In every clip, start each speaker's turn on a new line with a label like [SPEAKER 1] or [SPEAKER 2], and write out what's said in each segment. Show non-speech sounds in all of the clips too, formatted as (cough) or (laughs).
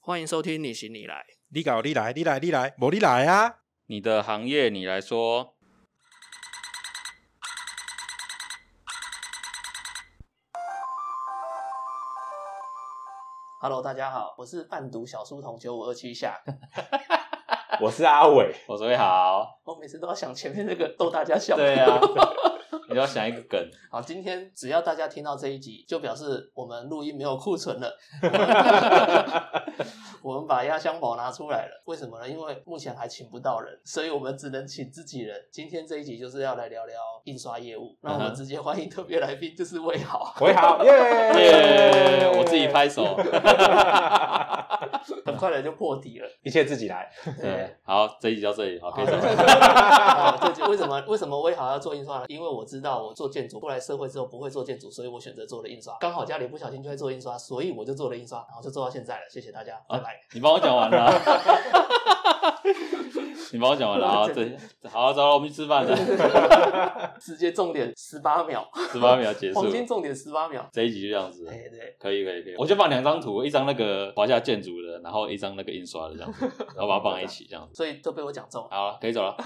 [SPEAKER 1] 欢迎收听你行你来，
[SPEAKER 2] 你搞你来，你来你来，我你来啊！
[SPEAKER 3] 你的行业你来说，
[SPEAKER 1] Hello，大家好，我是贩毒小书童九五二七下。 (laughs)
[SPEAKER 2] 我是阿伟，
[SPEAKER 3] 我是魏豪。
[SPEAKER 1] 我每次都要想前面那个逗大家笑。
[SPEAKER 3] 对啊， (laughs) 你要想一个梗，
[SPEAKER 1] (laughs) 好，今天只要大家听到这一集，就表示我们录音没有库存了。 (laughs) 我们把压箱宝拿出来了，为什么呢？因为目前还请不到人，所以我们只能请自己人。今天这一集就是要来聊聊印刷业务，那我
[SPEAKER 3] 嗯
[SPEAKER 1] 们
[SPEAKER 3] 哼
[SPEAKER 1] 直接欢迎特别来宾，就是魏豪。
[SPEAKER 2] (laughs)
[SPEAKER 1] (laughs)
[SPEAKER 2] 喂好， (laughs) 耶
[SPEAKER 3] 耶！ (laughs) 我自己，拍手。
[SPEAKER 1] 很快的就破底了。
[SPEAKER 2] (laughs) 一切自己来。
[SPEAKER 3] 对，嗯好，这一集到这里，好，可以走了。
[SPEAKER 1] 啊这 (laughs) 就为什么为什么我也好要做印刷呢？因为我知道我做建筑，后来社会之后不会做建筑，所以我选择做了印刷。刚好家里不小心就会做印刷，所以我就做了印刷，然后就做到现在了。谢谢大家，拜拜。
[SPEAKER 3] (laughs) 你帮我讲完了，你帮我讲完了，好，
[SPEAKER 1] 这
[SPEAKER 3] 这好，走了，我们去吃饭了，
[SPEAKER 1] 直接重点十八秒，
[SPEAKER 3] 十八秒结束，
[SPEAKER 1] 黄金重点十八秒。
[SPEAKER 3] 这一集就这样子了。
[SPEAKER 1] 哎对，
[SPEAKER 3] 可以可以可以，我就放两张图，一张那个华夏建筑的，然后一张那个印刷的这样子，然后把它放在一起这样子。
[SPEAKER 1] 所以都被我讲中了。
[SPEAKER 3] 好了，可以走了。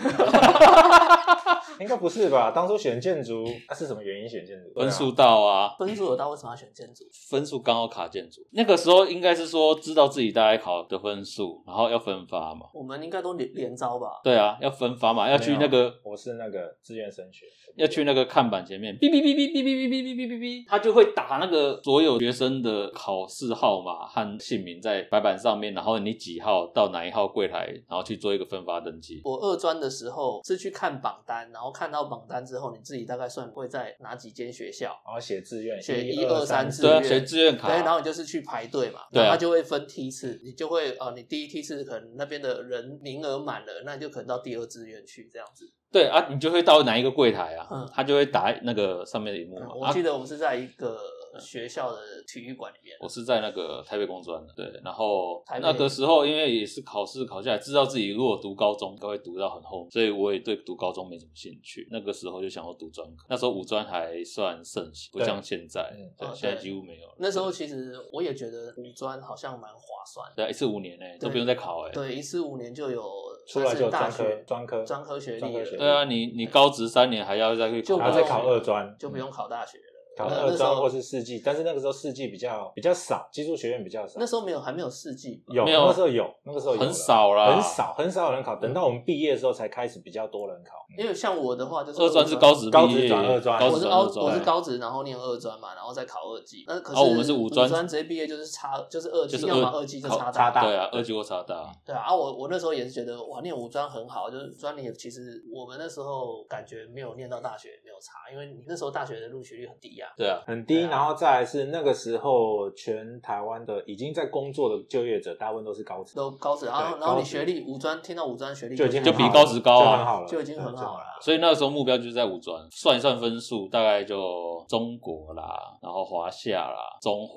[SPEAKER 2] 应该不是吧？当初选建筑，那、是什么原因选建筑？
[SPEAKER 3] 分数到啊，
[SPEAKER 1] 分数有到，为什么要选建筑？
[SPEAKER 3] 分数刚好卡建筑。那个时候应该是说知道自己大概考的分数，然后要分发嘛。
[SPEAKER 1] 我们应该都连连招吧？
[SPEAKER 3] 对啊，要分发嘛，要去那
[SPEAKER 1] 啊
[SPEAKER 3] 个
[SPEAKER 2] 啊我是那个志愿升学，
[SPEAKER 3] 要去那个看板前面，哔哔哔哔哔哔哔哔哔哔哔，他就会打那个所有学生的考试号码和姓名在白板上面，然后你几号到哪一号柜台，然后去做一个分发登记。
[SPEAKER 1] 我二专的时候是去看榜单，然后看到榜单之后，你自己大概算会在哪几间学校，
[SPEAKER 2] 然后写志愿，
[SPEAKER 1] 写
[SPEAKER 2] 一
[SPEAKER 1] 一二三
[SPEAKER 2] 三
[SPEAKER 1] 志
[SPEAKER 3] 对啊，
[SPEAKER 1] 愿
[SPEAKER 3] 学志愿卡
[SPEAKER 1] 对，，然后你就是去排队嘛，
[SPEAKER 3] 对
[SPEAKER 1] 然
[SPEAKER 3] 啊
[SPEAKER 1] 后他就会分梯次，你就会呃，你第一梯次可能那边的人名额满了，那你就可能到第二志愿去这样子。
[SPEAKER 3] 对啊，你就会到哪一个柜台
[SPEAKER 1] 嗯
[SPEAKER 3] 啊，他就会打那个上面的荧幕
[SPEAKER 1] 嗯
[SPEAKER 3] 嘛。
[SPEAKER 1] 我
[SPEAKER 3] 啊
[SPEAKER 1] 记得我们是在一个
[SPEAKER 2] 嗯
[SPEAKER 1] 学校的体育馆里面，
[SPEAKER 3] 我是在那个台北工专的，对，然后
[SPEAKER 1] 台北
[SPEAKER 3] 那个时候因为也是考试考下来，知道自己如果读高中，应该会读到很后面，所以我也对读高中没什么兴趣。那个时候就想要读专科，那时候五专还算盛行，不
[SPEAKER 2] 对
[SPEAKER 3] 像现在
[SPEAKER 2] 嗯，
[SPEAKER 3] 对
[SPEAKER 1] 哦，
[SPEAKER 3] 现在
[SPEAKER 1] 对
[SPEAKER 3] 几乎没有了。
[SPEAKER 1] 那时候其实我也觉得五专好像蛮划算的，
[SPEAKER 3] 对啊，一次五年呢，
[SPEAKER 1] 对
[SPEAKER 3] 都不用再考哎。
[SPEAKER 1] 对，一四五年就有
[SPEAKER 2] 出来就有
[SPEAKER 1] 大
[SPEAKER 2] 专科
[SPEAKER 1] 学，
[SPEAKER 2] 专科，
[SPEAKER 1] 专科学历
[SPEAKER 2] 专科学历
[SPEAKER 1] 了，
[SPEAKER 3] 对啊，你你高职三年还要再去
[SPEAKER 1] 就
[SPEAKER 3] 考，
[SPEAKER 1] 不
[SPEAKER 3] 啊
[SPEAKER 2] 然后再考二专，嗯
[SPEAKER 1] 就不用考大学了。呃
[SPEAKER 2] 考
[SPEAKER 1] 那
[SPEAKER 2] 二
[SPEAKER 1] 那时
[SPEAKER 2] 专
[SPEAKER 1] 候
[SPEAKER 2] 或是四技，但是那个时候四技比较比较少，技术学院比较少。
[SPEAKER 1] 那时候没有，还没有世纪，
[SPEAKER 2] 有
[SPEAKER 3] 没有
[SPEAKER 2] 那个时候有，那个时候有
[SPEAKER 3] 很
[SPEAKER 2] 了
[SPEAKER 3] 少啦，
[SPEAKER 2] 很。少很少有人考，等到我们毕业的时候才开始比较多人考。
[SPEAKER 1] 因为像我的话就是
[SPEAKER 3] 二专是高职
[SPEAKER 2] 高
[SPEAKER 3] 毕
[SPEAKER 2] 职
[SPEAKER 3] 业，
[SPEAKER 2] 转二专
[SPEAKER 3] 高
[SPEAKER 1] 我
[SPEAKER 3] 职
[SPEAKER 1] 是
[SPEAKER 3] 转
[SPEAKER 1] 高
[SPEAKER 3] 二专，
[SPEAKER 1] 我
[SPEAKER 2] 哎
[SPEAKER 1] 是高职，然后念二专嘛，然后再考二技。那可是
[SPEAKER 3] 哦我们是五专
[SPEAKER 1] 直接毕业就是差，就是二技，
[SPEAKER 3] 就是
[SPEAKER 1] 要
[SPEAKER 3] 二
[SPEAKER 1] 么二技就
[SPEAKER 3] 考
[SPEAKER 1] 差大。
[SPEAKER 2] 差大
[SPEAKER 3] 对啊，二级或差大，
[SPEAKER 1] 对啊，啊我我那时候也是觉得哇，念五专很好，就是专里也其实我们那时候感觉没有念到大学没有差，因为你那时候大学的录取率很低呀、
[SPEAKER 3] 对啊，
[SPEAKER 2] 很低，
[SPEAKER 1] 对啊
[SPEAKER 2] 然后再来是那个时候，全台湾的已经在工作的就业者，大部分都是高职，
[SPEAKER 1] 都高职，然后
[SPEAKER 2] 对
[SPEAKER 1] 然后你
[SPEAKER 2] 高职
[SPEAKER 1] 学历五专，听到五专学历
[SPEAKER 2] 就已经
[SPEAKER 3] 就
[SPEAKER 2] 很
[SPEAKER 3] 比
[SPEAKER 2] 好了
[SPEAKER 3] 高职高啊
[SPEAKER 2] 就很好了，
[SPEAKER 1] 就已经很好了。
[SPEAKER 3] 所以那个时候目标就是在五专，算一算分数，大概就中国啦，然后华夏啦，中华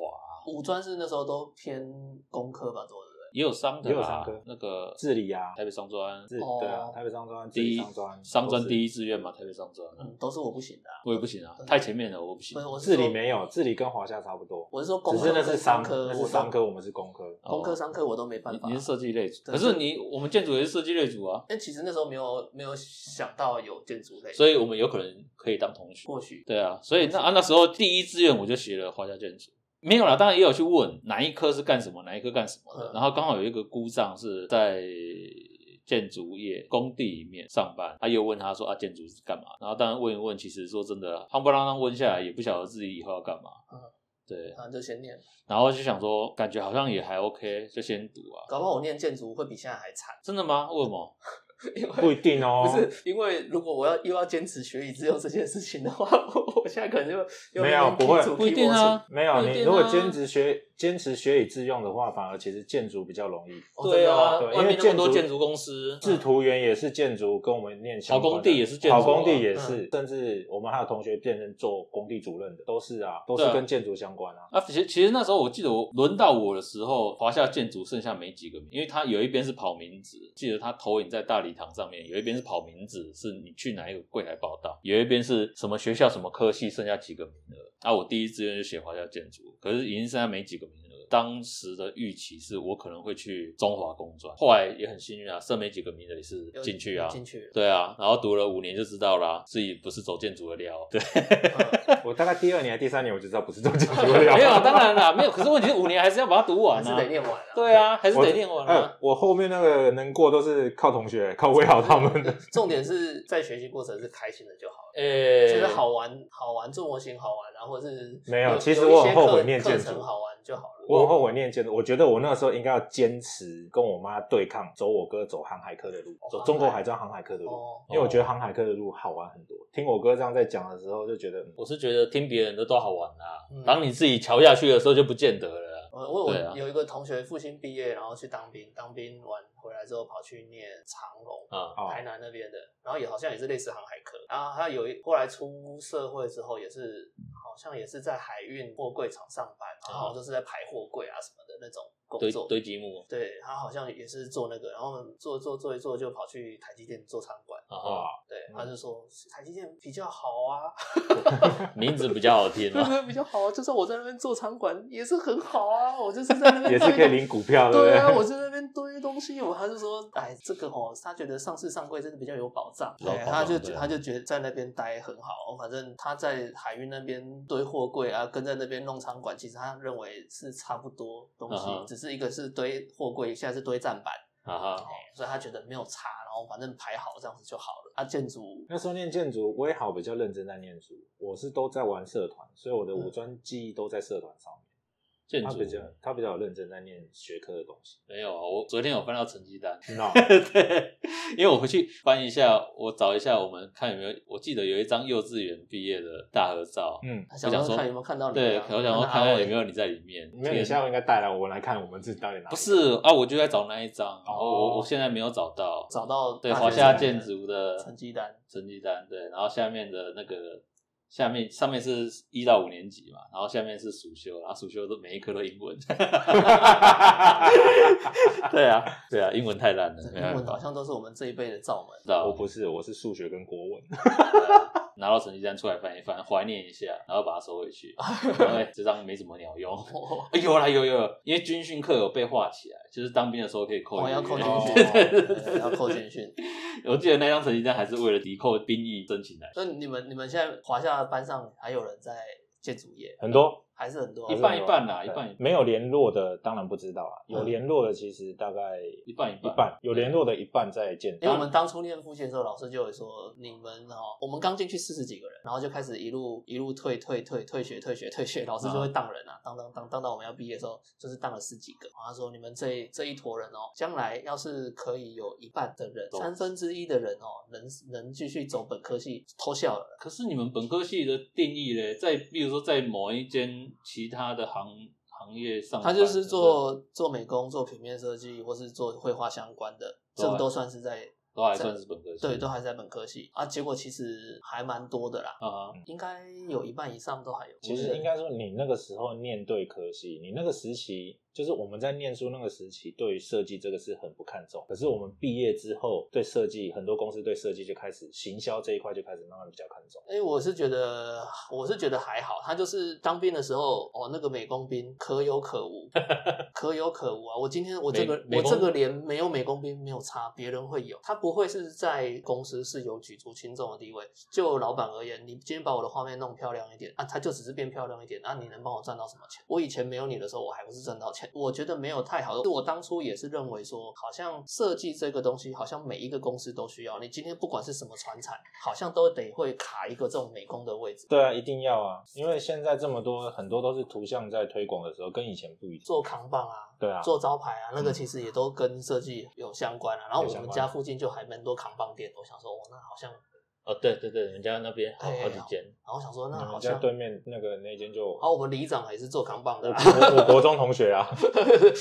[SPEAKER 1] 五专是那时候都偏工科吧，做的
[SPEAKER 3] 也有商的
[SPEAKER 2] 也有
[SPEAKER 3] 啦
[SPEAKER 2] 商科，
[SPEAKER 3] 那个
[SPEAKER 2] 治理啊，
[SPEAKER 3] 台北商专，
[SPEAKER 2] 治
[SPEAKER 1] 哦
[SPEAKER 2] 对啊，台北商专、治
[SPEAKER 3] 第
[SPEAKER 2] 理
[SPEAKER 3] 一
[SPEAKER 2] 商专、
[SPEAKER 3] 商专
[SPEAKER 2] 一，
[SPEAKER 3] 第一志愿嘛，台北商专，
[SPEAKER 1] 嗯，都是我不行的、啊。
[SPEAKER 3] 我也不行啊，太前面了，我不行
[SPEAKER 1] 不是，。我是
[SPEAKER 2] 治理
[SPEAKER 1] 说，
[SPEAKER 2] 没有，治理跟华夏差不多，
[SPEAKER 1] 我是说工
[SPEAKER 2] 只
[SPEAKER 1] 科
[SPEAKER 2] 是那是
[SPEAKER 1] 跟
[SPEAKER 2] 商
[SPEAKER 1] 科，
[SPEAKER 2] 那
[SPEAKER 1] 我
[SPEAKER 2] 是
[SPEAKER 1] 都
[SPEAKER 2] 商科，我们是工科，
[SPEAKER 3] 哦
[SPEAKER 1] 工科商科我都没办法。
[SPEAKER 3] 你你是设计类组，
[SPEAKER 1] 对
[SPEAKER 3] 可是你我们建筑也是设计类组啊，
[SPEAKER 1] 但其实那时候没有没有想到有建筑类，
[SPEAKER 3] 所以我们有可能可以当同学。
[SPEAKER 1] 或许
[SPEAKER 3] 对啊，所以那啊那时候第一志愿我就写了华夏建筑，没有啦，当然也有去问哪一科是干什么，哪一科干什么的。
[SPEAKER 1] 嗯
[SPEAKER 3] 然后刚好有一个姑丈是在建筑业工地里面上班，他又问他说啊建筑是干嘛？然后当然问一问，其实说真的，夯不啷当问下来也不晓得自己以后要干嘛。
[SPEAKER 1] 嗯
[SPEAKER 3] 对，
[SPEAKER 1] 啊就先念，
[SPEAKER 3] 然后就想说，感觉好像也还 OK，就先读啊。
[SPEAKER 1] 搞不好我念建筑会比现在还惨，
[SPEAKER 3] 真的吗？为什么？
[SPEAKER 1] 因为
[SPEAKER 2] 不一定哦
[SPEAKER 1] 不。是因为如果我要又要坚持学以致用这件事情的话， (laughs) 我我现在可能就又
[SPEAKER 2] 没有
[SPEAKER 1] 要
[SPEAKER 2] 不会
[SPEAKER 1] 踢足
[SPEAKER 3] 不一定啊，
[SPEAKER 2] 没有，
[SPEAKER 3] 不一定
[SPEAKER 2] 你
[SPEAKER 3] 啊
[SPEAKER 2] 如果兼职学坚持学以致用的话，反而其实建筑比较容易。
[SPEAKER 1] 哦
[SPEAKER 3] 对
[SPEAKER 1] 真
[SPEAKER 2] 的哦
[SPEAKER 3] 啊，
[SPEAKER 2] 对
[SPEAKER 3] 外
[SPEAKER 2] 因
[SPEAKER 3] 面
[SPEAKER 2] 为
[SPEAKER 3] 那么
[SPEAKER 2] 建
[SPEAKER 3] 多
[SPEAKER 2] 筑
[SPEAKER 3] 建筑公司，
[SPEAKER 2] 制图员也是建筑，跟我们念
[SPEAKER 3] 跑
[SPEAKER 2] 相关的
[SPEAKER 3] 工地也是建筑啊
[SPEAKER 2] 跑工地也是，甚至我们还有同学变成做工地主任的，都是啊，都是
[SPEAKER 3] 对啊
[SPEAKER 2] 跟建筑相关啊。
[SPEAKER 3] 啊，其实其实那时候我记得我轮到我的时候，华夏建筑剩下没几个名，因为他有一边是跑名字，记得他投影在大礼堂上面，有一边是跑名字，是你去哪一个柜台报道，有一边是什么学校什么科系，剩下几个名额。啊，我第一志愿就写华夏建筑，可是已经剩下没几个名额。当时的预期是我可能会去中华工专，后来也很幸运啊，剩没几个名额也是
[SPEAKER 1] 有
[SPEAKER 3] 进去啊。
[SPEAKER 1] 进去
[SPEAKER 3] (laughs)
[SPEAKER 1] 了。
[SPEAKER 3] 对啊，然后读了五年就知道啦，自己不是走建筑的料。对，
[SPEAKER 1] 嗯
[SPEAKER 2] (laughs) 我大概第二年、第三年我就知道不是中间
[SPEAKER 3] 没有啊，当然啦，没有。可是问题是五年还是要把它读完
[SPEAKER 1] 还是得
[SPEAKER 3] 啊。
[SPEAKER 1] 念完啊。
[SPEAKER 3] 对啊，还是
[SPEAKER 2] 我
[SPEAKER 3] 得念完
[SPEAKER 2] 哎
[SPEAKER 3] 啊。
[SPEAKER 2] 我后面那个能过都是靠同学，靠威豪 (laughs) 他们的。
[SPEAKER 1] 啊重点是在学习过程是开心的就好了，
[SPEAKER 3] 诶，
[SPEAKER 1] 觉得好玩，好玩做模型好玩，然后是
[SPEAKER 2] 没有
[SPEAKER 1] 有，
[SPEAKER 2] 其实
[SPEAKER 1] 有一
[SPEAKER 2] 我
[SPEAKER 1] 些
[SPEAKER 2] 很后
[SPEAKER 1] 课
[SPEAKER 2] 悔念建
[SPEAKER 1] 课程
[SPEAKER 2] 筑
[SPEAKER 1] 好玩就好了。
[SPEAKER 2] 我很后悔念建筑，我觉得我那时候应该要坚持跟我妈对抗，走我哥走航海科的路，走中国海专航海科的路，
[SPEAKER 1] 哦，
[SPEAKER 2] 因为我觉得航海科的路好玩很多。听我哥这样在讲的时候，就觉得嗯
[SPEAKER 3] 我是觉得听别人的都好玩啦、
[SPEAKER 1] 嗯
[SPEAKER 3] 当你自己瞧下去的时候就不见得了啦。
[SPEAKER 1] 我我
[SPEAKER 3] 对啊
[SPEAKER 1] 我有一个同学复兴毕业，然后去当兵，当兵完回来之后跑去念长隆。
[SPEAKER 3] 啊、
[SPEAKER 2] 哦，
[SPEAKER 1] 台南那边的，然后也好像也是类似航海科，然后他有一后来出社会之后，也是好像也是在海运货柜厂上班，然后
[SPEAKER 2] 哦
[SPEAKER 1] 好像就是在排货柜啊什么的那种工
[SPEAKER 3] 堆
[SPEAKER 1] 作。
[SPEAKER 3] 堆积木
[SPEAKER 1] 对他好像也是做那个，然后做做做一做就跑去台积电做场馆。
[SPEAKER 3] 啊，
[SPEAKER 2] 哇，
[SPEAKER 1] 对，
[SPEAKER 2] 嗯
[SPEAKER 1] 他就说台积电比较好啊，
[SPEAKER 3] 名字比较好听
[SPEAKER 2] (laughs)
[SPEAKER 3] 嘛。
[SPEAKER 1] (laughs) 比较好啊，就算我在那边做场馆也是很好啊，我就是在那边
[SPEAKER 2] 也是可以
[SPEAKER 1] 推动
[SPEAKER 2] 领股票，对不
[SPEAKER 1] 对啊，
[SPEAKER 2] 对？
[SPEAKER 1] 我在那边堆东西，我他就说，哎，这个哦，他觉得上市上柜真的比较有保障，
[SPEAKER 3] 有保
[SPEAKER 1] 哎
[SPEAKER 3] 障
[SPEAKER 1] 他就
[SPEAKER 3] 对啊
[SPEAKER 1] 他就觉得在那边待很好，反正他在海运那边堆货柜啊，跟在那边弄场馆，其实他认为是差不多东西，
[SPEAKER 3] 嗯哼
[SPEAKER 1] 只是一个是堆货柜，现在是堆站板，
[SPEAKER 3] 啊哈，
[SPEAKER 1] 哎所以他觉得没有差，然后反正排好这样子就好了。啊，建筑
[SPEAKER 2] 那时候念建筑，威豪比较认真在念书，我是都在玩社团，所以我的
[SPEAKER 1] 嗯
[SPEAKER 2] 五专记忆都在社团上面。
[SPEAKER 3] 建
[SPEAKER 2] 他
[SPEAKER 3] 筑嗯
[SPEAKER 2] 比较他比较有认真在念学科的东西。
[SPEAKER 3] 没有啊，我昨天有翻到成绩单， (laughs)
[SPEAKER 2] 那
[SPEAKER 3] 对，因为我回去翻一下，我找一下我们看有没有，我记得有一张幼稚园毕业的大合照。
[SPEAKER 2] 嗯，
[SPEAKER 1] 想
[SPEAKER 3] 我想
[SPEAKER 1] 说
[SPEAKER 3] 说
[SPEAKER 1] 看有没有看到你、啊，
[SPEAKER 3] 对，我想说看看有没有你在里面。
[SPEAKER 2] 没有，你下回应该带来，我们来看我们自己到底哪里
[SPEAKER 3] 不是啊，我就在找那一张，然后我
[SPEAKER 2] 哦
[SPEAKER 3] 我现在没有找到。
[SPEAKER 1] 找到
[SPEAKER 3] 对
[SPEAKER 1] 大
[SPEAKER 3] 华
[SPEAKER 1] 学
[SPEAKER 3] 夏
[SPEAKER 1] 生啊
[SPEAKER 3] 建筑的
[SPEAKER 1] 成绩单，
[SPEAKER 3] 成绩单对，然后下面的那个下面上面是一到五年级嘛，然后下面是暑修，然后暑修都每一科都英文。 (laughs) 对啊，对啊，英文太烂了，没
[SPEAKER 1] 英
[SPEAKER 3] 办
[SPEAKER 1] 文
[SPEAKER 3] 法
[SPEAKER 1] 好。像都是我们这一辈的罩
[SPEAKER 3] (laughs)
[SPEAKER 1] 门。
[SPEAKER 3] 知道
[SPEAKER 2] 我不是，我是数学跟国文。
[SPEAKER 3] 对啊拿到成绩单出来翻一翻，怀念一下，然后把它收回去，因为这张没什么鸟用。 (laughs)
[SPEAKER 1] 哦
[SPEAKER 3] 哎有啦有有，有因为军训课有被画起来，就是当兵的时候可以扣一
[SPEAKER 1] 我
[SPEAKER 3] 个月。
[SPEAKER 1] 要扣军
[SPEAKER 2] 哦
[SPEAKER 1] 训，对要扣军训。
[SPEAKER 3] (laughs) 我记得那张成绩单还是为了抵扣兵役申请来的。
[SPEAKER 1] 所以你们你们现在华夏班上还有人在建筑业，
[SPEAKER 2] 很多
[SPEAKER 1] 还是很多
[SPEAKER 3] (laughs) 一半一半啦，一半一半
[SPEAKER 2] 没有联络的当然不知道啊，
[SPEAKER 1] 嗯
[SPEAKER 2] 有联络的其实大概
[SPEAKER 3] 一半一
[SPEAKER 2] 一
[SPEAKER 3] 半
[SPEAKER 2] 半，有联络的一半在建
[SPEAKER 1] 因为我们
[SPEAKER 2] 筑。
[SPEAKER 1] 当初念复线的时候，老师就会说，你们哦，我们刚进去四十几个人，然后就开始一路一路退退退退学退学退学，老师就会当人啊，当当当当到我们要毕业的时候，就是当了十几个。然后他说，你们这这一坨人哦，将来要是可以有一半的人，
[SPEAKER 3] 懂
[SPEAKER 1] 三分之一的人哦，能能继续走本科系，偷笑了。
[SPEAKER 3] 可是你们本科系的定义嘞，在比如说在某一间其他的行行业上
[SPEAKER 1] 他
[SPEAKER 3] 班，
[SPEAKER 1] 就是做做美工、做平面设计，或是做绘画相关的，这个
[SPEAKER 3] 对
[SPEAKER 1] 都算是在
[SPEAKER 3] 都还算是本科系，
[SPEAKER 1] 对，都还是在本科系啊。结果其实还蛮多的啦，
[SPEAKER 3] 啊哈，
[SPEAKER 1] 应该有一半以上都还有。
[SPEAKER 2] 其实应该说，你那个时候念对科系，你那个时期就是我们在念书那个时期，对于设计这个是很不看重。可是我们毕业之后，对设计很多公司对设计就开始行销这一块就开始慢慢比较看重。
[SPEAKER 1] 哎，我是觉得，我是觉得还好。他就是当兵的时候，哦，那个美工兵可有可无，可有可无啊！我今天我这个
[SPEAKER 3] 美
[SPEAKER 1] 我
[SPEAKER 3] 美工
[SPEAKER 1] 这个连没有美工兵没有差，别人会有。他不会是在公司是有举足轻重的地位。就老板而言，你今天把我的画面弄漂亮一点啊，他就只是变漂亮一点啊，你能帮我赚到什么钱？我以前没有你的时候，我还不是赚到钱？我觉得没有太好。我当初也是认为说，好像设计这个东西，好像每一个公司都需要。你今天不管是什么传产，好像都得会卡一个这种美工的位置。
[SPEAKER 2] 对啊，一定要啊，因为现在这么多很多都是图像在推广的时候，跟以前不一样。
[SPEAKER 1] 做扛棒啊，
[SPEAKER 2] 对啊，
[SPEAKER 1] 做招牌啊，那个其实也都跟设计有相关啊。然后
[SPEAKER 2] 有
[SPEAKER 1] 我
[SPEAKER 2] 相
[SPEAKER 1] 们
[SPEAKER 2] 关
[SPEAKER 1] 家附近就还蛮多扛棒店，我想说，哦，那好像，然
[SPEAKER 3] 哦对对对，人家那边好
[SPEAKER 1] 哎
[SPEAKER 3] 好几间，
[SPEAKER 1] 后想说，那
[SPEAKER 2] 你
[SPEAKER 1] 好
[SPEAKER 2] 们家
[SPEAKER 1] 像，
[SPEAKER 2] 对面那个那间就
[SPEAKER 1] 然后我们里长也是做扛棒
[SPEAKER 2] 我
[SPEAKER 1] 的、啊，
[SPEAKER 2] 我我国中同学
[SPEAKER 1] (laughs)
[SPEAKER 2] 啊，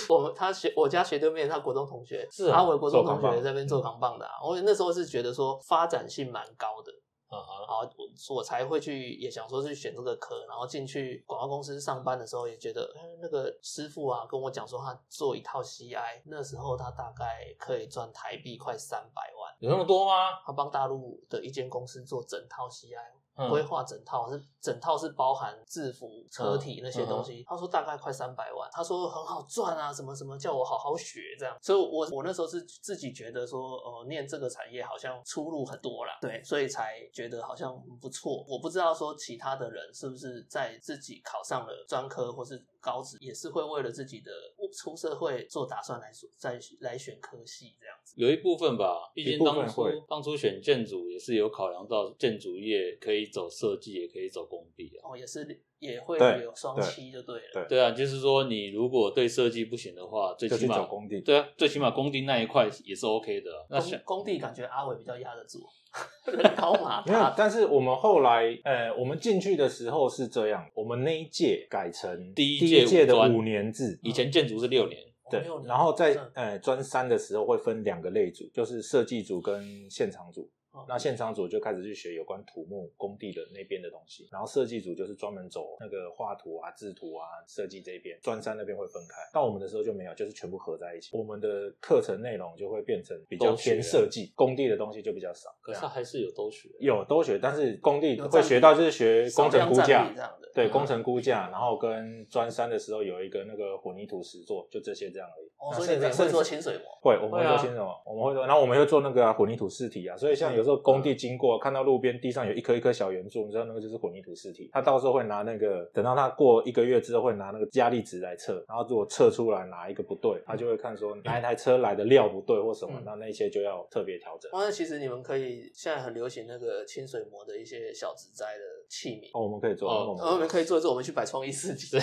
[SPEAKER 1] 我们他学我家学对面他国中同学
[SPEAKER 3] 是啊
[SPEAKER 1] 阿伟国中同
[SPEAKER 2] 做扛
[SPEAKER 1] 学
[SPEAKER 2] 棒嗯
[SPEAKER 1] 在那边做扛棒的、啊，我那时候是觉得说发展性蛮高的，
[SPEAKER 3] 啊哈，
[SPEAKER 1] 然后我我才会去也想说去选这个科，然后进去广告公司上班的时候也觉得，嗯，那个师傅啊跟我讲说他做一套 CI，那时候他大概可以赚台币快三百万。
[SPEAKER 3] 有那么多吗？
[SPEAKER 1] 他帮大陆的一间公司做整套 CI，
[SPEAKER 3] 嗯
[SPEAKER 1] 规划整套是整套是包含制服、车体那些
[SPEAKER 3] 嗯
[SPEAKER 1] 东西。他说大概快三百万，他说很好赚啊，什么什么，叫我好好学这样。所以我我那时候是自己觉得说，呃，念这个产业好像出路很多啦，对，所以才觉得好像嗯不错。我不知道说其他的人是不是在自己考上了专科或是高职，也是会为了自己的出社会做打算来再来选科系这样子。
[SPEAKER 3] 有一部分吧，毕竟
[SPEAKER 2] 一部
[SPEAKER 3] 当
[SPEAKER 2] 分
[SPEAKER 3] 初
[SPEAKER 2] 会
[SPEAKER 3] 当初选建筑也是有考量到建筑业可以走设计，也可以走工地啊。
[SPEAKER 1] 哦，也是也会
[SPEAKER 2] 对
[SPEAKER 1] 有双
[SPEAKER 2] 对
[SPEAKER 1] 七就对了。
[SPEAKER 2] 对
[SPEAKER 3] 对啊，就是说你如果对设计不行的话，最
[SPEAKER 2] 就
[SPEAKER 3] 起
[SPEAKER 2] 去找
[SPEAKER 3] 码
[SPEAKER 2] 工地。
[SPEAKER 3] 对啊，最起码工地那一块也是 OK 的啊、那
[SPEAKER 1] 工
[SPEAKER 3] 想
[SPEAKER 1] 工地感觉阿伟比较压得住， (laughs) 人高马
[SPEAKER 2] (laughs) 没有
[SPEAKER 1] 大，。
[SPEAKER 2] 但是我们后来，呃，我们进去的时候是这样，我们那一届改成
[SPEAKER 3] 第一
[SPEAKER 2] 一
[SPEAKER 3] 届
[SPEAKER 2] 届的
[SPEAKER 3] 五专
[SPEAKER 2] 五年制，
[SPEAKER 3] 以前建筑是六年，
[SPEAKER 2] 对
[SPEAKER 1] 哦，
[SPEAKER 2] 然后在
[SPEAKER 1] 嗯
[SPEAKER 2] 呃专三的时候会分两个类组，就是设计组跟现场组。
[SPEAKER 1] 哦
[SPEAKER 2] 那现场组就开始去学有关土木工地的那边的东西，然后设计组就是专门走那个画图啊、制图啊、设计这边，专三那边会分开。到我们的时候就没有，就是全部合在一起。我们的课程内容就会变成比较
[SPEAKER 3] 都学
[SPEAKER 2] 偏设计，工地的东西就比较少。这
[SPEAKER 3] 可
[SPEAKER 1] 啊
[SPEAKER 3] 是
[SPEAKER 2] 样
[SPEAKER 3] 还是有都学。啊
[SPEAKER 2] 有都学，但是工地
[SPEAKER 1] 有
[SPEAKER 2] 会
[SPEAKER 1] 占
[SPEAKER 2] 学
[SPEAKER 1] 比
[SPEAKER 2] 到就是学
[SPEAKER 1] 少
[SPEAKER 2] 工程
[SPEAKER 1] 量
[SPEAKER 2] 估
[SPEAKER 1] 占
[SPEAKER 2] 价
[SPEAKER 1] 比这，样的，
[SPEAKER 2] 对，
[SPEAKER 1] 嗯
[SPEAKER 2] 工程估价，然后跟专三的时候有一个那个混凝土实作，就这些这样而已。
[SPEAKER 1] 哦，
[SPEAKER 2] 那
[SPEAKER 1] 所以你们也
[SPEAKER 2] 甚
[SPEAKER 1] 会
[SPEAKER 2] 至
[SPEAKER 1] 做清水模，
[SPEAKER 2] 会，我们
[SPEAKER 3] 会
[SPEAKER 2] 会
[SPEAKER 3] 啊
[SPEAKER 2] 做些什么？我们会做，然后我们又做那个啊、混凝土试体啊，所以
[SPEAKER 1] 嗯
[SPEAKER 2] 像有时候工地经过，看到路边地上有一颗一颗小圆柱，你知道那个就是混凝土试体。他到时候会拿那个，等到他过一个月之后会拿那个压力值来测，然后如果测出来哪一个不对，他就会看说哪一台车来的料不对或什么
[SPEAKER 1] 嗯，
[SPEAKER 2] 那那些就要特别调整。
[SPEAKER 1] 哦，那其实你们可以现在很流行那个清水模的一些小植栽的器皿，
[SPEAKER 2] 哦，我们可以做，
[SPEAKER 3] 哦
[SPEAKER 2] 那我
[SPEAKER 1] 然后我
[SPEAKER 2] 们
[SPEAKER 1] 们可以做一做，我们去摆创意市
[SPEAKER 2] (laughs)
[SPEAKER 1] 集，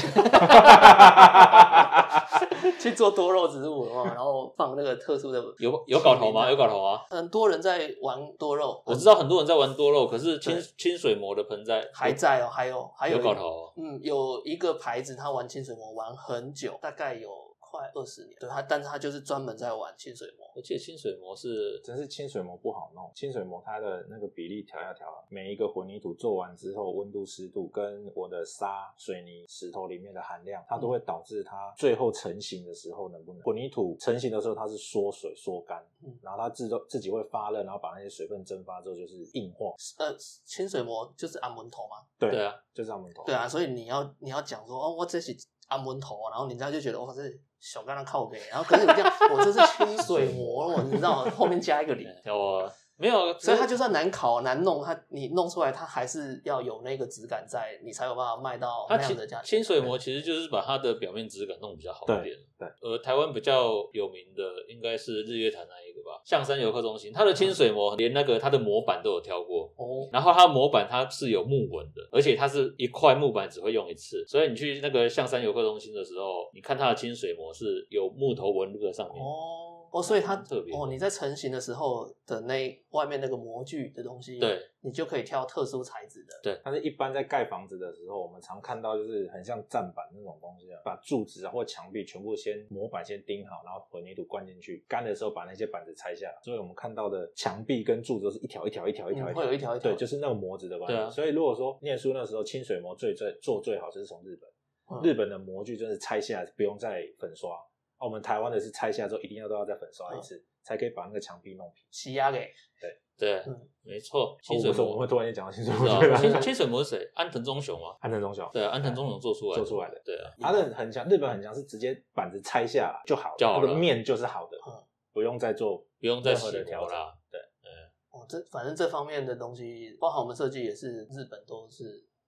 [SPEAKER 1] 去做多肉植物哦，然后放那个特殊的。
[SPEAKER 3] 有有搞头吗？有搞头啊！
[SPEAKER 1] 很多人在玩多肉，
[SPEAKER 3] 我知道很多人在玩多肉，可是清
[SPEAKER 1] 对
[SPEAKER 3] 清水模的盆栽
[SPEAKER 1] 还在哦，还有还有
[SPEAKER 3] 有
[SPEAKER 1] 一
[SPEAKER 3] 搞头啊。
[SPEAKER 1] 嗯，有一个牌子，他玩清水模玩很久，大概有快二十年。对他，但是他就是专门在玩清水模。
[SPEAKER 3] 我记得清水模
[SPEAKER 2] (laughs)
[SPEAKER 3] 是
[SPEAKER 2] 真是清水膜不好弄，清水膜它的那个比例调要调好，每一个混凝土做完之后，温度、湿度跟我的沙、水泥、石头里面的含量，它都会导致它最后成型的时候能不能混凝土成型的时候它是缩水缩干
[SPEAKER 1] 嗯，
[SPEAKER 2] 然后它自动自己会发热，然后把那些水分蒸发之后就是硬化，
[SPEAKER 1] 呃，清水模就是按门头嘛，
[SPEAKER 2] 对
[SPEAKER 3] 对啊，
[SPEAKER 2] 就这样门头。
[SPEAKER 1] 对啊，所以你要你要讲说哦，我这是按门头啊，然后人家就觉得哇，这是小干的靠背，然后可是你这样，我这是清水模了，你知道吗后面加一个零，
[SPEAKER 3] 有啊，没有，
[SPEAKER 1] 所以它就算难考难弄，它你弄出来，它还是要有那个质感在，你才有办法卖到
[SPEAKER 3] 它
[SPEAKER 1] 那
[SPEAKER 3] 清
[SPEAKER 1] 样的价钱。
[SPEAKER 3] 清水模其实就是把它的表面质感弄比较好一点。
[SPEAKER 2] 对对，
[SPEAKER 3] 呃，台湾比较有名的应该是日月潭那一个吧，象山游客中心，它
[SPEAKER 1] 嗯
[SPEAKER 3] 的清水模连那个它的模板都有挑过。
[SPEAKER 1] 哦，
[SPEAKER 3] 然后它的模板它是有木纹的，而且它是一块木板只会用一次，所以你去那个象山游客中心的时候，你看它的清水模是有木头纹路在上面。
[SPEAKER 1] 哦哦，所以它
[SPEAKER 3] 蛮特别的
[SPEAKER 1] 哦，你在成型的时候的那外面那个模具的东西，
[SPEAKER 3] 对，
[SPEAKER 1] 你就可以挑特殊材质的。
[SPEAKER 2] 但是，一般在盖房子的时候，我们常看到就是很像站板那种东西啊，把柱子啊或墙壁全部先模板先钉好，然后混凝土灌进去，干的时候把那些板子拆下来。所以我们看到的墙壁跟柱子都是一条一条一条一条
[SPEAKER 1] 嗯会有一条一条
[SPEAKER 2] 对，就是那个模子的关系。
[SPEAKER 3] 对啊
[SPEAKER 2] 所以如果说念书那时候清水模最最做最好就是从日本，
[SPEAKER 1] 嗯
[SPEAKER 2] 日本的模具真是拆下来不用再粉刷，啊、我们台湾的是拆下之后一定要都要再粉刷一
[SPEAKER 3] 嗯
[SPEAKER 2] 次，才可以把那个墙壁弄平。
[SPEAKER 1] 洗压给
[SPEAKER 3] 对
[SPEAKER 1] 嗯，
[SPEAKER 3] 没错，清
[SPEAKER 2] 哦
[SPEAKER 3] 水
[SPEAKER 2] 为什么我
[SPEAKER 3] 模
[SPEAKER 2] 们会突然间讲到清水
[SPEAKER 3] 是
[SPEAKER 2] 模
[SPEAKER 3] 啊？
[SPEAKER 2] 对吧 (laughs)
[SPEAKER 3] (laughs) 清清水模是谁？安藤忠雄嘛。
[SPEAKER 2] 安藤忠雄
[SPEAKER 3] 对啊，安藤忠雄做出来
[SPEAKER 2] 做出来的。
[SPEAKER 3] 对啊，
[SPEAKER 2] 它的很强，日本很强，是直接板子拆下来就好了，
[SPEAKER 3] 就好了
[SPEAKER 2] 那个面就是好的，
[SPEAKER 1] 嗯
[SPEAKER 2] 不用再做。
[SPEAKER 3] 不用再
[SPEAKER 2] 任何
[SPEAKER 3] 洗
[SPEAKER 2] 的
[SPEAKER 3] 调
[SPEAKER 2] 调整
[SPEAKER 3] 啦。对，
[SPEAKER 1] 哦，这反正这方面的东西，包含我们设计也是日本都是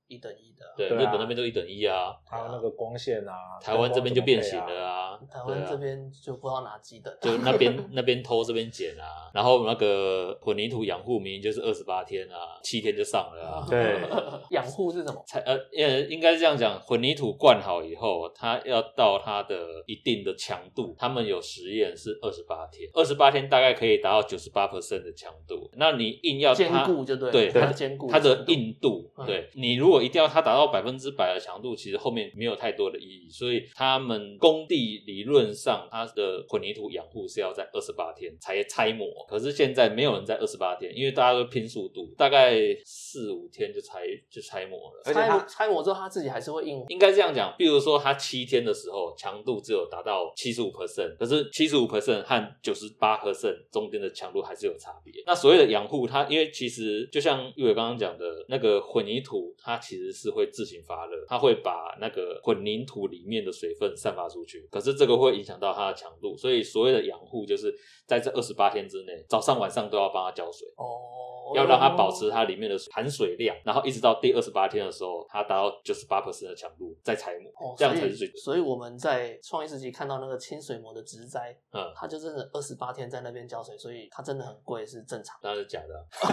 [SPEAKER 1] 一等一的啊、
[SPEAKER 3] 对，
[SPEAKER 2] 对啊
[SPEAKER 3] 日本那边都一等一啊，
[SPEAKER 2] 还有那个光线啊，
[SPEAKER 3] 台湾这边就变形
[SPEAKER 2] 灯光怎么
[SPEAKER 3] 了啊，
[SPEAKER 1] 台
[SPEAKER 3] 对
[SPEAKER 1] 湾
[SPEAKER 3] 啊
[SPEAKER 1] 这边就不知道哪几等、
[SPEAKER 3] 就那边那边偷这边捡啊，然后那个混凝土养护明明就是二十八天啊，七天就上了啊。
[SPEAKER 2] 配啊。对，
[SPEAKER 1] (laughs) 养护是什么？
[SPEAKER 3] 才呃呃，应该是这样讲，混凝土灌好以后，它要到它的一定的强度，他们有实验是二十八天，二十八天大概可以达到九十八 percent 呃的强度。那你硬要它
[SPEAKER 1] 坚固就对了，
[SPEAKER 3] 对
[SPEAKER 1] 它
[SPEAKER 3] 它
[SPEAKER 1] 坚固，
[SPEAKER 3] 它的，硬度
[SPEAKER 1] 嗯，
[SPEAKER 3] 对你如果果一定要它达到百分之百的强度，其实后面没有太多的意义。所以他们工地理论上它的混凝土养护是要在二十八天才拆模，可是现在没有人在二十八天，因为大家都拼速度，大概四五天就拆就拆模了。
[SPEAKER 2] 而且
[SPEAKER 1] 拆
[SPEAKER 2] 它
[SPEAKER 1] 模拆模之后，它自己还是会硬。
[SPEAKER 3] 应该这样讲，比如说它七天的时候强度只有达到七十五 percent，可是七十五 percent 和九十八 percent 中间的强度还是有差别。那所谓的养护，它因为其实就像玉伟刚刚讲的，那个混凝土它其实是会自行发热，它会把那个混凝土里面的水分散发出去，可是这个会影响到它的强度，所以所谓的养护就是在这二十八天之内，早上晚上都要帮它浇水。
[SPEAKER 1] 哦，
[SPEAKER 3] 要让它保持它里面的含水量，然后一直到第二十八天的时候，它达到九十八的强度再拆模，
[SPEAKER 1] 哦，
[SPEAKER 3] 这样才
[SPEAKER 1] 所以
[SPEAKER 3] 是最
[SPEAKER 1] 所以我们在创意市集看到那个清水模的植栽，
[SPEAKER 3] 嗯，
[SPEAKER 1] 它就真的二十八天在那边浇水，所以它真的很贵是正常。
[SPEAKER 3] 当然是假的啊。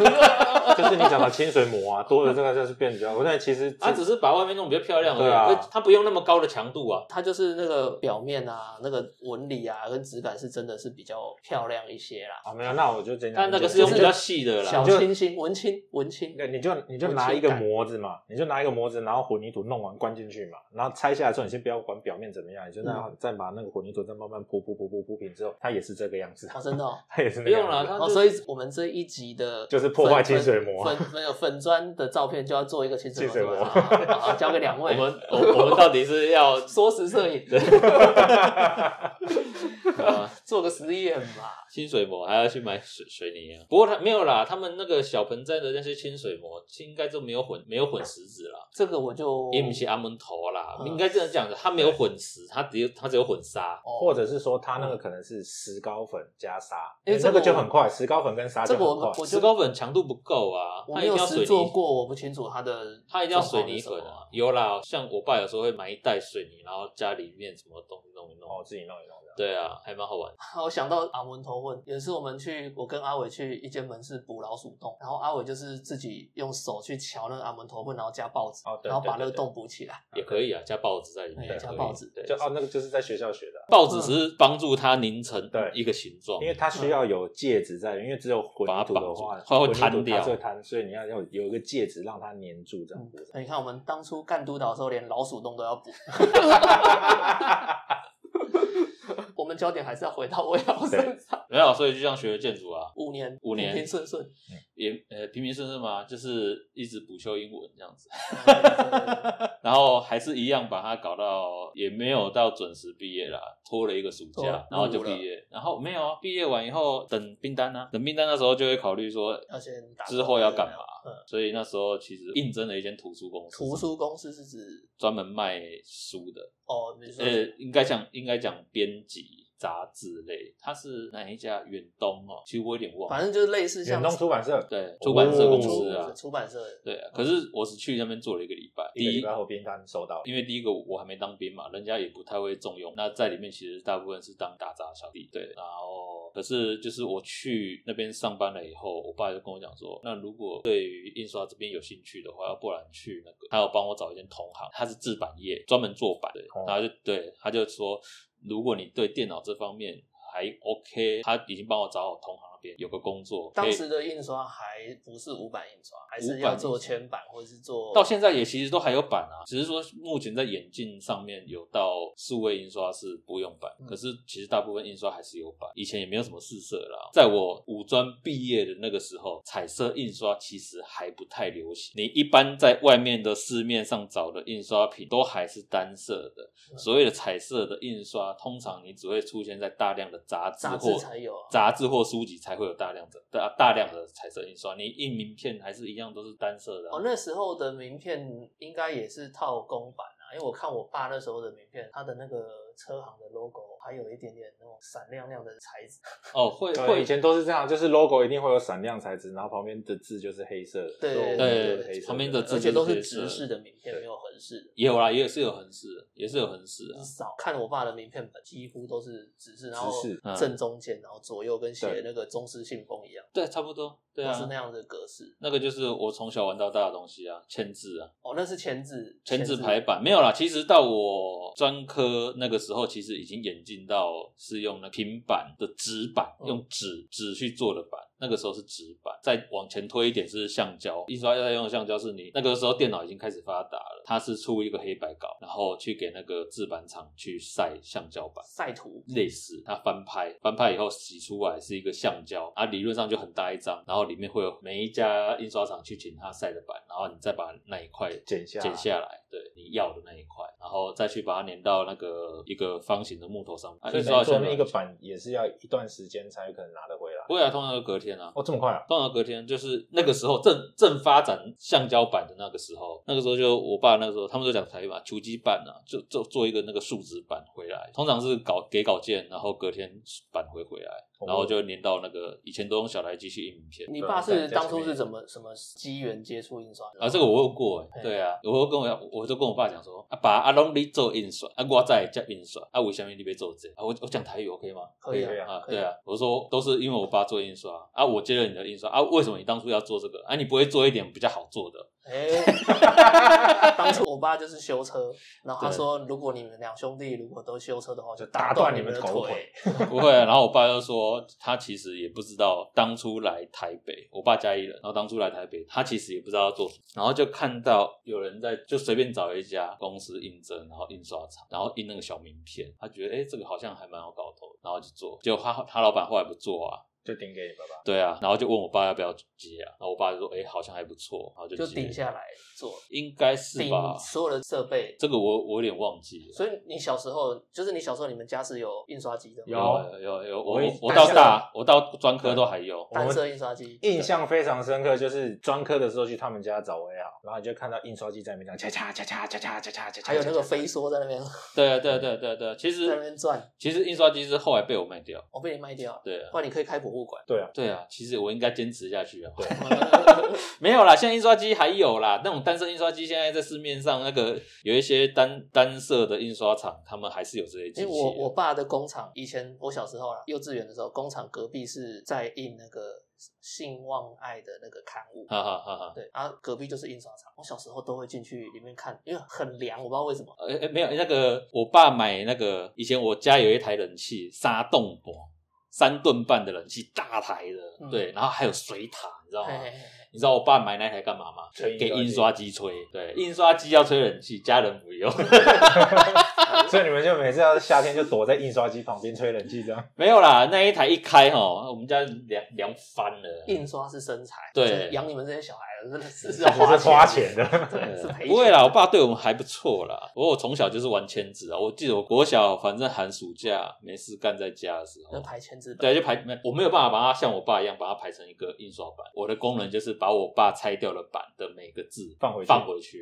[SPEAKER 2] 就是你讲的清水膜啊，多了这个就是变比较。我但其实
[SPEAKER 3] 它啊只是把外面弄得比较漂亮而已，
[SPEAKER 2] 对啊
[SPEAKER 3] 可是它不用那么高的强度啊。
[SPEAKER 1] 它就是那个表面啊，那个纹理啊，跟质感是真的是比较漂亮一些啦。
[SPEAKER 2] 啊没有，那我就简单。
[SPEAKER 3] 但那个是
[SPEAKER 2] 就
[SPEAKER 3] 用比较细的啦
[SPEAKER 1] 小，
[SPEAKER 2] 就
[SPEAKER 1] 清新，文青，文青。
[SPEAKER 2] 对，你就你就
[SPEAKER 1] 我
[SPEAKER 2] 拿
[SPEAKER 1] 情
[SPEAKER 2] 一个
[SPEAKER 1] 感
[SPEAKER 2] 模子嘛，你就拿一个模子，然后混凝土弄完关进去嘛，然后拆下来之后，你先不要管表面怎么样，你就那
[SPEAKER 3] 嗯
[SPEAKER 2] 样再把那个混凝土再慢慢铺铺铺铺铺平之后，它也是这个样子，啊
[SPEAKER 1] 哦，真的
[SPEAKER 2] (laughs)
[SPEAKER 1] 哦。
[SPEAKER 2] 它也是那
[SPEAKER 3] 不
[SPEAKER 2] 个样
[SPEAKER 3] 用
[SPEAKER 2] 子。啊
[SPEAKER 3] 了。它
[SPEAKER 1] 哦，
[SPEAKER 3] 就
[SPEAKER 1] 所以我们这一集的
[SPEAKER 2] 就是破坏清水膜
[SPEAKER 1] 粉粉粉有粉砖的照片就要做一个清水模
[SPEAKER 2] 清水模
[SPEAKER 1] 是吧好好交给两
[SPEAKER 3] 我
[SPEAKER 2] (laughs)
[SPEAKER 1] 位，
[SPEAKER 3] 们我我们到底是要
[SPEAKER 1] (laughs) 缩时摄影，啊
[SPEAKER 3] 呃
[SPEAKER 1] 做个实验嘛。
[SPEAKER 3] 清水膜，还要去买水水泥啊？不过它没有啦，他们那个小盆栽的那些清水膜应该就没有混没有混石子啦。
[SPEAKER 1] 这个我就
[SPEAKER 3] 也不是阿门头啦，
[SPEAKER 1] 嗯
[SPEAKER 3] 应该这样讲的，它没有混石，它只有它只有混沙。
[SPEAKER 1] 哦
[SPEAKER 2] 或者是说，它那个
[SPEAKER 3] 嗯
[SPEAKER 2] 可能是石膏粉加沙，
[SPEAKER 1] 因为这
[SPEAKER 2] 那
[SPEAKER 1] 个
[SPEAKER 2] 个就
[SPEAKER 1] 我
[SPEAKER 2] 很快，石膏粉跟沙就
[SPEAKER 1] 这个我
[SPEAKER 2] 很快。
[SPEAKER 1] 我
[SPEAKER 3] 石
[SPEAKER 1] 就
[SPEAKER 3] 膏粉强度不够啊，
[SPEAKER 1] 我
[SPEAKER 3] 它
[SPEAKER 1] 没
[SPEAKER 3] 一定
[SPEAKER 1] 有
[SPEAKER 3] 要水
[SPEAKER 1] 实做
[SPEAKER 3] 泥，
[SPEAKER 1] 过，我不清楚它的
[SPEAKER 3] 它一定要水泥
[SPEAKER 1] 状
[SPEAKER 3] 粉
[SPEAKER 1] 况是什么
[SPEAKER 3] 啊。有啦，像我爸有时候会买一袋水泥，然后家里面什么东西弄一弄。
[SPEAKER 2] 哦，自己弄一弄的。
[SPEAKER 3] 对啊，还蛮好玩。
[SPEAKER 1] (laughs) 我想到阿文头问，有一次我们去，我跟阿伟去一间门市捕老鼠洞，然后阿伟就是自己用手去瞧那个阿文头问，然后加报纸，
[SPEAKER 2] 哦对
[SPEAKER 1] 然后把
[SPEAKER 2] 对对
[SPEAKER 1] 那个
[SPEAKER 2] 对
[SPEAKER 1] 洞补起来。
[SPEAKER 3] 也可以啊，加报纸在里面
[SPEAKER 1] 对
[SPEAKER 3] 也可以。
[SPEAKER 1] 哎加报纸
[SPEAKER 3] 对，
[SPEAKER 2] 就哦，那个就是在学校学的，
[SPEAKER 3] 报纸是帮助它凝成
[SPEAKER 2] 对
[SPEAKER 3] 一个形状，
[SPEAKER 2] 因为它需要有介质在，因为只有混凝土的
[SPEAKER 3] 嗯把
[SPEAKER 2] 话
[SPEAKER 3] 它绑住，它会
[SPEAKER 2] 混凝土
[SPEAKER 3] 弹掉
[SPEAKER 2] 它是会弹，所以你要有有一个介质让它粘住这样
[SPEAKER 1] 嗯
[SPEAKER 2] 子。，
[SPEAKER 1] 那你看我们当初干督导的时候，连老鼠洞都要补。 (laughs) 我们焦点还是要回到魏老身上。
[SPEAKER 3] 没有，所以就像学建筑啊，
[SPEAKER 1] 五年，
[SPEAKER 3] 五年
[SPEAKER 1] 平平顺顺。
[SPEAKER 3] 也呃平平顺顺嘛，就是一直补修英文这样子。
[SPEAKER 1] 嗯
[SPEAKER 3] (laughs) 然后还是一样把它搞到，也没有到准时毕业啦，拖了一个暑
[SPEAKER 1] 拖
[SPEAKER 3] 假，然后就毕业，然后没有啊，毕业完以后等兵单啊，等兵单的时候就会考虑说
[SPEAKER 1] (laughs) 要先打
[SPEAKER 3] 之后要干嘛
[SPEAKER 1] 嗯，
[SPEAKER 3] 所以那时候其实应征了一间图书公司，
[SPEAKER 1] 图书公司是指
[SPEAKER 3] 专门卖书的，
[SPEAKER 1] 哦，你说
[SPEAKER 3] 呃，应该讲应该讲编辑。杂志类，它是哪一家？远东哦，其实我有点忘
[SPEAKER 1] 反
[SPEAKER 3] 了。
[SPEAKER 1] 正就是类似像
[SPEAKER 2] 远东出版社
[SPEAKER 3] 对，出版社公
[SPEAKER 1] 出
[SPEAKER 3] 司啊，
[SPEAKER 1] 出版社
[SPEAKER 3] 对啊。可是我只去那边做了一个礼拜，
[SPEAKER 2] 一个
[SPEAKER 3] 第
[SPEAKER 2] 礼拜后冰单收到，
[SPEAKER 3] 因为第一个我还没当兵嘛，人家也不太会重用。那在里面其实大部分是当打杂小弟，对。然后可是就是我去那边上班了以后，我爸就跟我讲说，那如果对于印刷这边有兴趣的话，要不然去那个，他有帮我找一间同行，他是制版业，专门做版的
[SPEAKER 2] 哦，
[SPEAKER 3] 然后就对他就说，如果你对电脑这方面。还 OK，他已经帮我找好同行那边有个工作，可
[SPEAKER 1] 当
[SPEAKER 3] 以
[SPEAKER 1] 时的印刷还不是五版印刷，还是
[SPEAKER 3] 5版
[SPEAKER 1] 要做
[SPEAKER 3] 印刷
[SPEAKER 1] 全版或者是做
[SPEAKER 3] 到现在也其实都还有版啊，只是说目前在眼镜上面有到数位印刷是不用版，
[SPEAKER 1] 嗯
[SPEAKER 3] 可是其实大部分印刷还是有版。以前也没有什么试色啦，在我五专毕业的那个时候，彩色印刷其实还不太流行。你一般在外面的市面上找的印刷品都还是单色的，
[SPEAKER 1] 嗯
[SPEAKER 3] 所谓的彩色的印刷，通常你只会出现在大量的杂志
[SPEAKER 1] 杂
[SPEAKER 3] 或
[SPEAKER 1] 志才有啊
[SPEAKER 3] 杂志或书籍才会有大量的大大量的彩色印刷。你印名片还是一样都是单色的啊、
[SPEAKER 1] 哦，那时候的名片应该也是套公版啊，因为我看我爸那时候的名片，他的那个车行的 logo 还有一点点那种闪亮亮的材质。
[SPEAKER 3] 哦，会
[SPEAKER 2] 对，
[SPEAKER 3] 会
[SPEAKER 2] 以前都是这样，就是 logo 一定会有闪亮材质，然后旁边的字就是黑色的，
[SPEAKER 1] 对
[SPEAKER 2] 所
[SPEAKER 1] 对
[SPEAKER 2] 有的
[SPEAKER 1] 对
[SPEAKER 2] 黑色
[SPEAKER 3] 旁边的字
[SPEAKER 1] 而且都是
[SPEAKER 3] 就是黑色
[SPEAKER 1] 直式的名片，
[SPEAKER 2] 对
[SPEAKER 1] 没有横式的。
[SPEAKER 3] 也有啦，也是有横式，也是有横式啊
[SPEAKER 1] 至。少看我爸的名片本，几乎都是直式，然后
[SPEAKER 2] 直式
[SPEAKER 3] 嗯
[SPEAKER 1] 正中间，然后左右跟写
[SPEAKER 2] 对
[SPEAKER 1] 那个中式信封一样，
[SPEAKER 3] 对，差不多。对
[SPEAKER 1] 都
[SPEAKER 3] 啊
[SPEAKER 1] 是，那样的格式。
[SPEAKER 3] 那个就是我从小玩到大的东西啊，签字啊，
[SPEAKER 1] 哦，那是前置
[SPEAKER 3] 签字
[SPEAKER 1] 字
[SPEAKER 3] 排版没有啦。其实到我专科那个时候，其实已经演进到是用那平板的纸板，
[SPEAKER 1] 嗯
[SPEAKER 3] 用纸纸去做的版。那个时候是纸板，再往前推一点是橡胶。印刷要再用的橡胶是你那个时候电脑已经开始发达了，它是出一个黑白稿，然后去给那个制版厂去晒橡胶板。
[SPEAKER 1] 晒图
[SPEAKER 3] 类似，它翻拍，翻拍以后洗出来是一个橡胶，啊，理论上就很大一张，然后里面会有每一家印刷厂去请它晒的版，然后你再把那一块
[SPEAKER 2] 剪下来
[SPEAKER 3] 剪下来，对你要的那一块，然后再去把它粘到那个一个方形的木头上面，啊
[SPEAKER 2] 所以
[SPEAKER 3] 印刷
[SPEAKER 2] 等于
[SPEAKER 3] 好
[SPEAKER 2] 说
[SPEAKER 3] 像
[SPEAKER 2] 那一个版也是要一段时间才有可能拿得回来。
[SPEAKER 3] 不会啊，通常都隔天啊。
[SPEAKER 2] 哦，这么快啊？
[SPEAKER 3] 通常隔天就是那个时候正正发展橡胶板的那个时候，那个时候就我爸那个时候他们都讲台语嘛，球击板啊，就就做一个那个树脂板回来，通常是搞给稿件，然后隔天板回回来。
[SPEAKER 1] 哦
[SPEAKER 3] 然后就粘到那个以前都用小台机去印名片。
[SPEAKER 1] 你爸是当初
[SPEAKER 2] 对
[SPEAKER 1] 是怎么什么机缘接触印刷的？
[SPEAKER 3] 啊，这个我问过哎、
[SPEAKER 1] 嘿
[SPEAKER 3] 对啊，我会跟我讲我就跟我爸讲说，啊爸，啊拢你做印刷，啊我在接印刷，啊为什么你别做这啊我我讲台语 OK 吗？
[SPEAKER 1] (laughs) 可以啊
[SPEAKER 3] 啊，
[SPEAKER 1] 可以啊
[SPEAKER 3] 对啊，我说都是因为我爸做印刷，啊我接了你的印刷，啊为什么你当初要做这个？啊你不会做一点比较好做的？ (laughs)
[SPEAKER 1] 哎，当初我爸就是修车，然后他
[SPEAKER 3] 对
[SPEAKER 1] 说，如果你们两兄弟如果都修车的话，我就
[SPEAKER 2] 打断
[SPEAKER 1] 断
[SPEAKER 2] 你
[SPEAKER 1] 们
[SPEAKER 2] 们
[SPEAKER 1] 的
[SPEAKER 2] 头
[SPEAKER 1] 腿。
[SPEAKER 3] (laughs) 不会、啊。然后我爸就说，他其实也不知道当初来台北，我爸家里人，然后当初来台北，他其实也不知道要做什么，然后就看到有人在就随便找一家公司应征，然后印刷厂，然后印那个小名片，他觉得哎、诶这个好像还蛮有搞头，然后就做，结果他他老板后来不做啊。
[SPEAKER 2] 就顶给你爸爸。
[SPEAKER 3] 对啊，然后就问我爸要不要接啊，然后我爸就说，哎、好像还不错，然后就
[SPEAKER 1] 就
[SPEAKER 3] 接
[SPEAKER 1] 顶下来做，
[SPEAKER 3] 应该是
[SPEAKER 1] 顶
[SPEAKER 3] 吧？
[SPEAKER 1] 所有的设备。
[SPEAKER 3] 这个我我有点忘记了，
[SPEAKER 1] 所以你小时候，就是你小时候，你们家是有印刷机的吗？
[SPEAKER 2] 有
[SPEAKER 3] 有有有，我
[SPEAKER 2] 我一
[SPEAKER 3] 我我
[SPEAKER 2] 但
[SPEAKER 3] 到
[SPEAKER 2] 是
[SPEAKER 3] 大我到专科都还有，
[SPEAKER 1] 单色印刷机。
[SPEAKER 2] 印象非常深刻，就是专科的时候去他们家找威好，然后你就看到印刷机在那边这样恰恰恰恰恰恰恰恰恰，
[SPEAKER 1] 还有那个飞梭在那边，
[SPEAKER 3] 对啊，对啊，对啊，对啊，对啊。其
[SPEAKER 1] 在那
[SPEAKER 3] 实
[SPEAKER 1] 边转，
[SPEAKER 3] 其实印刷机是后来被我卖掉。
[SPEAKER 1] 我被你卖掉了，
[SPEAKER 3] 对啊，
[SPEAKER 1] 不然你可以开博物馆。 (laughs)
[SPEAKER 2] 对啊，
[SPEAKER 3] 对啊。其实我应该坚持下去啊。 (laughs) 没有啦，现在印刷机还有啦，那种单色印刷机现在在市面上那个有一些单单色的印刷厂，他们还是有这些机
[SPEAKER 1] 因为
[SPEAKER 3] 器。
[SPEAKER 1] 我我爸的工厂，以前我小时候啦，幼稚园的时候，工厂隔壁是在印那个性望爱的那个刊物，
[SPEAKER 3] 哈哈哈哈。
[SPEAKER 1] 对，啊，隔壁就是印刷厂。我小时候都会进去里面看，因为很凉，我不知道为什么。
[SPEAKER 3] 呃、呃没有那个，我爸买那个以前我家有一台冷气，三栋半三吨半的冷气，大台的，
[SPEAKER 1] 嗯
[SPEAKER 3] 对，然后还有水塔，你知道吗？
[SPEAKER 1] 嘿嘿嘿
[SPEAKER 3] 你知道我爸买那台干嘛吗？
[SPEAKER 2] 吹
[SPEAKER 3] 给印刷机吹。对，印刷机要吹冷气，家人不用。
[SPEAKER 2] 机，所以你们就每次要夏天就躲在印刷机旁边吹冷气这样。
[SPEAKER 3] 没有啦，那一台一开哈，我们家凉凉翻了。
[SPEAKER 1] 印刷是生财，
[SPEAKER 3] 对
[SPEAKER 1] 就是养你们这些小孩真的
[SPEAKER 3] (laughs)
[SPEAKER 1] 是是
[SPEAKER 2] 这
[SPEAKER 1] 要
[SPEAKER 2] 不
[SPEAKER 1] 花
[SPEAKER 2] 是花
[SPEAKER 1] (laughs)
[SPEAKER 2] 钱的，
[SPEAKER 1] 对，是赔钱。
[SPEAKER 3] 不会啦，我爸对我们还不错啦。不过我从小就是玩签字啊，我记得我国小反正寒暑假没事干在家的时
[SPEAKER 1] 那
[SPEAKER 3] 候，
[SPEAKER 1] 排签字本，
[SPEAKER 3] 对，就排没我没有办法把它像我爸一样把它排成一个印刷版。我的功能就是把我爸拆掉的版的每个字
[SPEAKER 2] 放回去
[SPEAKER 3] 放回去，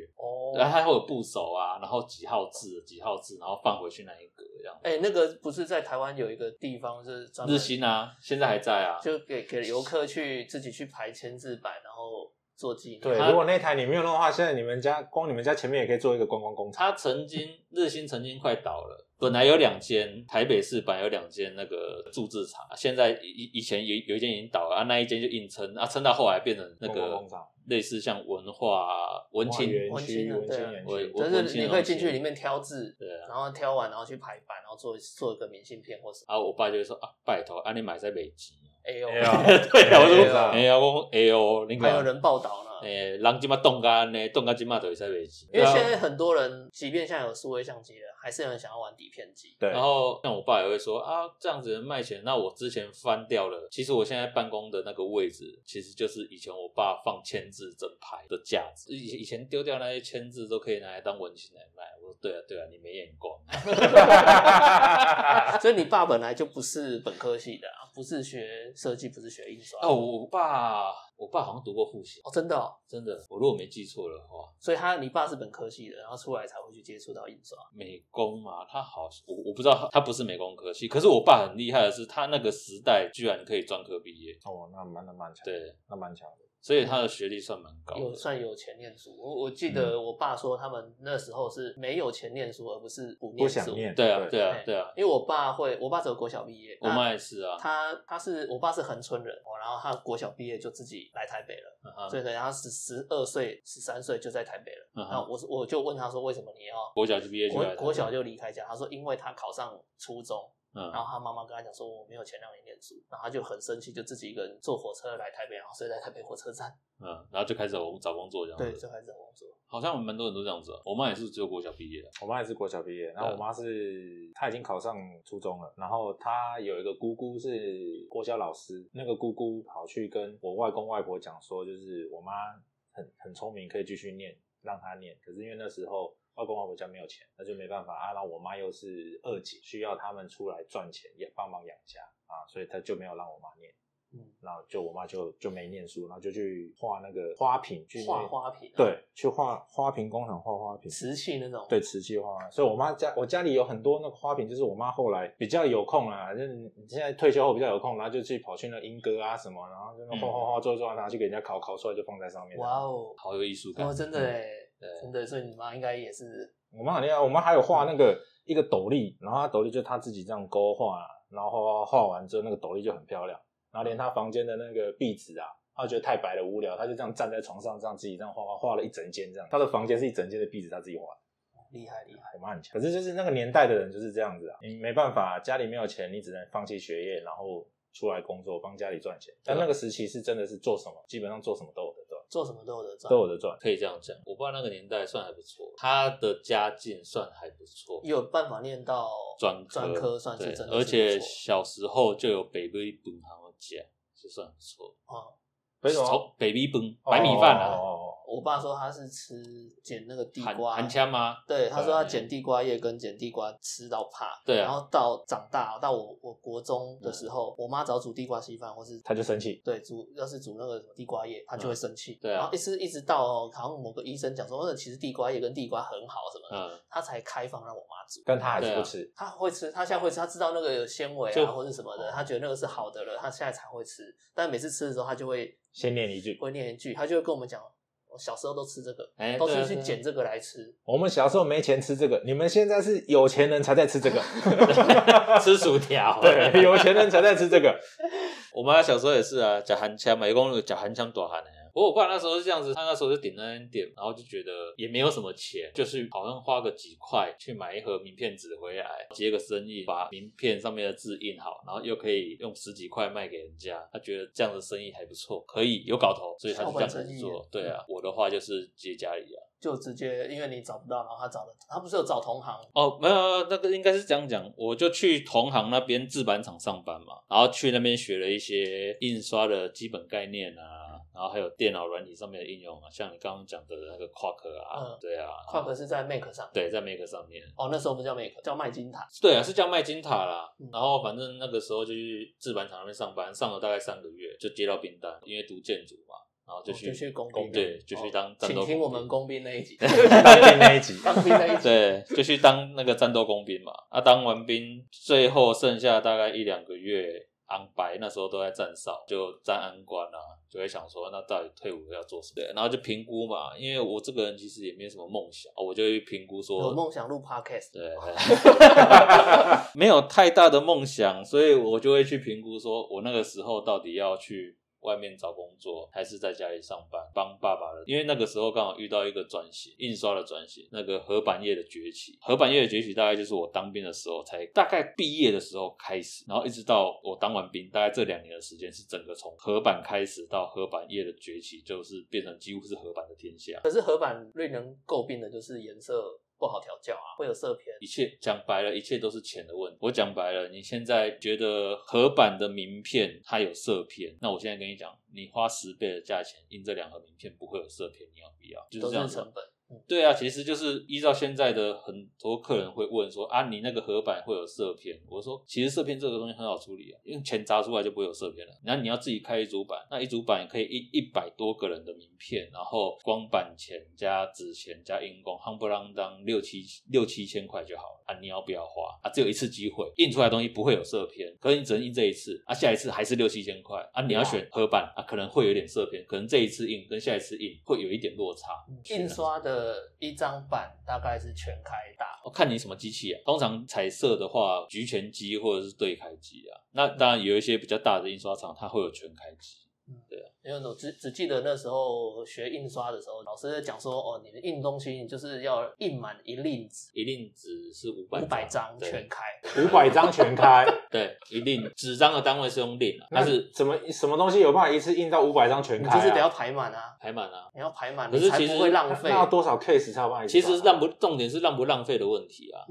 [SPEAKER 1] 哦，
[SPEAKER 3] 然后它会有部首啊，然后几号字几号字，然后放回去那一格这样。
[SPEAKER 1] 哎，那个不是在台湾有一个地方是专门
[SPEAKER 3] 日新啊，现在还在啊。
[SPEAKER 1] 就给给游客去自己去排签字版，然后做纪念。
[SPEAKER 2] 对，
[SPEAKER 1] 他
[SPEAKER 2] 如果那台你没有弄的话，现在你们家光你们家前面也可以做一个观光工厂。
[SPEAKER 3] 他曾经日新曾经快倒了，本来有两间台北市本来有两间那个铸制厂，啊现在以以前有有一间已经倒了啊，那一间就硬撑啊，撑到后来变成那
[SPEAKER 2] 观光
[SPEAKER 3] 个
[SPEAKER 2] 工厂
[SPEAKER 3] 类似像文化文青
[SPEAKER 2] 哇园区、
[SPEAKER 1] 文青
[SPEAKER 2] 文
[SPEAKER 1] 对
[SPEAKER 2] 青
[SPEAKER 1] 啊
[SPEAKER 2] 园
[SPEAKER 3] 我
[SPEAKER 2] 区，
[SPEAKER 3] 我
[SPEAKER 1] 就是你可以进去里面挑字，
[SPEAKER 3] 对啊
[SPEAKER 1] 然后挑完然后去排版，然后做做一个明信片或是
[SPEAKER 3] 啊，我爸就会说啊，拜托啊，你买在北极，
[SPEAKER 1] 哎呦，
[SPEAKER 2] 哎
[SPEAKER 1] (laughs)
[SPEAKER 2] 呀
[SPEAKER 3] 对啊，我
[SPEAKER 2] 哎
[SPEAKER 3] 说
[SPEAKER 2] 呀
[SPEAKER 3] 哎呀，我说哎呦，那
[SPEAKER 1] 还有
[SPEAKER 3] 个
[SPEAKER 1] 人报道呢。
[SPEAKER 3] 哎，人今嘛冻干呢，冻干今嘛都会在北极，啊
[SPEAKER 1] 因为现在很多人，即便现在有数位相机了，还是有人想要玩底片机。
[SPEAKER 2] 对
[SPEAKER 3] 然后像我爸也会说啊，这样子能卖钱，那我之前翻掉了。其实我现在办公的那个位置，其实就是以前我爸放签字整排的架子，以以前丢掉那些签字都可以拿来当文青来卖。我说对啊对啊，你没眼光。
[SPEAKER 1] 所以你爸本来就不是本科系的、啊，不是学设计，不是学印刷。
[SPEAKER 3] 哦，我爸我爸好像读过复习，
[SPEAKER 1] 哦，真的、哦，
[SPEAKER 3] 真的，我如果没记错的话，
[SPEAKER 1] 所以他你爸是本科系的，然后出来才会去接触到印刷。
[SPEAKER 3] 美工嘛，他好，我我不知道他不是美工科系，可是我爸很厉害的是，他那个时代居然可以专科毕业，
[SPEAKER 2] 哦，那蛮那蛮强，，
[SPEAKER 3] 对，
[SPEAKER 2] 那蛮强的。
[SPEAKER 3] 所以他的学历算蛮高的，
[SPEAKER 1] 有算有钱念书，我我
[SPEAKER 3] 嗯
[SPEAKER 1] 记得我爸说他们那时候是没有钱念书，而不是不
[SPEAKER 2] 不
[SPEAKER 1] 念书。
[SPEAKER 2] 想念，
[SPEAKER 3] 对啊对啊
[SPEAKER 1] 哎
[SPEAKER 3] 对啊，
[SPEAKER 1] 因为我爸会，我爸只有国小毕业，
[SPEAKER 3] 我
[SPEAKER 1] 那
[SPEAKER 3] 妈也是啊，
[SPEAKER 1] 他他是我爸是恒春人，哦，然后他国小毕业就自己来台北了，
[SPEAKER 3] 啊哈
[SPEAKER 1] 所以等他十十二岁、十三岁就在台北了。
[SPEAKER 3] 嗯
[SPEAKER 1] 那
[SPEAKER 3] 哼，
[SPEAKER 1] 我是我就问他说为什么你要
[SPEAKER 3] 国小就毕业就来
[SPEAKER 1] 国
[SPEAKER 3] 了
[SPEAKER 1] 国小就离开家？他说因为他考上初中，
[SPEAKER 3] 嗯
[SPEAKER 1] 然后他妈妈跟他讲说我没有钱让你念书，然后他就很生气，就自己一个人坐火车来台北，然后睡在台北火车站，
[SPEAKER 3] 嗯，然后就开始找工作这样
[SPEAKER 1] 对，
[SPEAKER 3] 子
[SPEAKER 1] 就，开始找工作。
[SPEAKER 3] 好像蛮多人都这样子啊。我妈也是只有国小毕业的，
[SPEAKER 2] 我妈也是国小毕业，然
[SPEAKER 1] 嗯
[SPEAKER 2] 后我妈是她已经考上初中了，然后她有一个姑姑是国小老师，那个姑姑跑去跟我外公外婆讲说，就是我妈很很聪明，可以继续念，让她念。可是因为那时候外公外婆家没有钱，那就没办法啊。然后我妈又是二姐，需要他们出来赚钱，也帮忙养家啊，所以她就没有让我妈念。
[SPEAKER 1] 嗯，
[SPEAKER 2] 然后就我妈就就没念书，然后就去画那个花瓶，去那
[SPEAKER 1] 画花瓶、啊，，
[SPEAKER 2] 对，去画花瓶工厂画花瓶，
[SPEAKER 1] 瓷器那种，
[SPEAKER 2] 对，瓷器花，所以我妈家我家里有很多那个花瓶，就是我妈后来比较有空啦，就是你现在退休后比较有空，然后就去跑去那英歌啊什么，然后就那画画画做一做，拿去给人家烤，烤出来就放在上面。
[SPEAKER 1] 嗯哇哦，
[SPEAKER 3] 好有艺术感
[SPEAKER 1] 哦，。真的哎，
[SPEAKER 3] 对
[SPEAKER 1] 真的，所以你妈应该也是，
[SPEAKER 2] 我妈很厉害，我妈还有画那个一个斗笠，然后她斗笠就她自己这样勾画，然后画画画完之后那个斗笠就很漂亮，然后连她房间的那个壁纸啊。她觉得太白了无聊，她就这样站在床上，这样自己这样画画，画了一整间这样。她的房间是一整间的壁纸，她自己画的。
[SPEAKER 1] 厉害厉害，
[SPEAKER 2] 我妈很强。可是就是那个年代的人就是这样子啊，你没办法，家里没有钱，你只能放弃学业，然后出来工作，帮家里赚钱。但那个时期是真的是做什么，基本上做什么都有的赚，
[SPEAKER 1] 做什么都有的赚
[SPEAKER 2] 都，有的赚。
[SPEAKER 3] 可以这样讲，我爸那个年代算还不错，他的家境算还不错，
[SPEAKER 1] 有办法念到
[SPEAKER 3] 专
[SPEAKER 1] 专科算是
[SPEAKER 3] 对
[SPEAKER 1] 真的是不错
[SPEAKER 3] 而且小时候就有 baby 本行的家，就算不错。
[SPEAKER 1] 啊、嗯。
[SPEAKER 2] 为什么
[SPEAKER 3] 从？baby 本白米饭
[SPEAKER 2] 哦
[SPEAKER 3] 啊，
[SPEAKER 2] 哦哦
[SPEAKER 1] 我爸说他是吃捡那个地
[SPEAKER 3] 含
[SPEAKER 1] 瓜，啊
[SPEAKER 3] 含枪吗？
[SPEAKER 1] 对，他说他
[SPEAKER 3] 对
[SPEAKER 1] 捡地瓜叶跟捡地瓜吃到怕，
[SPEAKER 3] 对啊
[SPEAKER 1] 然后到长大到我我国中的时候，我妈只要煮地瓜稀饭，或是
[SPEAKER 2] 他就生气。
[SPEAKER 1] 对煮要是煮那个什么地瓜叶，她就会生气，
[SPEAKER 3] 对啊
[SPEAKER 1] 然后一直一直到哦好像某个医生讲说，呃其实地瓜叶跟地瓜很好什么的，
[SPEAKER 3] 嗯，
[SPEAKER 1] 她才开放让我妈煮，
[SPEAKER 2] 但他还是
[SPEAKER 3] 对啊
[SPEAKER 2] 不吃，
[SPEAKER 1] 她会吃，她现在会吃，她知道那个有纤维
[SPEAKER 3] 就
[SPEAKER 1] 啊或者什么的，
[SPEAKER 2] 哦
[SPEAKER 1] 她觉得那个是好的了，她现在才会吃，但每次吃的时候，她就会
[SPEAKER 2] 先念一句。
[SPEAKER 1] 会念一句，她就会跟我们讲，我小时候都吃这个，
[SPEAKER 3] 哎，
[SPEAKER 1] 都
[SPEAKER 3] 对
[SPEAKER 1] 是
[SPEAKER 3] 啊
[SPEAKER 1] 去
[SPEAKER 3] 对啊
[SPEAKER 1] 捡这个来吃，
[SPEAKER 2] 我们小时候没钱吃这个，你们现在是有钱人才在吃这个，
[SPEAKER 1] (laughs)
[SPEAKER 3] 吃薯条。
[SPEAKER 2] 对，有钱人才在吃这个。
[SPEAKER 3] 我妈小时候也是啊，假寒枪嘛，有讲假寒枪短寒的。不过我爸那时候是这样子，他那时候就顶那点，然后就觉得也没有什么钱，就是好像花个几块去买一盒名片纸回来，接个生意，把名片上面的字印好，然后又可以用十几块卖给人家。他觉得这样的生意还不错，可以有搞头，所以他就这样
[SPEAKER 1] 小本生
[SPEAKER 3] 子
[SPEAKER 1] 意嗯
[SPEAKER 3] 做。对啊，我的话就是接家里啊。
[SPEAKER 1] 就直接因为你找不到，然后他找了，他不是有找同行，
[SPEAKER 3] 哦，没有，没有那个应该是这样讲，我就去同行那边制版厂上班嘛，然后去那边学了一些印刷的基本概念啊，然后还有电脑软体上面的应用啊，像你刚刚讲的那个夸克啊，
[SPEAKER 1] 嗯
[SPEAKER 3] 对啊，
[SPEAKER 1] 跨壳是在 Make 上，
[SPEAKER 3] 对，在 Make 上面，
[SPEAKER 1] 哦，那时候不叫 Make，叫麦金塔，
[SPEAKER 3] 对啊，是叫麦金塔啦
[SPEAKER 1] 嗯。
[SPEAKER 3] 然后反正那个时候就去制版厂那边上班，上了大概三个月，就接到兵单，因为读建筑嘛，然后就去、
[SPEAKER 1] 哦就去工兵，
[SPEAKER 3] 对，就去当
[SPEAKER 1] 哦
[SPEAKER 3] 战
[SPEAKER 1] 请
[SPEAKER 3] 斗工
[SPEAKER 1] 听我
[SPEAKER 3] 兵
[SPEAKER 1] 们工兵那一
[SPEAKER 3] (laughs)
[SPEAKER 1] 集， (laughs)
[SPEAKER 2] 那一集
[SPEAKER 1] 当兵那 (laughs) 一集，
[SPEAKER 3] 对，就去当那个战斗工兵嘛。啊，当完兵，最后剩下大概一两个月，安白那时候都在站哨，就站安官啊，就会想说，那到底退伍要做什么？对，然后就评估嘛，因为我这个人其实也没什么梦想，啊我就会评估说，
[SPEAKER 1] 有梦想录 Podcast，
[SPEAKER 3] 对，
[SPEAKER 1] (laughs)
[SPEAKER 3] 没有太大的梦想，所以我就会去评估，说我那个时候到底要去外面找工作，还是在家里上班帮爸爸的？因为那个时候刚好遇到一个转型，印刷的转型，那个合版业的崛起。合版业的崛起大概就是我当兵的时候，才大概毕业的时候开始，然后一直到我当完兵，大概这两年的时间是整个从合版开始到合版业的崛起，就是变成几乎是合版的天下。
[SPEAKER 1] 可是合版最能诟病的就是颜色不好调教啊，会有色偏，
[SPEAKER 3] 一切讲白了，一切都是钱的问题。我讲白了，你现在觉得合版的名片它有色片，那我现在跟你讲，你花十倍的价钱印这两盒名片不会有色片，你要不要？就
[SPEAKER 1] 都
[SPEAKER 3] 是这样
[SPEAKER 1] 是
[SPEAKER 3] 子嘛
[SPEAKER 1] 成。本，嗯，
[SPEAKER 3] 对啊，其实就是依照现在的很多客人会问说啊，你那个合板会有色片？我说其实色片这个东西很好处理啊，用钱砸出来就不会有色片了。然后你要自己开一组板，那一组板可以一一百多个人的名片，然后光板钱加纸钱加印工，夯不啷当六七六七千块就好了啊！你要不要花啊？只有一次机会，印出来的东西不会有色片，可是你只能印这一次啊，下一次还是六七千块啊！你要选合板啊，可能会有点色片，可能这一次印跟下一次印会有一点落差。啊
[SPEAKER 1] 印刷的一张版大概是全开大，
[SPEAKER 3] 哦看你什么机器啊。通常彩色的话，局全机或者是对开机啊。那当然有一些比较大的印刷厂，它会有全开机。
[SPEAKER 1] 嗯，
[SPEAKER 3] 对
[SPEAKER 1] 啊，因为我只只记得那时候学印刷的时候，老师在讲说，哦，你的印东西你就是要印满一令纸，
[SPEAKER 3] 一令纸是五百
[SPEAKER 1] 五百张
[SPEAKER 3] 对
[SPEAKER 1] 全开，嗯
[SPEAKER 2] 五百张全开，
[SPEAKER 3] 对，一令纸张的单位是用令啊，
[SPEAKER 2] (laughs) 那
[SPEAKER 3] 它是
[SPEAKER 2] 什么什么东西有办法一次印到五百张全
[SPEAKER 1] 你
[SPEAKER 2] 开、
[SPEAKER 1] 就
[SPEAKER 2] 啊？
[SPEAKER 1] 是得要排满啊，
[SPEAKER 3] 排满啊。
[SPEAKER 1] 你要排满，
[SPEAKER 3] 可是
[SPEAKER 1] 你才
[SPEAKER 3] 其实
[SPEAKER 1] 不会浪
[SPEAKER 2] 那
[SPEAKER 1] 费
[SPEAKER 2] 那。要多少 case 才有办法一次啊
[SPEAKER 3] 其实
[SPEAKER 2] 办
[SPEAKER 3] 浪不重点是浪不浪费的问题啊。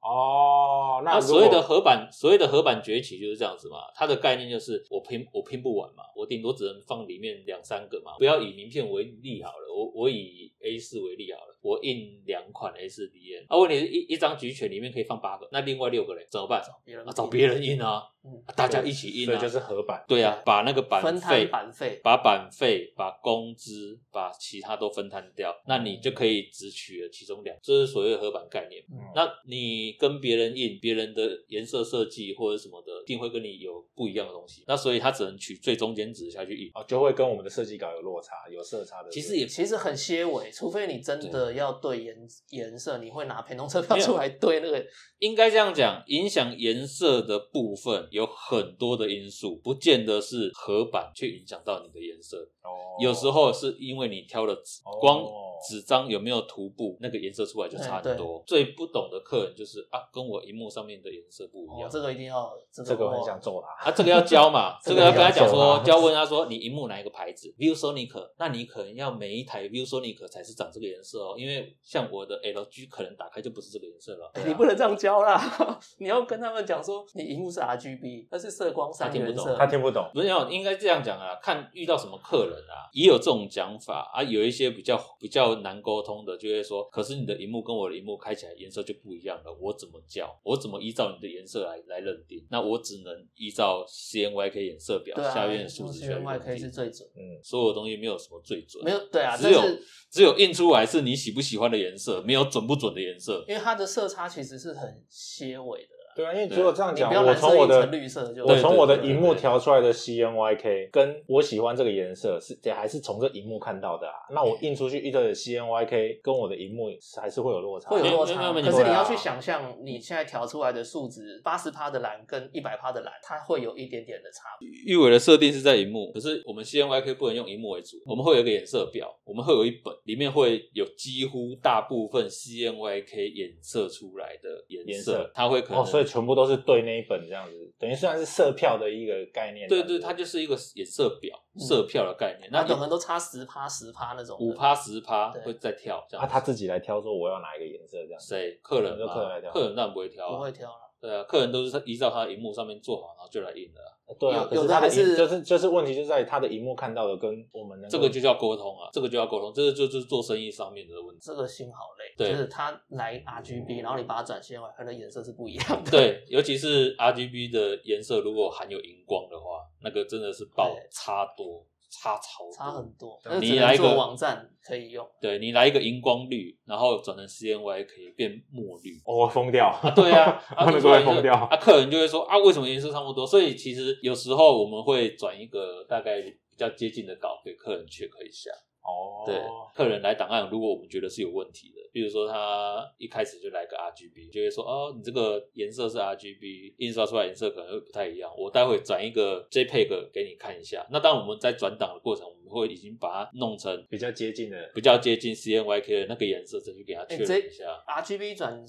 [SPEAKER 2] 哦，那
[SPEAKER 3] 那
[SPEAKER 2] 如
[SPEAKER 3] 所谓
[SPEAKER 2] 果
[SPEAKER 3] 的合板，所谓的合板崛起就是这样子嘛。它的概念就是我拼我拼不完嘛，我顶多只能放里面两三个嘛。不要以名片为例好了，我我以 A 四为例好了，我印两款 A 四 DN。啊，问题是一一张举卷里面可以放八个，那另外六个嘞怎么办？
[SPEAKER 1] 别人
[SPEAKER 3] 啊，找别人印啊，
[SPEAKER 1] 嗯
[SPEAKER 3] 啊大家一起印
[SPEAKER 2] 所
[SPEAKER 3] 啊，
[SPEAKER 2] 以就是合版。
[SPEAKER 3] 对啊，把那个版
[SPEAKER 1] 分
[SPEAKER 3] 费
[SPEAKER 1] 摊版费，
[SPEAKER 3] 把版费、把工资、把其他都分摊掉，那你就可以只取了其中两，这是所谓的合版概念。
[SPEAKER 2] 嗯
[SPEAKER 3] 那你跟别人印别人的颜色设计或者什么的，一定会跟你有不一样的东西。那所以他只能取最中间值下去印。
[SPEAKER 2] 哦，就会跟我们的设计稿有落差，有色差的。
[SPEAKER 3] 其实也
[SPEAKER 1] 其实很些微，除非你真的要对颜颜色，你会拿陪同车票出来对那个
[SPEAKER 3] 应该这样讲，影响颜色的部分有很多的因素，不见得是合版去影响到你的颜色。
[SPEAKER 2] 哦
[SPEAKER 3] 有时候是因为你挑了纸
[SPEAKER 2] 哦哎
[SPEAKER 3] 光纸张有没有涂布，那个颜色出来就差很多。最不懂的客人就是啊，跟我荧幕上面的颜色不一
[SPEAKER 1] 哦
[SPEAKER 3] 样，。
[SPEAKER 1] 这个一定要这个
[SPEAKER 2] 这个我很
[SPEAKER 1] 哇
[SPEAKER 2] 想揍他。
[SPEAKER 3] 啊，这个要教嘛，
[SPEAKER 2] (laughs) 这
[SPEAKER 3] 这
[SPEAKER 2] 个
[SPEAKER 3] 个要跟他讲
[SPEAKER 2] 要教
[SPEAKER 3] 说
[SPEAKER 2] 嘛，
[SPEAKER 3] 就要问他说你荧幕哪一个牌子，ViewSonic，那你可能要每一台 ViewSonic 才是长这个颜色哦，因为像我的 LG 可能打开就不是这个颜色了。
[SPEAKER 2] 啊
[SPEAKER 1] 你不能这样教啦！啊 (laughs) 你要跟他们讲说，你荧幕是 RGB，那是色光三原色
[SPEAKER 2] 他。听不懂，
[SPEAKER 3] 不是要应该这样讲啊，看遇到什么客人啊，也有这种讲法啊。有一些比较比较难沟通的，就会说，可是你的荧幕跟我的荧幕开起来颜色就不一样了，我怎么叫？我怎么依照你的颜色来来认定？那我只能依照 CNYK 颜色表、
[SPEAKER 1] 对啊，
[SPEAKER 3] 下面的数值去
[SPEAKER 1] 用外可以
[SPEAKER 3] 认
[SPEAKER 1] 是
[SPEAKER 3] 定。
[SPEAKER 1] 最准，
[SPEAKER 2] 嗯，
[SPEAKER 3] 所有东西没有什么最准，
[SPEAKER 1] 没有对啊，
[SPEAKER 3] 只
[SPEAKER 1] 但
[SPEAKER 3] 有
[SPEAKER 1] 是
[SPEAKER 3] 只有印出来是你喜不喜欢的颜色，没有准不准的颜色。
[SPEAKER 1] 因为它的色差其实是很些微的啦，
[SPEAKER 2] 对啊，因为如果这样
[SPEAKER 1] 你
[SPEAKER 2] 讲，
[SPEAKER 1] 不要
[SPEAKER 2] 我
[SPEAKER 1] 蓝
[SPEAKER 2] 从
[SPEAKER 1] 色
[SPEAKER 2] 我
[SPEAKER 1] 印
[SPEAKER 2] 的
[SPEAKER 1] 成绿色就
[SPEAKER 2] 我从我的
[SPEAKER 1] 对对对
[SPEAKER 2] 荧幕调出来的 CNYK，跟我喜欢这个颜色是也还是从这荧幕看到的啊。那我印出去一个 CNYK，跟我的荧幕是还是会有落差。
[SPEAKER 1] 会有落
[SPEAKER 3] 没有
[SPEAKER 1] 差。
[SPEAKER 3] 没有没有
[SPEAKER 1] 可是你
[SPEAKER 2] 对啊
[SPEAKER 1] 要去想象，你现在调出来的数值八十趴的蓝跟一百趴的蓝，它会有一点点的差别。
[SPEAKER 3] 玉伟的设定是在荧幕，可是我们 CNYK 不能用荧幕为主，我们会有一个颜色表，我们会有一本，里面会有几乎大部分 CNYK 衍射出来的颜
[SPEAKER 2] 颜色
[SPEAKER 3] 它会可能、
[SPEAKER 2] 哦，所以全部都是对那一本这样子，等于虽然是色票的一个概念。
[SPEAKER 3] 对
[SPEAKER 2] 这
[SPEAKER 3] 对，
[SPEAKER 2] 样子
[SPEAKER 3] 它就是一个衍射表、
[SPEAKER 1] 嗯
[SPEAKER 3] 色票的概念，
[SPEAKER 1] 那
[SPEAKER 3] 那
[SPEAKER 1] 可能都差十趴、十趴那种的。
[SPEAKER 3] 五趴十趴
[SPEAKER 1] 对
[SPEAKER 3] 会再跳这样
[SPEAKER 2] 啊，
[SPEAKER 3] 子。
[SPEAKER 2] 他自己来挑说我要哪一个颜色这样子。
[SPEAKER 3] 谁客人
[SPEAKER 2] 就
[SPEAKER 3] 嘛
[SPEAKER 2] 客人来挑
[SPEAKER 3] 客人当然不会挑
[SPEAKER 1] 不
[SPEAKER 3] 啊
[SPEAKER 1] 会，挑了，
[SPEAKER 3] 对啊，客人都是依照他的荧幕上面做好，然后就来印的啊、
[SPEAKER 2] 对啊，可
[SPEAKER 1] 有有的
[SPEAKER 2] 他的
[SPEAKER 1] 还是
[SPEAKER 2] 荧就是就是问题就在于他的荧幕看到的跟我们能够
[SPEAKER 3] 这个就叫沟通啊，这个就叫沟通，这个就就是做生意上面的问题。
[SPEAKER 1] 这个心好累。
[SPEAKER 3] 对
[SPEAKER 1] 就是它来 RGB，然后你把它转线外，它的颜色是不一样的。
[SPEAKER 3] (laughs) 对，尤其是 RGB 的颜色，如果含有荧光的话，那个真的是爆
[SPEAKER 1] 对
[SPEAKER 3] 差多，差超多
[SPEAKER 1] 差很多。
[SPEAKER 2] 对
[SPEAKER 1] 那只
[SPEAKER 3] 你来
[SPEAKER 1] 能
[SPEAKER 3] 一
[SPEAKER 1] 做
[SPEAKER 3] 个
[SPEAKER 1] 网站可以用，
[SPEAKER 3] 对你来一个荧光绿，然后转成 CNY 可以变墨绿。
[SPEAKER 2] 哦我疯掉。
[SPEAKER 3] 啊，
[SPEAKER 2] (laughs)
[SPEAKER 3] 对啊，啊，
[SPEAKER 2] 他们都
[SPEAKER 3] 突
[SPEAKER 2] 会
[SPEAKER 3] 然就
[SPEAKER 2] 疯掉
[SPEAKER 3] 啊，客人就会说啊，为什么颜色差不多？所以其实有时候我们会转一个大概比较接近的稿给客人 check 一下。
[SPEAKER 2] 哦，
[SPEAKER 3] 对，客人来档案，如果我们觉得是有问题的，比如说他一开始就来个 RGB，就会说哦，你这个颜色是 RGB，印刷出来颜色可能会不太一样。我待会转一个 JPEG 给你看一下。那当然我们在转档的过程，我们会已经把它弄成
[SPEAKER 2] 比较接近的
[SPEAKER 3] 比较接近 CNYK 的那个颜色，再去给他确
[SPEAKER 1] 哎这
[SPEAKER 3] 认一下。
[SPEAKER 1] RGB 转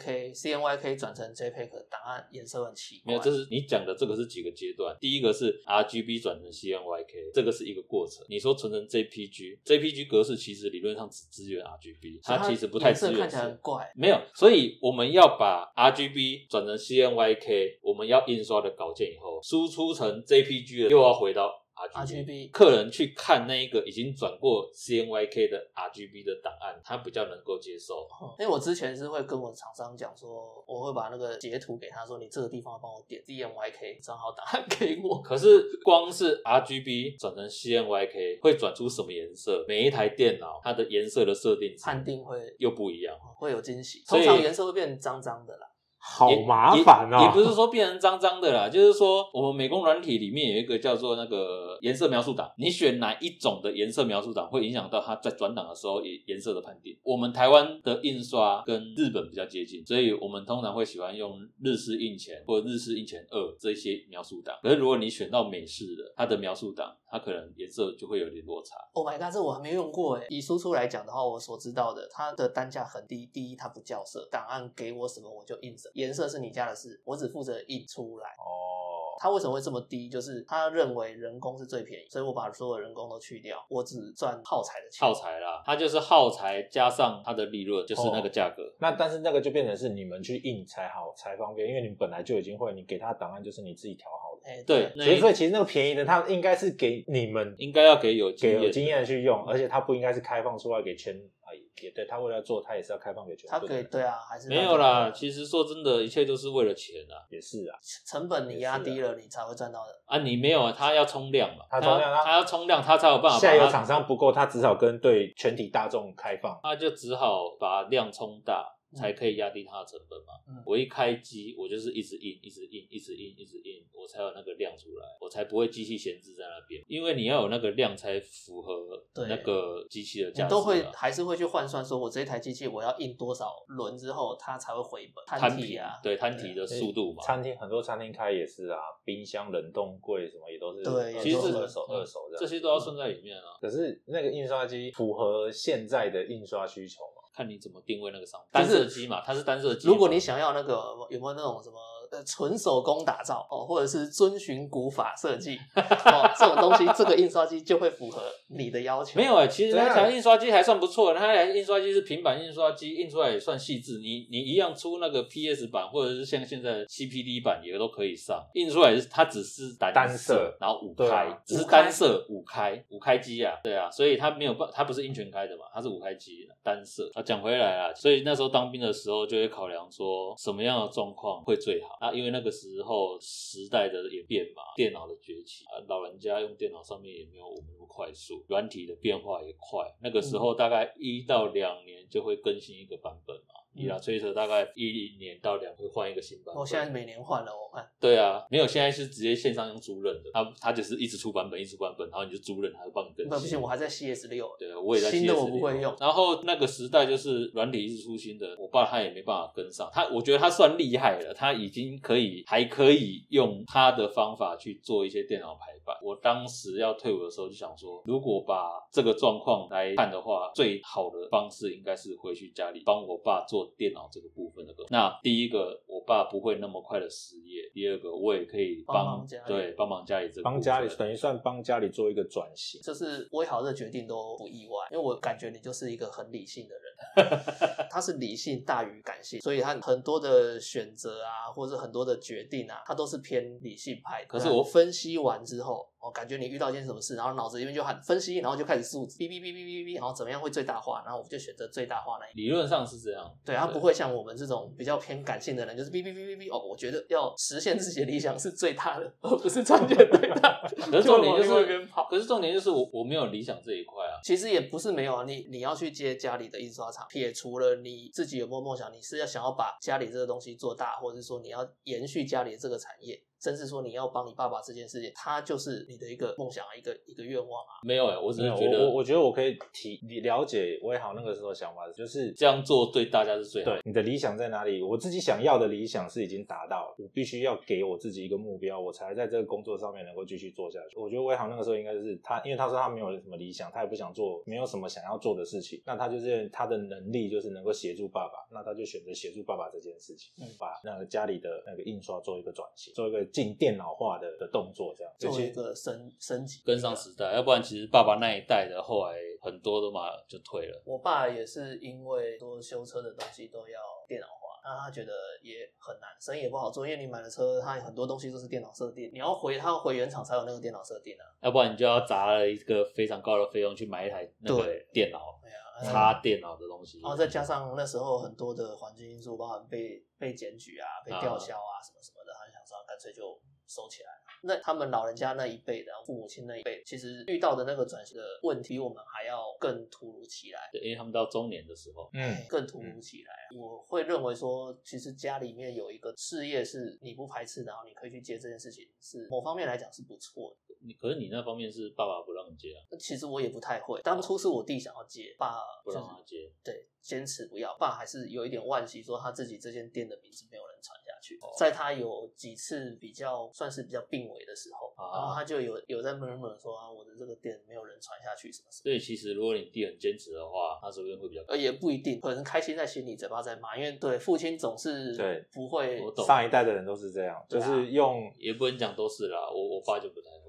[SPEAKER 1] CNYK，CNYK 转成 JPEG，档案颜色很奇怪。
[SPEAKER 3] 没有，这是你讲的这个是几个阶段。第一个是 RGB 转成 CMYK，这个是一个过程。你说存成 JPG，JPG 格式其实理论上只支援 RGB，
[SPEAKER 1] 所以
[SPEAKER 3] 它其实不太
[SPEAKER 1] 颜色
[SPEAKER 3] 支
[SPEAKER 1] 看
[SPEAKER 3] 援
[SPEAKER 1] 起来很
[SPEAKER 3] C。
[SPEAKER 1] 怪。
[SPEAKER 3] 没有，所以我们要把 RGB 转成 CMYK，我们要印刷的稿件以后输出成 JPG 的，又要回到
[SPEAKER 1] RGB
[SPEAKER 3] 客人去看那一个已经转过 CMYK 的 RGB 的档案，他比较能够接受。
[SPEAKER 1] 嗯因为我之前是会跟我厂商讲说，我会把那个截图给他说，你这个地方要帮我点 DMYK 账号档案 (laughs) 给我。
[SPEAKER 3] 可是光是 RGB 转成 CMYK 会转出什么颜色？每一台电脑它的颜色的设定
[SPEAKER 1] 判定会哦
[SPEAKER 3] 又不一样，
[SPEAKER 1] 会有惊喜，
[SPEAKER 3] 所
[SPEAKER 1] 通
[SPEAKER 3] 以
[SPEAKER 1] 常颜色会变脏脏的啦。
[SPEAKER 2] 好
[SPEAKER 3] 也
[SPEAKER 2] 麻烦
[SPEAKER 3] 也。
[SPEAKER 2] 哦
[SPEAKER 3] 也。不是说变成脏脏的啦，就是说我们美工软体里面有一个叫做那个颜色描述档，你选哪一种的颜色描述档，会影响到它在转档的时候颜颜色的判定。我们台湾的印刷跟日本比较接近，所以我们通常会喜欢用日式印前或者日式印前二这些描述档。可是如果你选到美式的，它的描述档它可能颜色就会有点落差。
[SPEAKER 1] Oh my god，这我还没用过哎。以输出来讲的话，我所知道的，它的单价很低。第一，它不校色，档案给我什么我就印什么，颜色是你家的事，我只负责印出来。
[SPEAKER 2] 哦，
[SPEAKER 1] 它为什么会这么低？就是他认为人工是最便宜，所以我把所有人工都去掉，我只赚耗材的钱。
[SPEAKER 3] 耗材啦，它就是耗材加上它的利润，就是
[SPEAKER 2] 哦
[SPEAKER 3] 那个价格。
[SPEAKER 2] 那但是那个就变成是你们去印才好才方便，因为你们本来就已经会，你给他档案就是你自己调好的。
[SPEAKER 1] 哎、
[SPEAKER 3] 对，
[SPEAKER 2] 所以
[SPEAKER 3] 那
[SPEAKER 2] 所以其实那个便宜的，他应该是给你们
[SPEAKER 3] 应该要嗯给有经
[SPEAKER 2] 给
[SPEAKER 3] 验
[SPEAKER 2] 有经验的去用，而且它不应该是开放出来给全啊也对，他为了做，他也是要开放给全
[SPEAKER 1] 他
[SPEAKER 2] 部
[SPEAKER 1] 可
[SPEAKER 2] 的
[SPEAKER 1] 以
[SPEAKER 2] 人。
[SPEAKER 1] 对啊，还是
[SPEAKER 3] 没有啦。其实说真的，一切都是为了钱啊！
[SPEAKER 2] 也是啊，
[SPEAKER 1] 成本你压低了，你才会赚到的。
[SPEAKER 3] 啊，你没有啊，他要冲量嘛，
[SPEAKER 2] 它冲量它
[SPEAKER 3] 他要冲量，他才有办法把它。
[SPEAKER 2] 下游厂商不够，他只好跟对全体大众开放。
[SPEAKER 3] 他就只好把量冲大，
[SPEAKER 1] 嗯
[SPEAKER 3] 才可以压低它的成本嘛。
[SPEAKER 1] 嗯
[SPEAKER 3] 我一开机，我就是一直印，一直印，一直印，一直印，我才有那个量出来，我才不会机器闲置在那边。因为你要有那个量，才符合
[SPEAKER 1] 对
[SPEAKER 3] 那个机器的价值、
[SPEAKER 1] 你
[SPEAKER 3] 啊。
[SPEAKER 1] 都会还是会去换算，说我这一台机器我要印多少轮之后，它才会回本摊
[SPEAKER 3] 摊
[SPEAKER 1] 体
[SPEAKER 3] 体
[SPEAKER 1] 啊？
[SPEAKER 3] 对摊体的速度嘛。
[SPEAKER 2] 餐厅很多餐厅开也是啊，冰箱、冷冻柜什么也都是
[SPEAKER 1] 对
[SPEAKER 2] 二
[SPEAKER 3] 其实
[SPEAKER 2] 手
[SPEAKER 3] 这
[SPEAKER 2] 二手
[SPEAKER 3] 嗯
[SPEAKER 2] 二手这样
[SPEAKER 3] 这。些都要算在里面啊，
[SPEAKER 2] 可是那个印刷机符合现在的印刷需求吗？
[SPEAKER 3] 看你怎么定位那个商品。
[SPEAKER 1] 就
[SPEAKER 3] 单
[SPEAKER 1] 是
[SPEAKER 3] 色机嘛，它是单色机嘛。
[SPEAKER 1] 如果你想要那个有没有那种什么呃纯手工打造哦，或者是遵循古法设计哦，这种东西，这个印刷机就会符合你的要求。
[SPEAKER 3] 没有哎、其实
[SPEAKER 2] 对啊
[SPEAKER 3] 那台印刷机还算不错，那台印刷机是平板印刷机，印出来也算细致。你你一样出那个 PS 版，或者是像现在的 CPD 版也都可以上，印出来是它只是单
[SPEAKER 2] 单
[SPEAKER 3] 色
[SPEAKER 2] 色，
[SPEAKER 3] 然后五
[SPEAKER 2] 对
[SPEAKER 3] 开，
[SPEAKER 2] 啊
[SPEAKER 3] 只是单色五开五开机啊，对啊，所以它没有办，它不是印全开的嘛，它是五开机单色。啊，讲回来啊，所以那时候当兵的时候就会考量说什么样的状况会最好啊，因为那个时候时代的演变嘛，电脑的崛起啊，老人家用电脑上面也没有我们那么快速，软体的变化也快。那个时候
[SPEAKER 1] 嗯
[SPEAKER 3] 大概一到两年就会更新一个版本嘛，
[SPEAKER 1] 嗯哦
[SPEAKER 3] 伊拉吹车大概一零年到两会换一个新版本。
[SPEAKER 1] 我现在每年换了，我看
[SPEAKER 3] 对啊，没有，现在是直接线上用租赁的，他他就是一直出版本，一直出版本，然后你就租赁，他就帮你更
[SPEAKER 1] 不
[SPEAKER 3] 新。
[SPEAKER 1] 不行，我还在 CS 六。
[SPEAKER 3] 对，啊我也在
[SPEAKER 1] 新的
[SPEAKER 3] CS
[SPEAKER 1] 我不会
[SPEAKER 3] 里哦
[SPEAKER 1] 用
[SPEAKER 3] 然后那个时代就是软体一直出新的，我爸他也没办法跟上。他我觉得他算厉害了，他已经可以还可以用他的方法去做一些电脑排版。我当时要退伍的时候就想说，如果把这个状况来看的话，最好的方式应该是回去家里帮我爸做电脑这个部分的工作。那第一个，我爸不会那么快的失业；第二个，我也可以
[SPEAKER 1] 帮
[SPEAKER 3] 帮
[SPEAKER 1] 忙家里
[SPEAKER 3] 对帮忙家里这个
[SPEAKER 2] 帮
[SPEAKER 3] 部
[SPEAKER 2] 家里
[SPEAKER 3] 分
[SPEAKER 2] 等于算帮家里做一个转型。
[SPEAKER 1] 就是我也好这决定都不意外，因为我感觉你就是一个很理性的人，
[SPEAKER 3] (laughs)
[SPEAKER 1] 他是理性大于感性，所以他很多的选择啊，或者很多的决定啊，他都是偏理性派的。
[SPEAKER 3] 可是我
[SPEAKER 1] 分析完之后，我感觉你遇到一件什么事，然后脑子里面就喊分析，然后就开始数字，哔哔哔哔哔哔，然后怎么样会最大化，然后我们就选择最大化那一。
[SPEAKER 3] 理论上是这样，
[SPEAKER 1] 对，他不会像我们这种比较偏感性的人，就是哔哔哔哔哔哦，我觉得要实现自己的理想是最大的， (laughs) 而不是赚钱最大。
[SPEAKER 3] (laughs) 可是重
[SPEAKER 1] 就
[SPEAKER 3] 点就
[SPEAKER 1] 往另外一
[SPEAKER 3] 是
[SPEAKER 1] 边跑，
[SPEAKER 3] 可是重点就是我我没有理想这一块啊。
[SPEAKER 1] 其实也不是没有啊，你你要去接家里的印刷厂，撇除了你自己有没有梦想，你是要想要把家里这个东西做大，或者是说你要延续家里这个产业，甚至说你要帮你爸爸这件事情，它就是你的一个梦想啊，一个一个愿望啊。
[SPEAKER 3] 没有哎、我只
[SPEAKER 2] 没
[SPEAKER 3] 是
[SPEAKER 2] 有，我
[SPEAKER 3] 觉
[SPEAKER 2] 我
[SPEAKER 3] 得
[SPEAKER 2] 我觉得我可以提了解我也好那个时候的想法，就是
[SPEAKER 3] 这样做对大家是最好。
[SPEAKER 2] 对你的理想在哪里？我自己想要的理想是已经达到了，我必须要给我自己一个目标，我才在这个工作上面能够继续做下去。我觉得威航那个时候应该就是他，因为他说他没有什么理想，他也不想做，没有什么想要做的事情，那他就是他的能力就是能够协助爸爸，那他就选择协助爸爸这件事情，
[SPEAKER 1] 嗯
[SPEAKER 2] 把那个家里的那个印刷做一个转型，做一个进电脑化的的动作，这样
[SPEAKER 1] 作
[SPEAKER 2] 就是
[SPEAKER 1] 为一个啊升升级，
[SPEAKER 3] 跟上时代，要不然其实爸爸那一代的后来很多都嘛就退了。
[SPEAKER 1] 我爸也是因为说修车的东西都要电脑化，那他觉得也很难，生意也不好做，因为你买了车，他很多东西都是电脑设定，你要回他要回原厂才有那个电脑设定啊。
[SPEAKER 3] 要不然你就要砸了一个非常高的费用去买一台那个
[SPEAKER 1] 对
[SPEAKER 3] 电脑
[SPEAKER 1] 对啊，
[SPEAKER 3] 插电脑的东西，
[SPEAKER 1] 然后再加上那时候很多的环境因素，包含被被检举啊、被吊销啊什么什么的，他就想说干脆就收起来。那他们老人家那一辈的，然后父母亲那一辈，其实遇到的那个转型的问题，比我们还要更突如其来，
[SPEAKER 3] 对因为他们到中年的时候，
[SPEAKER 2] 嗯。
[SPEAKER 1] 更突如其来。啊我会认为说，其实家里面有一个事业是你不排斥的，然后你可以去接这件事情，是某方面来讲是不错的。
[SPEAKER 3] 你可是你那方面是爸爸不让你接啊，
[SPEAKER 1] 那其实我也不太会，当初是我弟想要接，爸
[SPEAKER 3] 不
[SPEAKER 1] 就是
[SPEAKER 3] 让他接。
[SPEAKER 1] 对，坚持不要，爸还是有一点惋惜，说他自己这间店的名字没有人传下去。
[SPEAKER 2] 哦
[SPEAKER 1] 在他有几次比较算是比较病危的时候，
[SPEAKER 3] 啊
[SPEAKER 1] 然后他就有有在 murmur 说啊，我的这个店没有人传下去什么什么。
[SPEAKER 3] 所以其实如果你弟很坚持的话，他说不定会比较
[SPEAKER 1] 呃，也不一定，可能开心在心里，嘴巴在骂，因为对父亲总是
[SPEAKER 2] 对
[SPEAKER 1] 不会
[SPEAKER 3] 我懂
[SPEAKER 2] 上一代的人都是这样，就
[SPEAKER 1] 对啊
[SPEAKER 2] 是用
[SPEAKER 3] 也不能讲都是啦，我我爸就不太会。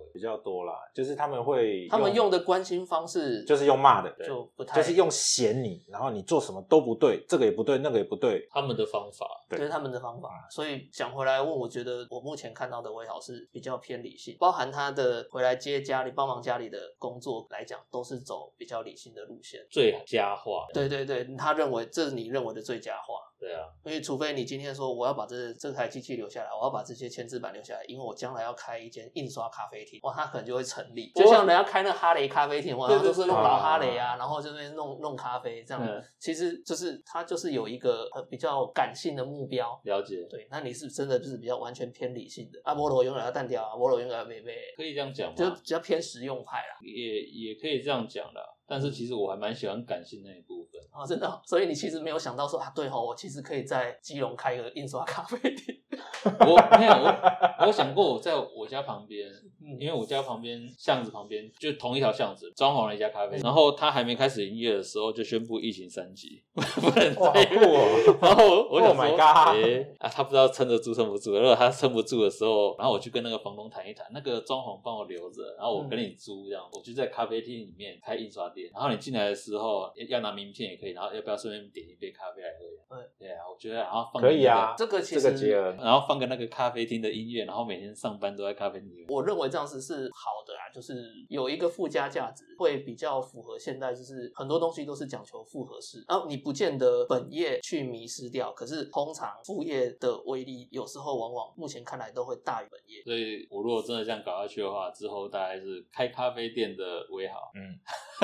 [SPEAKER 2] 就是他们会
[SPEAKER 1] 他们用的关心方式
[SPEAKER 2] 就是用骂的，
[SPEAKER 1] 就不太，
[SPEAKER 2] 就是用嫌你，然后你做什么都不对，这个也不对，那个也不对，
[SPEAKER 3] 他们的方法，
[SPEAKER 2] 对
[SPEAKER 1] 这是他们的方法。啊所以讲回来问，我觉得我目前看到的魏豪是比较偏理性，包含他的回来接家里帮忙家里的工作来讲，都是走比较理性的路线。
[SPEAKER 3] 最佳化，
[SPEAKER 1] 对对对，他认为这是你认为的最佳化，
[SPEAKER 3] 对啊，
[SPEAKER 1] 因为除非你今天说我要把这这台机器留下来，我要把这些签字板留下来，因为我将来要开一间印刷咖啡厅，哇，他可能就会成立。就像人家开那哈雷咖啡厅，哇，
[SPEAKER 3] 对
[SPEAKER 1] 他
[SPEAKER 3] 对
[SPEAKER 1] 都是弄
[SPEAKER 2] 对
[SPEAKER 1] 老哈雷啊，然后就是弄弄咖啡这样，
[SPEAKER 3] 嗯
[SPEAKER 1] 其实就是他就是有一个呃比较感性的目标，
[SPEAKER 3] 了解，
[SPEAKER 1] 对，那你是真的就是比较完全偏理性的。阿波罗永远要淡掉，阿波罗永远要美美，
[SPEAKER 3] 可以这啊样讲
[SPEAKER 1] 就
[SPEAKER 3] 吗
[SPEAKER 1] 比？较偏实用派啦。
[SPEAKER 3] 也也可以这样讲啦。但
[SPEAKER 2] 嗯
[SPEAKER 3] 是其实我还蛮喜欢感性那一部分，
[SPEAKER 1] 哦，真的哦、所以你其实没有想到说啊，对哦，我其实可以在基隆开个印刷咖啡店。
[SPEAKER 3] 我没有我我想过我在我家旁边，
[SPEAKER 1] 嗯
[SPEAKER 3] 因为我家旁边巷子旁边就同一条巷子装潢了一家咖啡，
[SPEAKER 2] 嗯
[SPEAKER 3] 然后他还没开始营业的时候就宣布疫情三级， (laughs) 不能
[SPEAKER 2] 哇，好
[SPEAKER 3] 再
[SPEAKER 2] 酷哦！
[SPEAKER 3] (laughs) 然后我想
[SPEAKER 2] Oh my
[SPEAKER 3] 说，
[SPEAKER 2] God
[SPEAKER 3] 诶啊，他不知道撑得住撑不住。如果他撑不住的时候，然后我去跟那个房东谈一谈，那个装潢帮我留着，然后我跟你租这样，我就在咖啡厅里面开印刷店。然后你进来的时候要拿名片也可以，然后要不要顺便点一杯咖啡来喝？对，对啊，我觉得然后放个
[SPEAKER 2] 可以啊
[SPEAKER 1] 这个其
[SPEAKER 2] (laughs) 这
[SPEAKER 1] 实
[SPEAKER 2] 个结合
[SPEAKER 3] 那个，然后放个那个咖啡厅的音乐，然后每天上班都在咖啡厅里面。
[SPEAKER 1] 我认为这样子是好的啦，就是有一个附加价值，会比较符合现代，就是很多东西都是讲求复合式，然后你不见得本业去迷失掉，可是通常副业的威力有时候往往目前看来都会大于本业。
[SPEAKER 3] 所以，我如果真的这样搞下去的话，之后大概是开咖啡店的为好。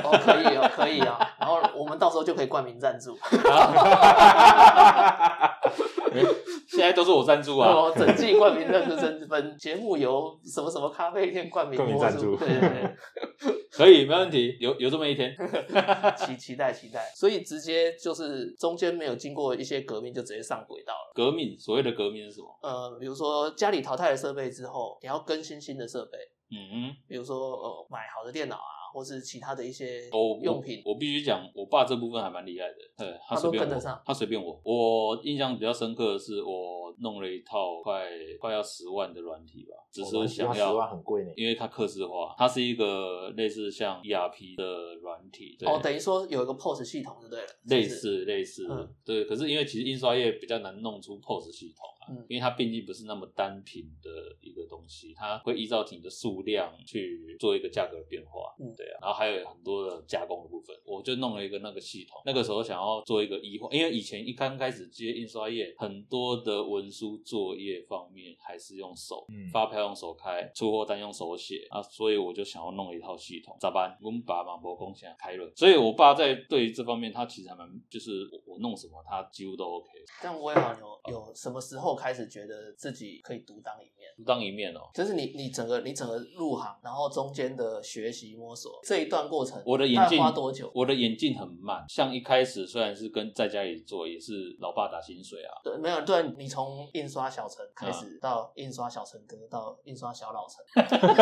[SPEAKER 1] 哦，可以哦， (laughs) 可以啊。然后我们到时候就可以冠名赞助，
[SPEAKER 3] 诶现在都是我赞助啊，
[SPEAKER 1] 哦，整季冠名赞助真本节目由什么什么咖啡店冠名
[SPEAKER 2] 冠名
[SPEAKER 1] 播
[SPEAKER 2] 赞
[SPEAKER 1] 出，
[SPEAKER 2] 助
[SPEAKER 1] 对对对，
[SPEAKER 3] 可以，没问题，有有这么一天。
[SPEAKER 1] 期期待期待。所以直接就是中间没有经过一些革命，就直接上轨道了。
[SPEAKER 3] 革命，所谓的革命是什么？
[SPEAKER 1] 呃，比如说家里淘汰了设备之后，你要更新新的设备，
[SPEAKER 3] 嗯
[SPEAKER 1] 比如说呃买好的电脑啊，或是其他的一些
[SPEAKER 3] 我
[SPEAKER 1] 用品。
[SPEAKER 3] 我必须讲，我爸这部分还蛮厉害的，对，
[SPEAKER 1] 他
[SPEAKER 3] 随
[SPEAKER 1] 都
[SPEAKER 3] 便
[SPEAKER 1] 跟得
[SPEAKER 3] 我
[SPEAKER 1] 上，
[SPEAKER 3] 他随便我。我印象比较深刻的是，我弄了一套快快要十万的哦软体吧，只是想
[SPEAKER 2] 十万很贵呢，
[SPEAKER 3] 因为它克制化，它是一个类似像 ERP 的软体，对，
[SPEAKER 1] 哦，等于说有一个 POS 系统就对了，
[SPEAKER 3] 类
[SPEAKER 1] 是不是
[SPEAKER 3] 似类似，
[SPEAKER 1] 嗯
[SPEAKER 3] 对。可是因为其实印刷业比较难弄出 POS 系统啊，
[SPEAKER 1] 嗯
[SPEAKER 3] 因为它毕竟不是那么单品的一个东西，它会依照你的数量去做一个价格的变化，
[SPEAKER 1] 嗯
[SPEAKER 3] 对啊。然后还有很多的加工的部分，我就弄了一个那个系统。那个时候想要做一个医化，因为以前一刚开始接印刷业，很多的文书作业方面还是用手，
[SPEAKER 2] 嗯
[SPEAKER 3] 发票用手开，出货单用手写啊，所以我就想要弄一套系统。咋办？我们把马博公现在开了，所以我爸在对于这方面，他其实还蛮就是我我弄什么，他几乎都 OK，
[SPEAKER 1] 但我也好像有有什么时候开始觉得自己可以独当一面？
[SPEAKER 3] 独当一面哦。
[SPEAKER 1] 就是你你整个你整个入行，然后中间的学习摸索这一段过程，
[SPEAKER 3] 我的眼
[SPEAKER 1] 大概
[SPEAKER 3] 镜
[SPEAKER 1] 花多久？
[SPEAKER 3] 我的眼镜很慢，像一开始虽然是跟在家里做，也是老爸打薪水啊，
[SPEAKER 1] 对，没有，对你从印刷小城
[SPEAKER 3] 啊
[SPEAKER 1] 开始，到印刷小城哥，到印刷小老城，
[SPEAKER 3] (laughs)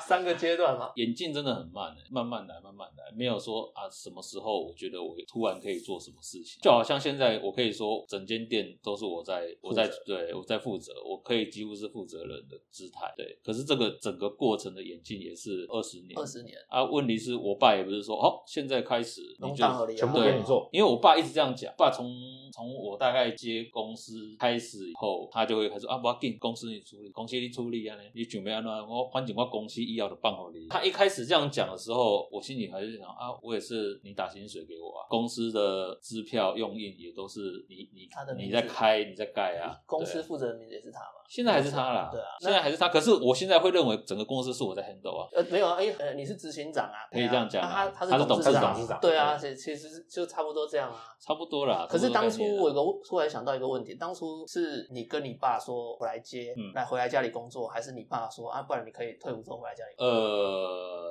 [SPEAKER 1] 三个阶段嘛。
[SPEAKER 3] 眼镜真的很慢、欸，慢慢来，慢慢来，没有说啊什么时候我觉得我突然可以做什么事情，就好像现在我可以说整间店都是我在我在
[SPEAKER 2] 负责
[SPEAKER 3] 对我在负责，我可以几乎是负责人的姿态，对。可是这个整个过程的眼镜也是二十年，
[SPEAKER 1] 二十年，
[SPEAKER 3] 啊，问题是我爸也不是说哦，现在开始你
[SPEAKER 1] 龙
[SPEAKER 3] 就
[SPEAKER 1] 蛋合理啊
[SPEAKER 2] 全部
[SPEAKER 3] 对
[SPEAKER 2] 给你做，
[SPEAKER 3] 因为我爸一直这样讲，爸从从我大概接公司开始以后，他就会开始说啊，不要紧，公司你处理，公司你处理啊，你准备安怎样，我反正我公司医药的办好你。他一开始这样讲的时候，我心里还是想啊，我也是你打薪水给我啊，公司的支票用印也都是你你
[SPEAKER 1] 他的名
[SPEAKER 3] 你
[SPEAKER 1] 字
[SPEAKER 3] 在开你在盖啊，
[SPEAKER 1] 公
[SPEAKER 3] 对
[SPEAKER 1] 司
[SPEAKER 3] 啊
[SPEAKER 1] 负责人名字也是他嘛？
[SPEAKER 3] 现在还是他啦，
[SPEAKER 1] 对啊那
[SPEAKER 3] 现在还是他，可是我现在会认为整个公司是我在 handle 啊，
[SPEAKER 1] 呃，没有啊，哎，呃，你是执行长啊，
[SPEAKER 3] 可以这样讲啊
[SPEAKER 1] 啊，他
[SPEAKER 3] 他是
[SPEAKER 1] 董
[SPEAKER 3] 董
[SPEAKER 1] 长，
[SPEAKER 3] 事长
[SPEAKER 2] 董事长
[SPEAKER 1] 对啊，其其实就差不多这样啊。
[SPEAKER 3] 差不多啦。
[SPEAKER 1] 可是
[SPEAKER 3] 差不
[SPEAKER 1] 当
[SPEAKER 3] 多
[SPEAKER 1] 初
[SPEAKER 3] 概念啦啊
[SPEAKER 1] 我有个突然想到一个问题，当初是你跟你爸说回来接，
[SPEAKER 3] 嗯
[SPEAKER 1] 来回来家里工作，还是你爸说啊，不然你可以退伍之后回来家里？
[SPEAKER 3] 呃，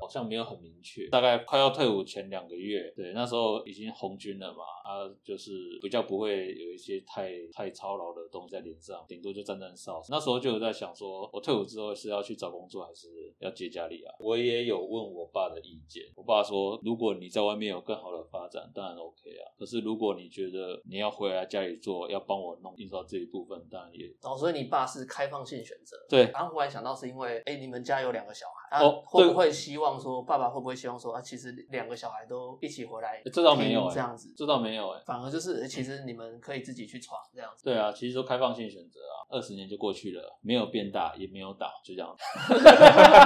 [SPEAKER 3] 好像没有很明确，大概快要退伍前两个月，对，那时候已经红军了嘛，啊，就是比较不会有一些太太操劳的东西在脸上，顶多就沾沾少。那时候就有在想说，我退伍之后是要去找工作还是要接家里啊？我也有问我爸的意见，我爸说，如果你在外面有更好的发展，当然 OK 啊，可是如果你觉得你要回来家里做，要帮我弄印刷这一部分，当然也
[SPEAKER 1] 哦，所以你爸是开放性选择。
[SPEAKER 3] 对
[SPEAKER 1] 然后忽然想到是因为，哎、你们家有两个小孩，啊、
[SPEAKER 3] 哦
[SPEAKER 1] 会不
[SPEAKER 3] 对
[SPEAKER 1] 会希望说，爸爸会不会希望说，啊，其实两个小孩都一起回来
[SPEAKER 3] 欸
[SPEAKER 1] 听？
[SPEAKER 3] 这倒没有欸
[SPEAKER 1] 这样子，
[SPEAKER 3] 这倒没有哎、
[SPEAKER 1] 反而就是，欸其实你们可以自己去闯这样子。
[SPEAKER 3] 对啊，其实都开放性选择啊，二十年就过去了，没有变大，也没有倒，就这样。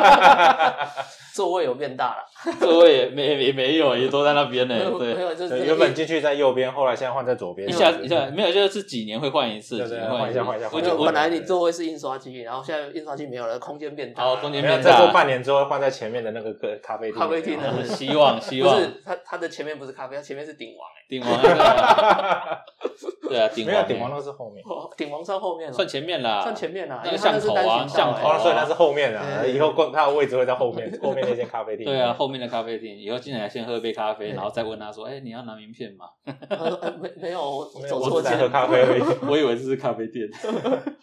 [SPEAKER 3] (laughs)
[SPEAKER 1] 座位有变大了，
[SPEAKER 3] 座位也没也没有，也都在那边呢、
[SPEAKER 1] 没有没
[SPEAKER 3] 哎对，
[SPEAKER 1] 有，就是
[SPEAKER 2] 对原本进去在右边，后来现在换在左边，
[SPEAKER 3] 一下
[SPEAKER 2] 这样子
[SPEAKER 3] 一下没有，就是几年会换一次，
[SPEAKER 2] 对
[SPEAKER 3] 几
[SPEAKER 2] 对
[SPEAKER 3] 年一
[SPEAKER 2] 换一下换一下
[SPEAKER 3] 我
[SPEAKER 2] 换一
[SPEAKER 1] 没
[SPEAKER 2] 下
[SPEAKER 3] 就
[SPEAKER 1] 有
[SPEAKER 3] 我
[SPEAKER 1] 本来你座位是印刷机，然后现在印刷机没有了，空间变大了，
[SPEAKER 3] 哦空间
[SPEAKER 2] 没有，
[SPEAKER 3] 变
[SPEAKER 2] 再
[SPEAKER 3] 大
[SPEAKER 2] 做半年之后换在前面的那个咖咖啡厅。嗯
[SPEAKER 1] 咖啡厅
[SPEAKER 2] 有没有
[SPEAKER 1] 的
[SPEAKER 3] 希
[SPEAKER 1] (laughs)
[SPEAKER 3] 望希
[SPEAKER 1] 不
[SPEAKER 3] 望
[SPEAKER 1] 是它它的前面不是咖啡，它前面是鼎王欸 (laughs)
[SPEAKER 3] 顶王，对啊，对啊顶
[SPEAKER 2] 没有
[SPEAKER 3] 王
[SPEAKER 2] 顶王
[SPEAKER 3] 欸
[SPEAKER 2] 那是后面，
[SPEAKER 1] 哎、欸，鼎王算后面了，
[SPEAKER 3] 算前面啦，
[SPEAKER 1] 算前面啦，
[SPEAKER 3] 那
[SPEAKER 1] 因
[SPEAKER 3] 个
[SPEAKER 1] 为它
[SPEAKER 3] 巷
[SPEAKER 1] 那是
[SPEAKER 3] 口
[SPEAKER 1] 单
[SPEAKER 3] 啊
[SPEAKER 1] 行道
[SPEAKER 3] 巷
[SPEAKER 1] 欸
[SPEAKER 3] 口
[SPEAKER 2] 哦，
[SPEAKER 3] 啊
[SPEAKER 2] 所以那是后面啊，
[SPEAKER 1] 对
[SPEAKER 2] 以后过他的位置会在后 (laughs) 面，后面那间咖啡厅。
[SPEAKER 3] 对啊，后面的咖啡厅，以后进来先喝杯咖啡，
[SPEAKER 1] 对
[SPEAKER 3] 然后再问他说，哎、你要拿名片吗？
[SPEAKER 1] 他说呃没没有，我
[SPEAKER 2] 没有
[SPEAKER 1] 走
[SPEAKER 2] 我
[SPEAKER 1] 错
[SPEAKER 2] 只在
[SPEAKER 1] 间
[SPEAKER 2] 喝，咖啡
[SPEAKER 3] (laughs)
[SPEAKER 2] 而已。
[SPEAKER 1] (laughs)
[SPEAKER 3] 我以为这是咖啡店，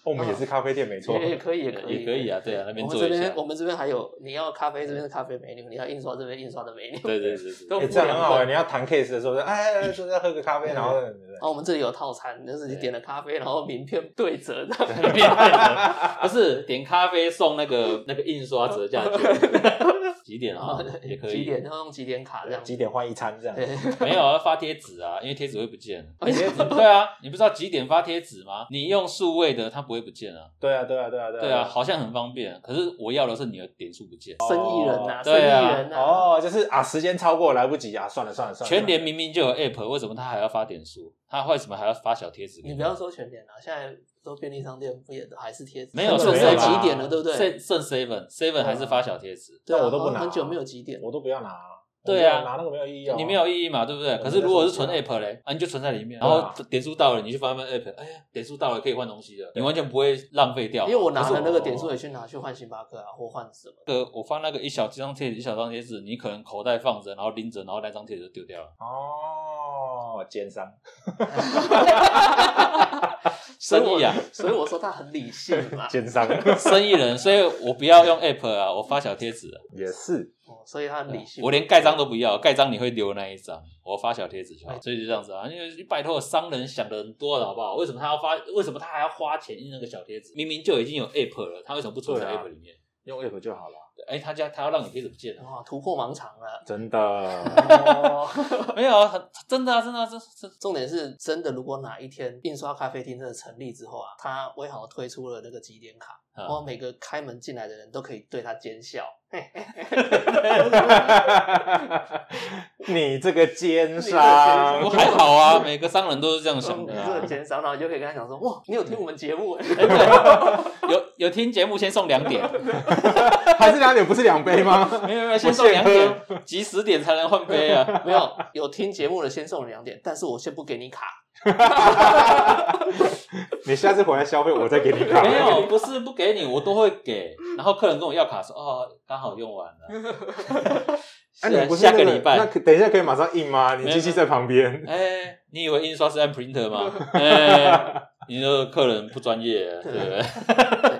[SPEAKER 2] 我们也是咖啡店，没
[SPEAKER 3] 哦
[SPEAKER 2] 错。
[SPEAKER 1] 也也可以，也可以，
[SPEAKER 3] 也可以啊，对啊，那
[SPEAKER 1] 我
[SPEAKER 3] 边
[SPEAKER 1] 们
[SPEAKER 3] 坐
[SPEAKER 1] 这
[SPEAKER 3] 一下
[SPEAKER 1] 边，我们这边还有，你要咖啡这边是咖啡美女，你要印刷这边印刷的美女。
[SPEAKER 3] 对对对对
[SPEAKER 1] 都
[SPEAKER 3] (laughs) 对，
[SPEAKER 2] 哎，这样很好玩。你要谈 case 的时候，说哎，哎说要喝个咖
[SPEAKER 3] 嗯
[SPEAKER 2] 啡，然后
[SPEAKER 3] (laughs)
[SPEAKER 2] 对对对
[SPEAKER 1] 哦然后我们这里有套餐，就是你点了咖啡，然后名片对折的，
[SPEAKER 3] (laughs) 不是点咖啡送那
[SPEAKER 1] (laughs)
[SPEAKER 3] 个那个印刷折价券，几点啊？也可以。
[SPEAKER 1] 哦几点，然后用几点卡这样。
[SPEAKER 2] 几点换一餐这样。
[SPEAKER 1] 对，
[SPEAKER 3] 没有要发贴纸啊，因为贴纸会
[SPEAKER 1] (laughs)
[SPEAKER 3] 不见。
[SPEAKER 1] 而且
[SPEAKER 3] 对啊，你不知道几点发贴纸吗？你用数位的，它不会不见啊。
[SPEAKER 2] 对啊，对啊，对啊，
[SPEAKER 3] 对啊，。好像很方便，可是我要的是你的点数不见。
[SPEAKER 1] 生意人呐，生意
[SPEAKER 3] 对啊
[SPEAKER 1] 人呐，
[SPEAKER 2] 哦，就是啊，时间超过来不及啊，算了算了算了。
[SPEAKER 3] 全联明明就有 app，为什么它还要发点数？它为什么还要发小贴纸？
[SPEAKER 1] 你不要说全点了，现在都便利商店不也都还是贴纸？
[SPEAKER 3] 没有
[SPEAKER 1] 剩
[SPEAKER 3] 剩
[SPEAKER 1] 剩
[SPEAKER 3] seven
[SPEAKER 1] 几点了，对不对？
[SPEAKER 3] 剩剩 seven seven 还是发小贴纸，
[SPEAKER 1] 对啊，
[SPEAKER 2] 那我都不拿哦
[SPEAKER 1] 很久没有几点，
[SPEAKER 2] 我都不要拿。
[SPEAKER 3] 对
[SPEAKER 2] 我没
[SPEAKER 3] 啊
[SPEAKER 2] 有拿那个没有意义啊。
[SPEAKER 3] 你没有意义嘛，对不对？
[SPEAKER 2] 对
[SPEAKER 3] 可是如果是纯
[SPEAKER 2] 对
[SPEAKER 3] app 嘞，啊，你就存在里面，
[SPEAKER 2] 对
[SPEAKER 3] 然
[SPEAKER 2] 啊
[SPEAKER 3] 后点数到了，你去翻翻 app，哎呀，点数到了可以换东西了，你完全不会浪费掉。
[SPEAKER 1] 因为我拿
[SPEAKER 3] 可是
[SPEAKER 1] 了那个点数也去拿去换星巴克啊，或换什么的。
[SPEAKER 3] 那个我放那个一小张贴纸，一小张贴纸，你可能口袋放着，然后拎着，然后那张贴纸就丢掉了。
[SPEAKER 2] 哦，奸商。，
[SPEAKER 3] 生意
[SPEAKER 1] (laughs)
[SPEAKER 3] 啊，
[SPEAKER 1] 所以我说他很理性嘛
[SPEAKER 2] 奸商
[SPEAKER 3] 生意人，所以我不要用 app 啊，我发小贴纸啊、
[SPEAKER 2] 也是。
[SPEAKER 1] 哦所以他很理性。
[SPEAKER 3] 嗯我连盖章都不要，盖章你会留那一张，我发小贴纸
[SPEAKER 1] 哎
[SPEAKER 3] 就好。所以就这样子啊，因为拜托商人想的很多了，好不好？为什么他要发？为什么他还要花钱印那个小贴纸？明明就已经有 app 了，他为什么不存在
[SPEAKER 2] 对啊
[SPEAKER 3] app 里面？
[SPEAKER 2] 用 app 就好了，
[SPEAKER 3] 哎、他家他要让你贴纸不见了，
[SPEAKER 1] 哇，突破盲肠了。
[SPEAKER 2] 真的。
[SPEAKER 1] 哦，
[SPEAKER 3] (laughs) 没有啊，很真的啊，真的啊，这这
[SPEAKER 1] 重点是真的，如果哪一天印刷咖啡厅真的成立之后啊，它威豪推出了那个几点卡，然后
[SPEAKER 2] 哦
[SPEAKER 3] 啊，
[SPEAKER 1] 每个开门进来的人都可以对他奸笑。
[SPEAKER 2] (laughs) 你这个奸
[SPEAKER 1] 你这
[SPEAKER 2] 商
[SPEAKER 3] 我，还好啊，每个商人都是这样想
[SPEAKER 1] 你
[SPEAKER 3] 的、
[SPEAKER 1] 这个
[SPEAKER 2] 哦
[SPEAKER 3] 啊。
[SPEAKER 1] 奸商，然后你就可以跟他讲说，哇，你有听我们节目、欸？
[SPEAKER 3] 哎对有有听节目先送两点，
[SPEAKER 2] (laughs) 还是两点不是两杯吗？
[SPEAKER 3] 没有没有，先送两点，及十点才能换杯啊。
[SPEAKER 1] (laughs) 没有，有听节目的先送你两点，但是我先不给你卡。
[SPEAKER 2] 你下次回来消费，我再给你看。
[SPEAKER 3] 没有，不是不给你，我都会给。然后客人跟我要卡说，哦，刚好用完了。
[SPEAKER 2] (laughs) 啊，你不是
[SPEAKER 3] 下
[SPEAKER 2] 那
[SPEAKER 3] 个礼
[SPEAKER 2] 那
[SPEAKER 3] 拜。
[SPEAKER 2] 可等一下可以马上印吗？你
[SPEAKER 3] 没有
[SPEAKER 2] 机器在旁边。
[SPEAKER 3] 哎，你以为印刷是按 printer 吗？
[SPEAKER 2] (laughs)
[SPEAKER 3] 哎，你这个客人不专业，啊对不对？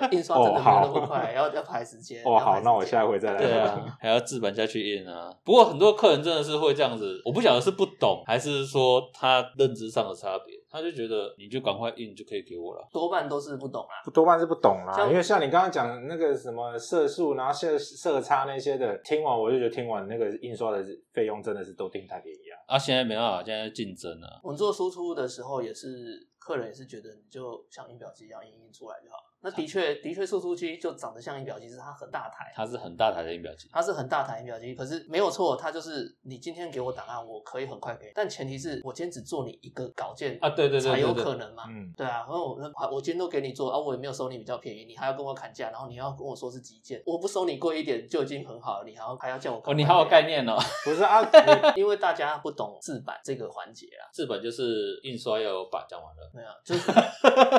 [SPEAKER 1] 对印刷真的没有那
[SPEAKER 2] 哦
[SPEAKER 1] 么
[SPEAKER 2] 好
[SPEAKER 1] 快，要要排时间。
[SPEAKER 2] 哦，
[SPEAKER 1] 要排
[SPEAKER 2] 好，
[SPEAKER 1] 时
[SPEAKER 2] 那我
[SPEAKER 1] 间
[SPEAKER 2] 下回再来。
[SPEAKER 3] 对啊，还要制版下去印啊。不过很多客人真的是会这样子，我不晓得是不懂，还是说他认知上的差别，他就觉得你就赶快印就可以给我了。
[SPEAKER 1] 多半都是不懂啊。
[SPEAKER 2] 多半是不懂啦，
[SPEAKER 1] 像
[SPEAKER 2] 因为像你刚刚讲的那个什么色素，然后色色差那些的，听完我就觉得听完那个印刷的费用真的是都定太便宜啊。
[SPEAKER 3] 啊，现在没办法，现在竞争啊。
[SPEAKER 1] 我们做输出的时候，也是客人也是觉得你就像印表机一样印印出来就好了。那的确，的确，输出机就长得像印表机，是它很大台，
[SPEAKER 3] 它是很大台的印表机，
[SPEAKER 1] 它是很大台印表机。可是没有错，它就是你今天给我档案，我可以很快给你，但前提是我今天只做你一个稿件
[SPEAKER 3] 啊对对对
[SPEAKER 1] 才有
[SPEAKER 3] 对对
[SPEAKER 1] 可能嘛。
[SPEAKER 2] 嗯，
[SPEAKER 1] 对啊，然后我那我今天都给你做啊，我也没有收你比较便宜，你还要跟我砍价，然后你要跟我说是极件，我不收你贵一点就已经很好了，你还要还要叫我
[SPEAKER 3] 哦，你好有概
[SPEAKER 1] 干，
[SPEAKER 3] 念哦。 (laughs)
[SPEAKER 2] 不是啊，你
[SPEAKER 1] (laughs) 因为大家不懂制版这个环节啦，啊
[SPEAKER 3] 制版就是印刷要有版，讲完了。
[SPEAKER 1] (laughs) 没有，就是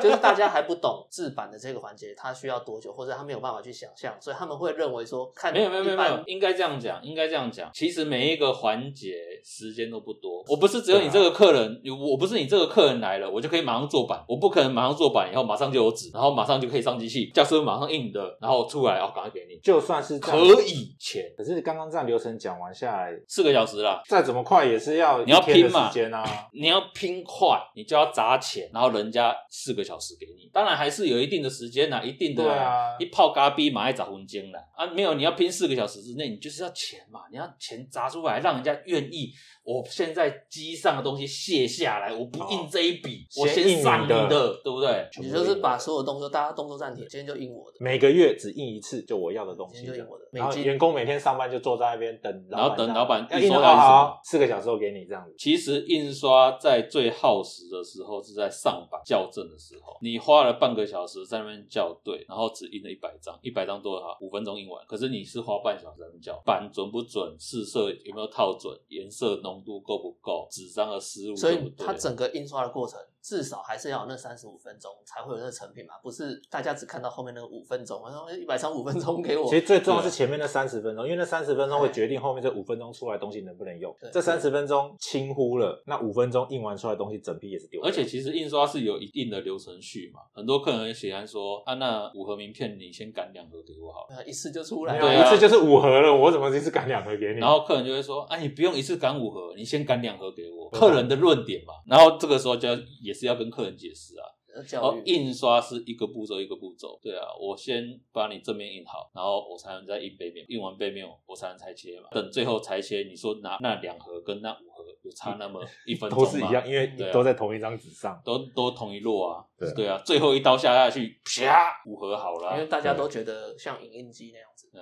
[SPEAKER 1] 就是大家还不懂制版的这个环节他需要多久，或者他没有办法去想象，所以他们会认为说， (laughs) 看
[SPEAKER 3] 没有没有没有
[SPEAKER 1] 一
[SPEAKER 3] 没
[SPEAKER 1] 般
[SPEAKER 3] 有，应该这样讲，应该这样讲。其实每一个环节时间都不多，我不是只有你这
[SPEAKER 1] 啊
[SPEAKER 3] 个客人，我不是你这个客人来了，我就可以马上做板，我不可能马上做板以后马上就有纸，然后马上就可以上机器，教师马上印的，然后出来哦，赶快给你，
[SPEAKER 2] 就算是这样
[SPEAKER 1] 啊
[SPEAKER 3] 可以前
[SPEAKER 2] 可是刚刚这样流程讲完下来，
[SPEAKER 3] 四个小时啦。
[SPEAKER 2] 再怎么快也是要
[SPEAKER 3] 你要
[SPEAKER 2] 一天的
[SPEAKER 3] 拼嘛
[SPEAKER 2] 时间啊。
[SPEAKER 3] 你要拼快，你就要砸钱，然后人家四个小时给你，当然还是有一定的时间啦，一定的
[SPEAKER 2] 对啊，
[SPEAKER 3] 一泡咖逼马上找魂精了啊！没有，你要拼四个小时之内，你就是要钱嘛，你要钱砸出来，让人家愿意。我现在机上的东西卸下来，我不印这一笔，
[SPEAKER 2] 哦
[SPEAKER 3] 我
[SPEAKER 2] 先印你
[SPEAKER 3] 上
[SPEAKER 2] 的
[SPEAKER 3] 的，对不对？
[SPEAKER 1] 你就是把所有动作，大家动作暂停，今天就印我的，
[SPEAKER 2] 每个月只印一次，就我要的东
[SPEAKER 1] 今
[SPEAKER 2] 西
[SPEAKER 1] 天就。印我的，每
[SPEAKER 2] 然后
[SPEAKER 1] 季
[SPEAKER 2] 员工每天上班就坐在那边等，
[SPEAKER 3] 然后等老板
[SPEAKER 2] 要
[SPEAKER 3] 一
[SPEAKER 2] 印
[SPEAKER 3] 说
[SPEAKER 2] 好
[SPEAKER 3] 要
[SPEAKER 2] 好
[SPEAKER 3] 什么
[SPEAKER 2] 好，四个小时后给你这样子。
[SPEAKER 3] 其实印刷在最耗时的时候是在上版校正的时候，你花了半个小时在那边校对，然后只印了一百张，一百张多少？五分钟印完。可是你是花半小时在那边校版准不准，试色有没有套准，颜色浓度够不够，纸张的思路
[SPEAKER 1] 所
[SPEAKER 3] 对不
[SPEAKER 1] 以
[SPEAKER 3] 对？
[SPEAKER 1] 它整个印刷的过程，至少还是要有那三十五分钟才会有那个成品嘛，不是大家只看到后面那个五分钟，然后一百张五分钟给我
[SPEAKER 2] 其。实最重要是前面那三十分钟，因为那三十分钟会决定后面这五分钟出来的东西能不能用
[SPEAKER 1] 对。
[SPEAKER 2] 这三十分钟轻忽了，那五分钟印完出来的东西整批也是丢掉。
[SPEAKER 3] 而且其实印刷是有一定的流程序嘛，很多客人喜欢说啊，那五盒名片你先赶两盒给我好了，
[SPEAKER 1] 呃一次就出来
[SPEAKER 2] 没
[SPEAKER 1] 了，
[SPEAKER 2] 有
[SPEAKER 3] 对啊
[SPEAKER 2] 一次就是五盒了，我怎么一次赶两盒给你？
[SPEAKER 3] 然后客人就会说啊，你不用一次赶五盒，你先赶两盒给我，
[SPEAKER 2] 对啊
[SPEAKER 3] 客人的论点嘛。然后这个时候就要也是要跟客人解释啊，
[SPEAKER 1] 呃教
[SPEAKER 3] 哦，
[SPEAKER 1] 育
[SPEAKER 3] 印刷是一个步骤一个步骤，对啊，我先把你正面印好，然后我才能再印背面，印完背面我才能裁切嘛。等最后裁切，你说拿那两盒跟那五盒有差那么一分钟
[SPEAKER 2] 都
[SPEAKER 3] 吗？
[SPEAKER 2] 是一样，因为
[SPEAKER 3] 对啊
[SPEAKER 2] 都在同一张纸上。
[SPEAKER 3] 都都同一摞啊，
[SPEAKER 2] 对啊
[SPEAKER 3] 对啊，最后一刀下下去，啪，五盒好了啊
[SPEAKER 1] 因。为大家都觉得像影印机那样子，
[SPEAKER 3] 嗯，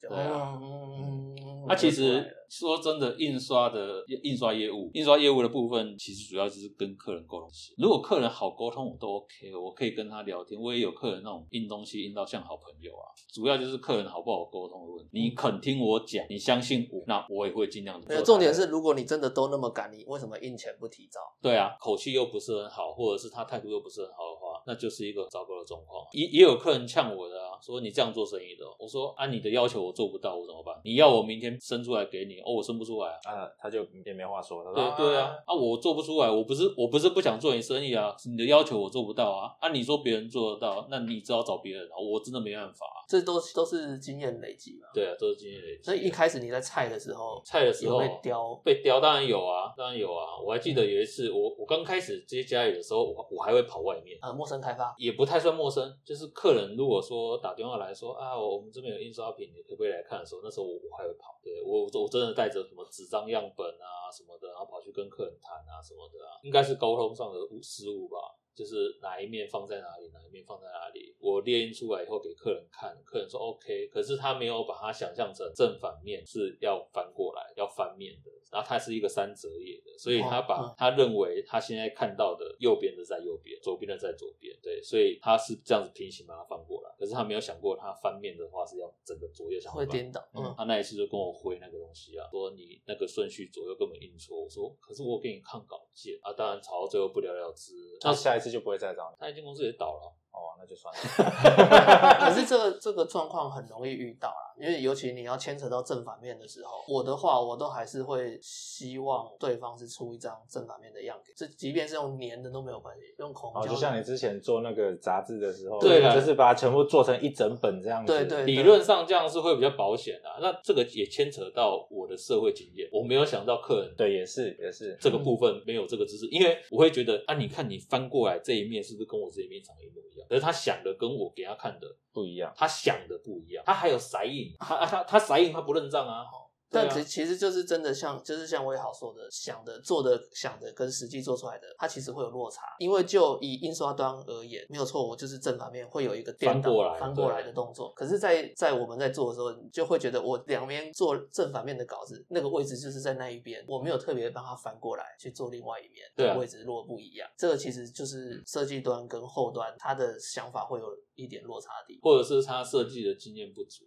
[SPEAKER 1] 就
[SPEAKER 3] 对啊
[SPEAKER 1] 嗯，嗯
[SPEAKER 3] 那啊其
[SPEAKER 1] 就出来
[SPEAKER 3] 实
[SPEAKER 1] 了
[SPEAKER 3] 说真的，印刷的印刷业务，印刷业务的部分其实主要就是跟客人沟通。如果客人好沟通，我都 OK，我可以跟他聊天。我也有客人那种印东西印到像好朋友啊，主要就是客人好不好沟通的问题。你肯听我讲，你相信我，那我也会尽量的。
[SPEAKER 1] 嗯没有重点是，如果你真的都那么赶，你为什么印前不提早？
[SPEAKER 3] 对啊，口气又不是很好，或者是他态度又不是很好的话，那就是一个糟糕的状况。也也有客人呛我的啊，说你这样做生意的哦，我说啊，你的要求我做不到，我怎么办？你要我明天生出来给你，哦，我生不出来啊。
[SPEAKER 2] 呃，他就也没话说。他说
[SPEAKER 3] 对对啊，，啊，我做不出来，我不是我不是不想做你生意啊，是你的要求我做不到啊，啊，你说别人做得到，那你只好找别人啊，我真的没办法、啊。
[SPEAKER 1] 这都都是经验累积嘛。
[SPEAKER 3] 对啊，都是经验累积。
[SPEAKER 1] 所以一开始你在菜的时候，
[SPEAKER 3] 菜
[SPEAKER 2] 嗯
[SPEAKER 3] 的时
[SPEAKER 1] 有
[SPEAKER 3] 候
[SPEAKER 1] 被雕
[SPEAKER 3] 被雕当然有啊，当然有啊。我还记得有一次，我我刚开始接家里的时候，我我还会跑外面。
[SPEAKER 1] 呃陌生开发，
[SPEAKER 3] 也不太算陌生，就是客人如果说打电话来说啊，我我们这边有印刷品，你可不可以来看的时候，那时候我我还会跑，对我我真的带着什么纸张样本啊什么的，然后跑去跟客人谈啊什么的啊，应该是沟通上的误失误吧，就是哪一面放在哪里，哪一面放在哪里，我列印出来以后给客人看，客人说 OK，可是他没有把它想象成正反面是要翻过来，要翻面的，然后它是一个三折页的，所以他把、
[SPEAKER 1] 哦嗯
[SPEAKER 3] 他认为他现在看到的右边的在右边，左边的在左边，对，所以他是这样子平行把它翻过来，可是他没有想过他翻面的话是要整个左右相
[SPEAKER 1] 会
[SPEAKER 3] 反。
[SPEAKER 1] 颠倒，嗯
[SPEAKER 3] 他那一次就跟我挥那个东西啊，说你那个顺序左右根本印错。我说，可是我给你看稿件啊，当然吵到最后不了了之。
[SPEAKER 2] 那
[SPEAKER 3] 那
[SPEAKER 2] 下一次就不会再找你。
[SPEAKER 3] 那一间公司也倒了，
[SPEAKER 2] 哦，那就算了。
[SPEAKER 3] (laughs)
[SPEAKER 1] 可
[SPEAKER 2] (laughs)
[SPEAKER 1] 是这个这个状况很容易遇到啦，因为尤其你要牵扯到正反面的时候，我的话我都还是会希望对方是出一张正反面的样给，这即便是用粘的都没有关系，用孔
[SPEAKER 2] 哦，
[SPEAKER 1] 胶、
[SPEAKER 2] 就像你之前做那个杂志的时候，
[SPEAKER 3] 对啊啦
[SPEAKER 2] 就是把它全部做成一整本这样子。
[SPEAKER 1] 对对
[SPEAKER 3] 理论上这样是会比较保险的、啊。那这个也牵扯到我的社会经验，我没有想到客人
[SPEAKER 2] 对，也是也是。
[SPEAKER 3] 这个部分没有这个知识，因为我会觉得啊，你看你翻过来这一面是不是跟我这一面长得一模一样？可是他想的跟我给他看的
[SPEAKER 2] 不一样，
[SPEAKER 3] 他想的不一样，他还有筛印，他他他筛印他不认账啊，对
[SPEAKER 1] 但
[SPEAKER 3] 啊
[SPEAKER 1] 其其实就是真的像，就是像威豪说的，想的、做的、想的跟实际做出来的，它其实会有落差。因为就以印刷端而言，没有错，我就是正反面会有一个颠倒
[SPEAKER 3] 翻过来
[SPEAKER 1] 翻过来
[SPEAKER 3] 对
[SPEAKER 1] 的动作。可是在，在我们在做的时候，你就会觉得我两边做正反面的稿子，那个位置就是在那一边，我没有特别帮它翻过来去做另外一面，
[SPEAKER 3] 对啊
[SPEAKER 1] 位置落不一样。这个其实就是设计端跟后端他的想法会有一点落差的地方。
[SPEAKER 3] 或者是他设计的经验不足。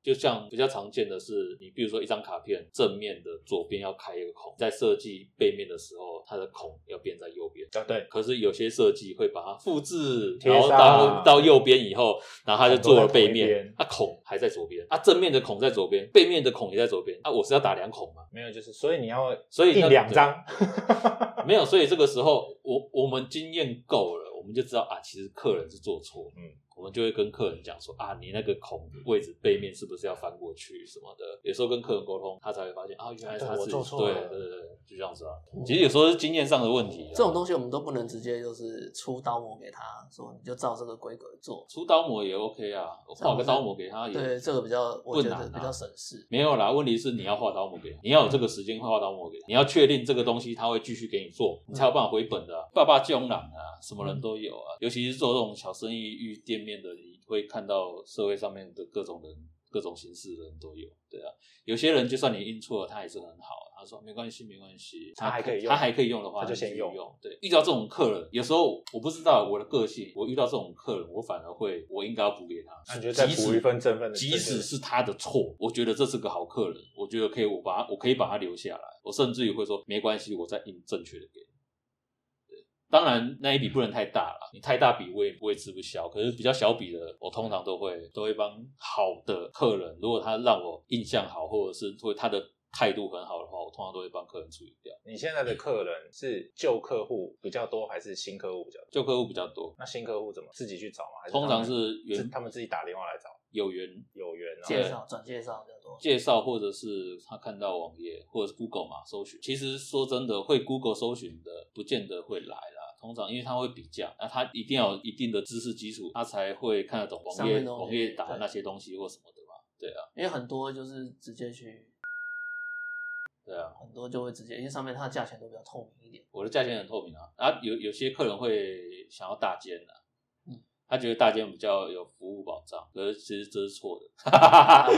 [SPEAKER 3] 就像比较常见的是，你比如说一张卡片正面的左边要开一个孔，在设计背面的时候，它的孔要变在右边。
[SPEAKER 2] 啊，对，
[SPEAKER 3] 可是有些设计会把它复制，
[SPEAKER 2] 嗯贴
[SPEAKER 3] 然后
[SPEAKER 2] 上
[SPEAKER 3] 到到右边以后，然后它就做了背
[SPEAKER 2] 孔都在同
[SPEAKER 3] 面
[SPEAKER 2] 一边，
[SPEAKER 3] 啊孔还在左边，啊正面的孔在左边，背面的孔也在左边，啊我是要打两孔嘛，
[SPEAKER 2] 没有就是，所以你要
[SPEAKER 3] 所以
[SPEAKER 2] 印
[SPEAKER 3] 那
[SPEAKER 2] 两 (laughs) 张，
[SPEAKER 3] 没有，所以这个时候我我们经验够了，我们就知道啊，其实客人是做错，
[SPEAKER 2] 嗯，
[SPEAKER 3] 我们就会跟客人讲说啊，你那个孔位置背面是不是要翻过去什么的，有时候跟客人沟通，他才会发现啊，原来
[SPEAKER 2] 对
[SPEAKER 3] 他
[SPEAKER 2] 我
[SPEAKER 3] 是
[SPEAKER 2] 做错了哦
[SPEAKER 3] 对对对对，就这样子啊，其实有时候是经验上的问题啊，
[SPEAKER 1] 这种东西我们都不能直接就是出刀模给他，说你就照这个规格做。
[SPEAKER 3] 出刀模也 OK 啊，我画个刀模给他也
[SPEAKER 1] 对，这个比较我觉
[SPEAKER 3] 不
[SPEAKER 1] 得
[SPEAKER 3] 难啊
[SPEAKER 1] 比较省事。
[SPEAKER 3] 没有啦，问题是你要画刀模
[SPEAKER 2] 嗯
[SPEAKER 3] 给他，你要有这个时间画刀模给他，你要确定这个东西他会继续给你做，
[SPEAKER 2] 嗯
[SPEAKER 3] 你才有办法回本的啊、爸爸江郎啊，什么人都有
[SPEAKER 2] 嗯
[SPEAKER 3] 啊，尤其是做这种小生意遇店面的，你会看到社会上面的各种人、各种形式的人都有。对啊，有些人就算你印错了，他也是很好啊，他说没关系，没关系，
[SPEAKER 2] 他还可以用
[SPEAKER 3] 他还可以用的话，
[SPEAKER 2] 他就先
[SPEAKER 3] 继续
[SPEAKER 2] 用
[SPEAKER 3] 用。对，遇到这种客人，有时候我不知道我的个性，我遇到这种客人，我反而会，我应该要补给他，
[SPEAKER 2] 啊那你就再
[SPEAKER 3] 即使
[SPEAKER 2] 补一份正份的
[SPEAKER 3] 即使是他的错，我觉得这是个好客人，我觉得可以，我把他我可以把他留下来，我甚至于会说没关系，我再印正确的给你。对，当然那一笔不能太大了，你太大笔我也我也吃不消，可是比较小笔的，我通常都会都会帮好的客人，如果他让我印象好，或者是会他的态度很好的话，我通常都会帮客人处理掉，
[SPEAKER 2] 你现在的客人是旧客户比较多，还是新客户比较多？
[SPEAKER 3] 就客户比较多，
[SPEAKER 2] 那新客户怎么自己去找吗？还是
[SPEAKER 3] 通常
[SPEAKER 2] 他们
[SPEAKER 3] 是
[SPEAKER 2] 自
[SPEAKER 3] 原
[SPEAKER 2] 他们自己打电话来找，
[SPEAKER 3] 有缘
[SPEAKER 2] 有缘啊，
[SPEAKER 1] 介绍转介绍比较多。
[SPEAKER 3] 介绍，或者是他看到网页，或者是 Google 嘛搜寻。其实说真的，会 Google 搜寻的，不见得会来啦。通常因为他会比价，那他一定要有一定的知识基础，他才会看得懂网
[SPEAKER 1] 上面
[SPEAKER 3] 页
[SPEAKER 1] 东西
[SPEAKER 3] 网页打的
[SPEAKER 1] 对
[SPEAKER 3] 那些东西或什么的嘛。对啊，
[SPEAKER 1] 因为很多就是直接去，
[SPEAKER 3] 对啊，
[SPEAKER 1] 很多就会直接，因为上面它的价钱都比较透明一点。
[SPEAKER 3] 我的价钱很透明啊。啊，有有些客人会想要大间的、
[SPEAKER 1] 嗯
[SPEAKER 3] 他觉得大间比较有服务保障，可是其实这是错
[SPEAKER 1] (laughs)
[SPEAKER 3] 的。
[SPEAKER 1] 啊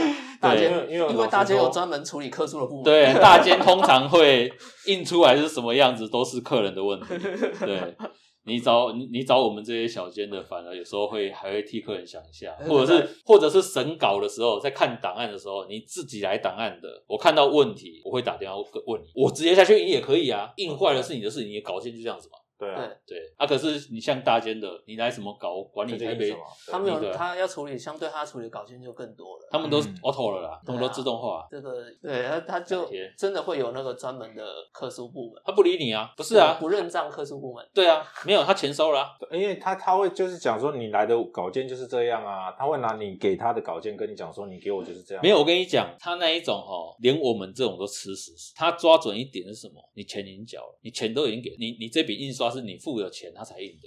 [SPEAKER 1] 大
[SPEAKER 3] 对
[SPEAKER 1] 街
[SPEAKER 2] 因为因为
[SPEAKER 1] 因
[SPEAKER 2] 老
[SPEAKER 1] 为
[SPEAKER 2] 实
[SPEAKER 1] 大街有
[SPEAKER 2] 说
[SPEAKER 1] 专门处理客诉的部门。
[SPEAKER 3] (laughs) 对，大间通常会印出来是什么样子，都是客人的问题。
[SPEAKER 1] (laughs)
[SPEAKER 3] 对啊你找你你找我们这些小间的，反而有时候会还会替客人想一下，
[SPEAKER 1] 对
[SPEAKER 3] 或者
[SPEAKER 1] 对
[SPEAKER 3] 是或者是审稿的时候，在看档案的时候，你自己来档案的，我看到问题，我会打电话问你，我直接下去印也可以啊，印坏了是你的事，你也搞定就这样子嘛。
[SPEAKER 2] 对啊，
[SPEAKER 1] 对，
[SPEAKER 3] 对啊，可是你像大间的，你来什么搞管理
[SPEAKER 2] 这就
[SPEAKER 3] 台
[SPEAKER 2] 印
[SPEAKER 3] 北
[SPEAKER 2] 什，么？
[SPEAKER 1] 他们
[SPEAKER 3] 你
[SPEAKER 1] 有
[SPEAKER 3] 的
[SPEAKER 1] 他要处理，相对他处理稿件就更多了。
[SPEAKER 3] 他们都是
[SPEAKER 2] 嗯
[SPEAKER 3] auto 了啦，他
[SPEAKER 1] 啊
[SPEAKER 3] 们都自动化。啊
[SPEAKER 1] 这个对他他就
[SPEAKER 3] 感觉
[SPEAKER 1] 真的会有那个专门的客诉部门。
[SPEAKER 3] 他不理你啊，不是啊，
[SPEAKER 1] 不认账客诉部门。
[SPEAKER 3] 对啊，没有他钱收了啊、
[SPEAKER 2] 对因为他他会就是讲说你来的稿件就是这样啊，他会拿你给他的稿件跟你讲说你给我就是这样，
[SPEAKER 3] 没有，我跟你讲，他那一种哦，连我们这种都吃死死。他抓准一点是什么？你钱已经缴了，你钱都已经给你，你这笔印刷是你付了钱他才印的。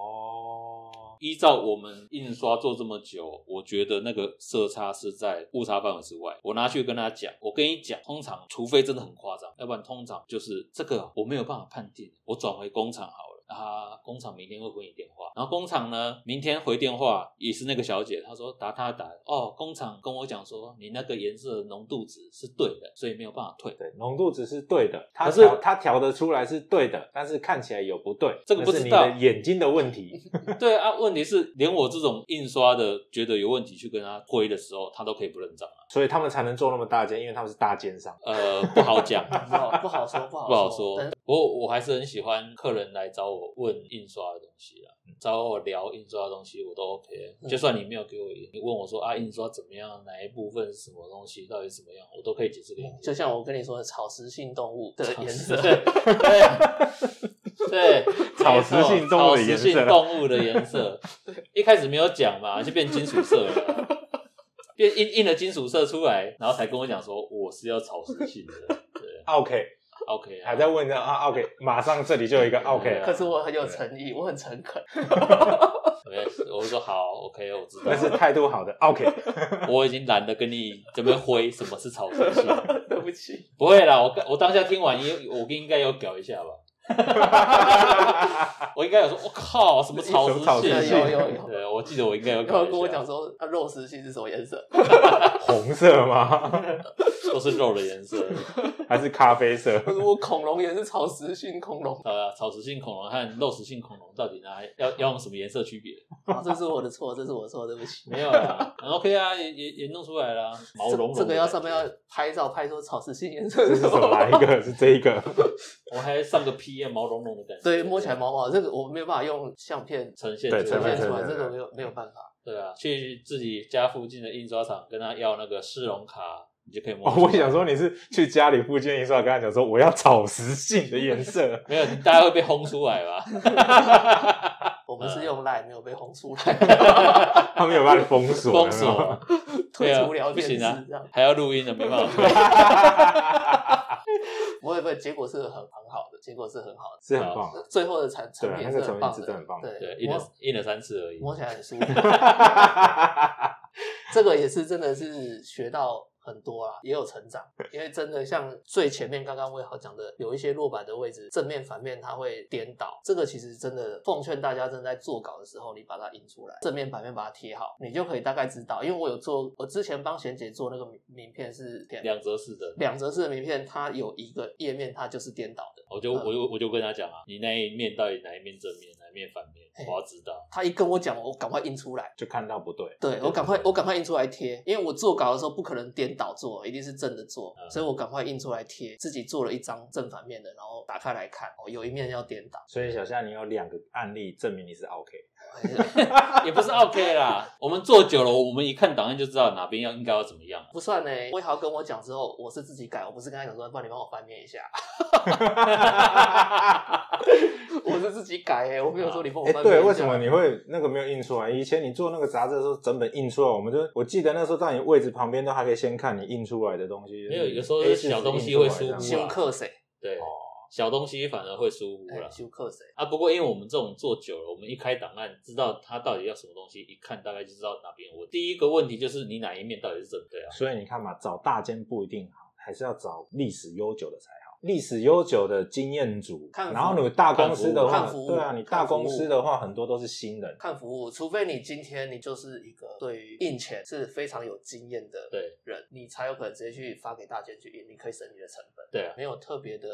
[SPEAKER 2] 哦，
[SPEAKER 3] 依照我们印刷做这么久，我觉得那个色差是在误差范围之外。我拿去跟他讲，我跟你讲，通常除非真的很夸张，要不然通常就是这个我没有办法判定，我转回工厂好了。啊，工厂明天会回你电话，然后工厂呢，明天回电话也是那个小姐，她说打她打哦，工厂跟我讲说你那个颜色的浓度值是对的，所以没有办法
[SPEAKER 2] (laughs)
[SPEAKER 3] 退。
[SPEAKER 2] 对，浓度值是对的，他
[SPEAKER 3] 可是
[SPEAKER 2] 调他调得出来是对的，但是看起来有不对，
[SPEAKER 3] 这个不
[SPEAKER 2] 那是
[SPEAKER 3] 知
[SPEAKER 2] 你
[SPEAKER 3] 道
[SPEAKER 2] 的眼睛的问题，
[SPEAKER 3] 对啊，问题是连我这种印刷的觉得有问题去跟他推的时候，他都可以不认账啊。
[SPEAKER 2] 所以他们才能做那么大件，因为他们是大奸商。
[SPEAKER 3] 呃，不好讲，
[SPEAKER 1] 不好不好说，不好
[SPEAKER 3] 不好
[SPEAKER 1] 说。
[SPEAKER 3] 说
[SPEAKER 1] 但。
[SPEAKER 3] 不过我还是很喜欢客人来找我问印刷的东西啊，
[SPEAKER 2] 嗯
[SPEAKER 3] 找我聊印刷的东西我都 OK。啊
[SPEAKER 1] 嗯
[SPEAKER 3] 就算你没有给我，你问我说啊，印刷怎么样，哪一部分是什么东西，到底怎么样，我都可以解释给你
[SPEAKER 2] 哦
[SPEAKER 3] 听。
[SPEAKER 1] 就像我跟你说的，草食性动物的颜色，
[SPEAKER 3] 对对对，
[SPEAKER 2] (laughs) 草食性动物的颜色
[SPEAKER 3] 草食性动物的
[SPEAKER 2] (laughs)
[SPEAKER 3] 颜色，一开始没有讲嘛，就变金属色了，变印印了金属色出来，然后才跟我讲说我是要草食性的，对啊
[SPEAKER 2] OK，
[SPEAKER 3] ，OK，啊
[SPEAKER 2] 还在问着啊，OK，马上这里就有一个 OK
[SPEAKER 3] 对
[SPEAKER 1] (laughs) 可
[SPEAKER 2] 了，
[SPEAKER 1] 是我很有诚意，我很诚恳。
[SPEAKER 3] 没事我说好，OK，我知道
[SPEAKER 2] 那，是态度好的 OK。 (laughs)
[SPEAKER 3] (laughs) 我已经懒得跟你这边挥什么是草食性，
[SPEAKER 1] 对不起，
[SPEAKER 3] (laughs) 不会啦，我我当下听完，应我应该有搞一下吧。我应该有说，我、靠，什么草
[SPEAKER 2] 什么草
[SPEAKER 3] 食
[SPEAKER 2] 食
[SPEAKER 3] 性？
[SPEAKER 1] 性有有有
[SPEAKER 3] 对，我记得我应该有
[SPEAKER 1] (laughs) 然后
[SPEAKER 3] 搞一下。
[SPEAKER 1] 跟我讲说，啊，肉食性是什么颜色？
[SPEAKER 2] 红色吗？ (laughs)
[SPEAKER 3] 都是肉的颜色。
[SPEAKER 2] 还是咖啡色？ (laughs)
[SPEAKER 1] 可是我恐龙也是草食性恐龙，
[SPEAKER 3] 好啦，草食性恐龙和肉食性恐龙到底拿要要用什么颜色区别？
[SPEAKER 1] 啊这是我的错，这是我的错，对不起。
[SPEAKER 3] 没有啦很，OK 啊，也也也弄出来啦，毛茸茸。
[SPEAKER 1] 这这个要上面要，拍照拍出草食性颜色是
[SPEAKER 2] 这是
[SPEAKER 1] 什
[SPEAKER 2] 什么？
[SPEAKER 1] 么？
[SPEAKER 2] 哪一个是这一个？ (laughs)
[SPEAKER 3] 我还上个 P 啊，毛茸茸的感觉。
[SPEAKER 1] 对，摸起来毛毛，这个我没有办法用相片
[SPEAKER 3] 呈现
[SPEAKER 2] 对
[SPEAKER 3] 出
[SPEAKER 1] 呈
[SPEAKER 3] 来
[SPEAKER 1] 现出来，
[SPEAKER 2] 对对对对
[SPEAKER 1] 这个没有没有办法。
[SPEAKER 3] 对啊，去自己家附近的印刷厂跟他要那个市容卡，你就可以摸
[SPEAKER 2] 哦
[SPEAKER 3] 出来。，
[SPEAKER 2] 我想说你是去家里附近一刷，跟他讲说我要草食性的颜色 (laughs)
[SPEAKER 3] 没有，大家会被轰出来
[SPEAKER 2] 啊
[SPEAKER 3] 吧？
[SPEAKER 1] 我们是用赖没有被轰出来，
[SPEAKER 2] 他们有把你封锁，
[SPEAKER 3] 封
[SPEAKER 2] 有没有
[SPEAKER 3] 锁，
[SPEAKER 1] (laughs) 退出聊
[SPEAKER 3] 不
[SPEAKER 1] 天室
[SPEAKER 3] 行啊
[SPEAKER 1] 这样。，
[SPEAKER 3] 还要录音的，没办法。
[SPEAKER 1] (laughs) 不会不会，结果是很很好的，结果是很好的，
[SPEAKER 2] (laughs) 是很棒。
[SPEAKER 1] 最后的产
[SPEAKER 2] 对啊
[SPEAKER 1] 成品
[SPEAKER 2] 那个
[SPEAKER 1] 是很
[SPEAKER 2] 成品
[SPEAKER 1] 棒
[SPEAKER 2] 是真的很棒
[SPEAKER 1] 对，
[SPEAKER 3] 对，印
[SPEAKER 1] 摸
[SPEAKER 3] 了印了三次而已。
[SPEAKER 1] 摸起来很舒服。这个也是真的是学到很多啦，也有成长。因为真的像最前面刚刚魏豪讲的，有一些落板的位置，正面反面它会颠倒。这个其实真的奉劝大家，正在做稿的时候，你把它印出来，正面反面把它贴好，你就可以大概知道。因为我有做，我之前帮贤姐做那个名名片是
[SPEAKER 3] 两折式的，
[SPEAKER 1] 两折式的名片，它有一个页面它就是颠倒的，
[SPEAKER 3] 我就我就我就跟他讲啊，你那一面到底哪一面正面，哪一面反面，
[SPEAKER 1] 嘿
[SPEAKER 3] 我要知道。 (laughs)
[SPEAKER 1] 他一跟我讲，我赶快印出来。
[SPEAKER 2] (laughs) 就看到不对，
[SPEAKER 1] 对我赶快，我赶快印出来贴，因为我做稿的时候不可能颠倒做，一定是正的做，所以我赶快印出来贴，自己做了一张正反面的，然后打开来看，哦，有一面要颠倒，
[SPEAKER 2] 所以小夏，你有两个案例证明你是 OK， (laughs)
[SPEAKER 3] 也不是 OK 啦。我们做久了，我们一看档案就知道哪边要应该要怎么样。
[SPEAKER 1] 不算呢。魏豪跟我讲之后，我是自己改，我不是跟他讲说，不然你帮我翻面一下， (laughs) 我是自己改欸诶、我没有说你帮我
[SPEAKER 2] 哎、
[SPEAKER 1] 翻面一下。
[SPEAKER 2] 对，为什么你会那个没有印出来？以前你做那个杂志的时候，整本印出来，我们就我记得那时候在你位置旁边都还可以先看你印出来的东西。
[SPEAKER 3] 没有有时候
[SPEAKER 2] A4
[SPEAKER 3] 小东西会疏
[SPEAKER 2] 印出
[SPEAKER 3] 忽啊
[SPEAKER 2] 来这
[SPEAKER 1] 休
[SPEAKER 2] 样
[SPEAKER 1] 克谁？
[SPEAKER 3] 对，小东西反而会疏忽
[SPEAKER 1] 哦哎
[SPEAKER 3] 了。
[SPEAKER 1] 休克谁？
[SPEAKER 3] 啊，不过因为我们这种做久了，我们一开档案，知道它到底要什么东西，一看大概就知道哪边有问题。第一个问题就是你哪一面到底是正对啊？
[SPEAKER 2] 所以你看嘛，找大间不一定好，还是要找历史悠久的才好。历史悠久的经验组，
[SPEAKER 1] 看服务
[SPEAKER 2] 然后你大公司的
[SPEAKER 1] 看
[SPEAKER 2] 话
[SPEAKER 1] 服务，
[SPEAKER 2] 对啊，你大
[SPEAKER 1] 看服务
[SPEAKER 2] 公司的话，很多都是新人。
[SPEAKER 1] 看服务，除非你今天你就是一个对于印钱是非常有经验的
[SPEAKER 3] 对
[SPEAKER 1] 人，你才有可能直接去发给大家去印，你可以省你的成本，
[SPEAKER 3] 对啊，
[SPEAKER 1] 没有特别的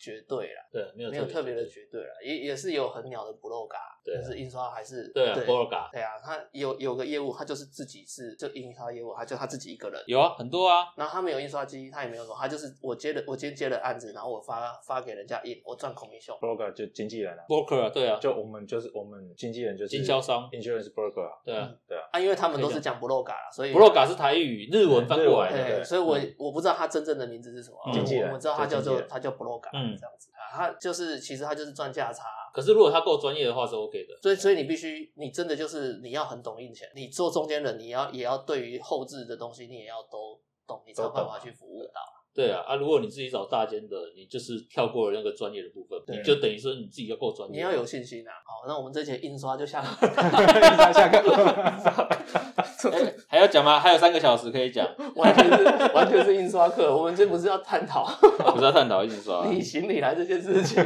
[SPEAKER 1] 绝对啦，
[SPEAKER 3] 对，啊没有
[SPEAKER 1] 没有特别的
[SPEAKER 3] 对
[SPEAKER 1] 绝对啦，也也是有很鸟的不漏嘎，
[SPEAKER 3] 对啊
[SPEAKER 1] 但是印刷还是
[SPEAKER 3] 对啊
[SPEAKER 1] 对
[SPEAKER 3] b o r g a
[SPEAKER 1] 对啊，他有有个业务，他就是自己是就印刷业务，他就他自己一个人。
[SPEAKER 3] 有啊，很多啊，
[SPEAKER 1] 然后他没有印刷机，他也没有什么，他就是我接了，我今天接了案子，然后我发发给人家印，我赚commission。
[SPEAKER 2] broker 就经纪人啊，
[SPEAKER 3] broker 啊，对啊，
[SPEAKER 2] 就我们就是我们经纪人就是
[SPEAKER 3] 经销商，
[SPEAKER 2] insurance broker 啊， (laughs)
[SPEAKER 3] 对啊
[SPEAKER 2] 对啊，
[SPEAKER 1] 啊，因为他们都是讲不漏嘎啦，所以
[SPEAKER 3] b r o g a 是台语，日
[SPEAKER 1] 嗯
[SPEAKER 3] 文翻过来
[SPEAKER 2] 对
[SPEAKER 3] 的。
[SPEAKER 2] 对对
[SPEAKER 1] 对，所以我
[SPEAKER 2] 嗯
[SPEAKER 1] 我不知道他真正的名字是什么，
[SPEAKER 3] 嗯
[SPEAKER 1] 我
[SPEAKER 3] 经纪
[SPEAKER 2] 人
[SPEAKER 1] 我知道他叫
[SPEAKER 2] 就经纪
[SPEAKER 1] 做
[SPEAKER 2] 人
[SPEAKER 1] 他叫 Bloga
[SPEAKER 3] 嗯
[SPEAKER 1] 这样子，啊他就是其实他就是赚价差，
[SPEAKER 3] 可是如果他够专业的话是 OK 的。
[SPEAKER 1] 所以所以你必须你真的就是你要很懂印钱，你做中间人，你要也要对于后置的东西你也要都懂，你才有办法去服务到。
[SPEAKER 3] 啊对啊，啊，如果你自己找大间的，你就是跳过了那个专业的部分，
[SPEAKER 1] 对
[SPEAKER 3] 你就等于说你自己要够专业。
[SPEAKER 1] 你要有信心啊！好，那我们这节印刷就下
[SPEAKER 2] 下下课。 (laughs)
[SPEAKER 3] 哎还要讲吗？还有三个小时
[SPEAKER 1] (laughs)
[SPEAKER 3] 可以讲，
[SPEAKER 1] (laughs) 完全是完全是印刷课。我们这不是要探讨
[SPEAKER 3] 不是要探讨印刷、啊。
[SPEAKER 1] 你行你来这件事情，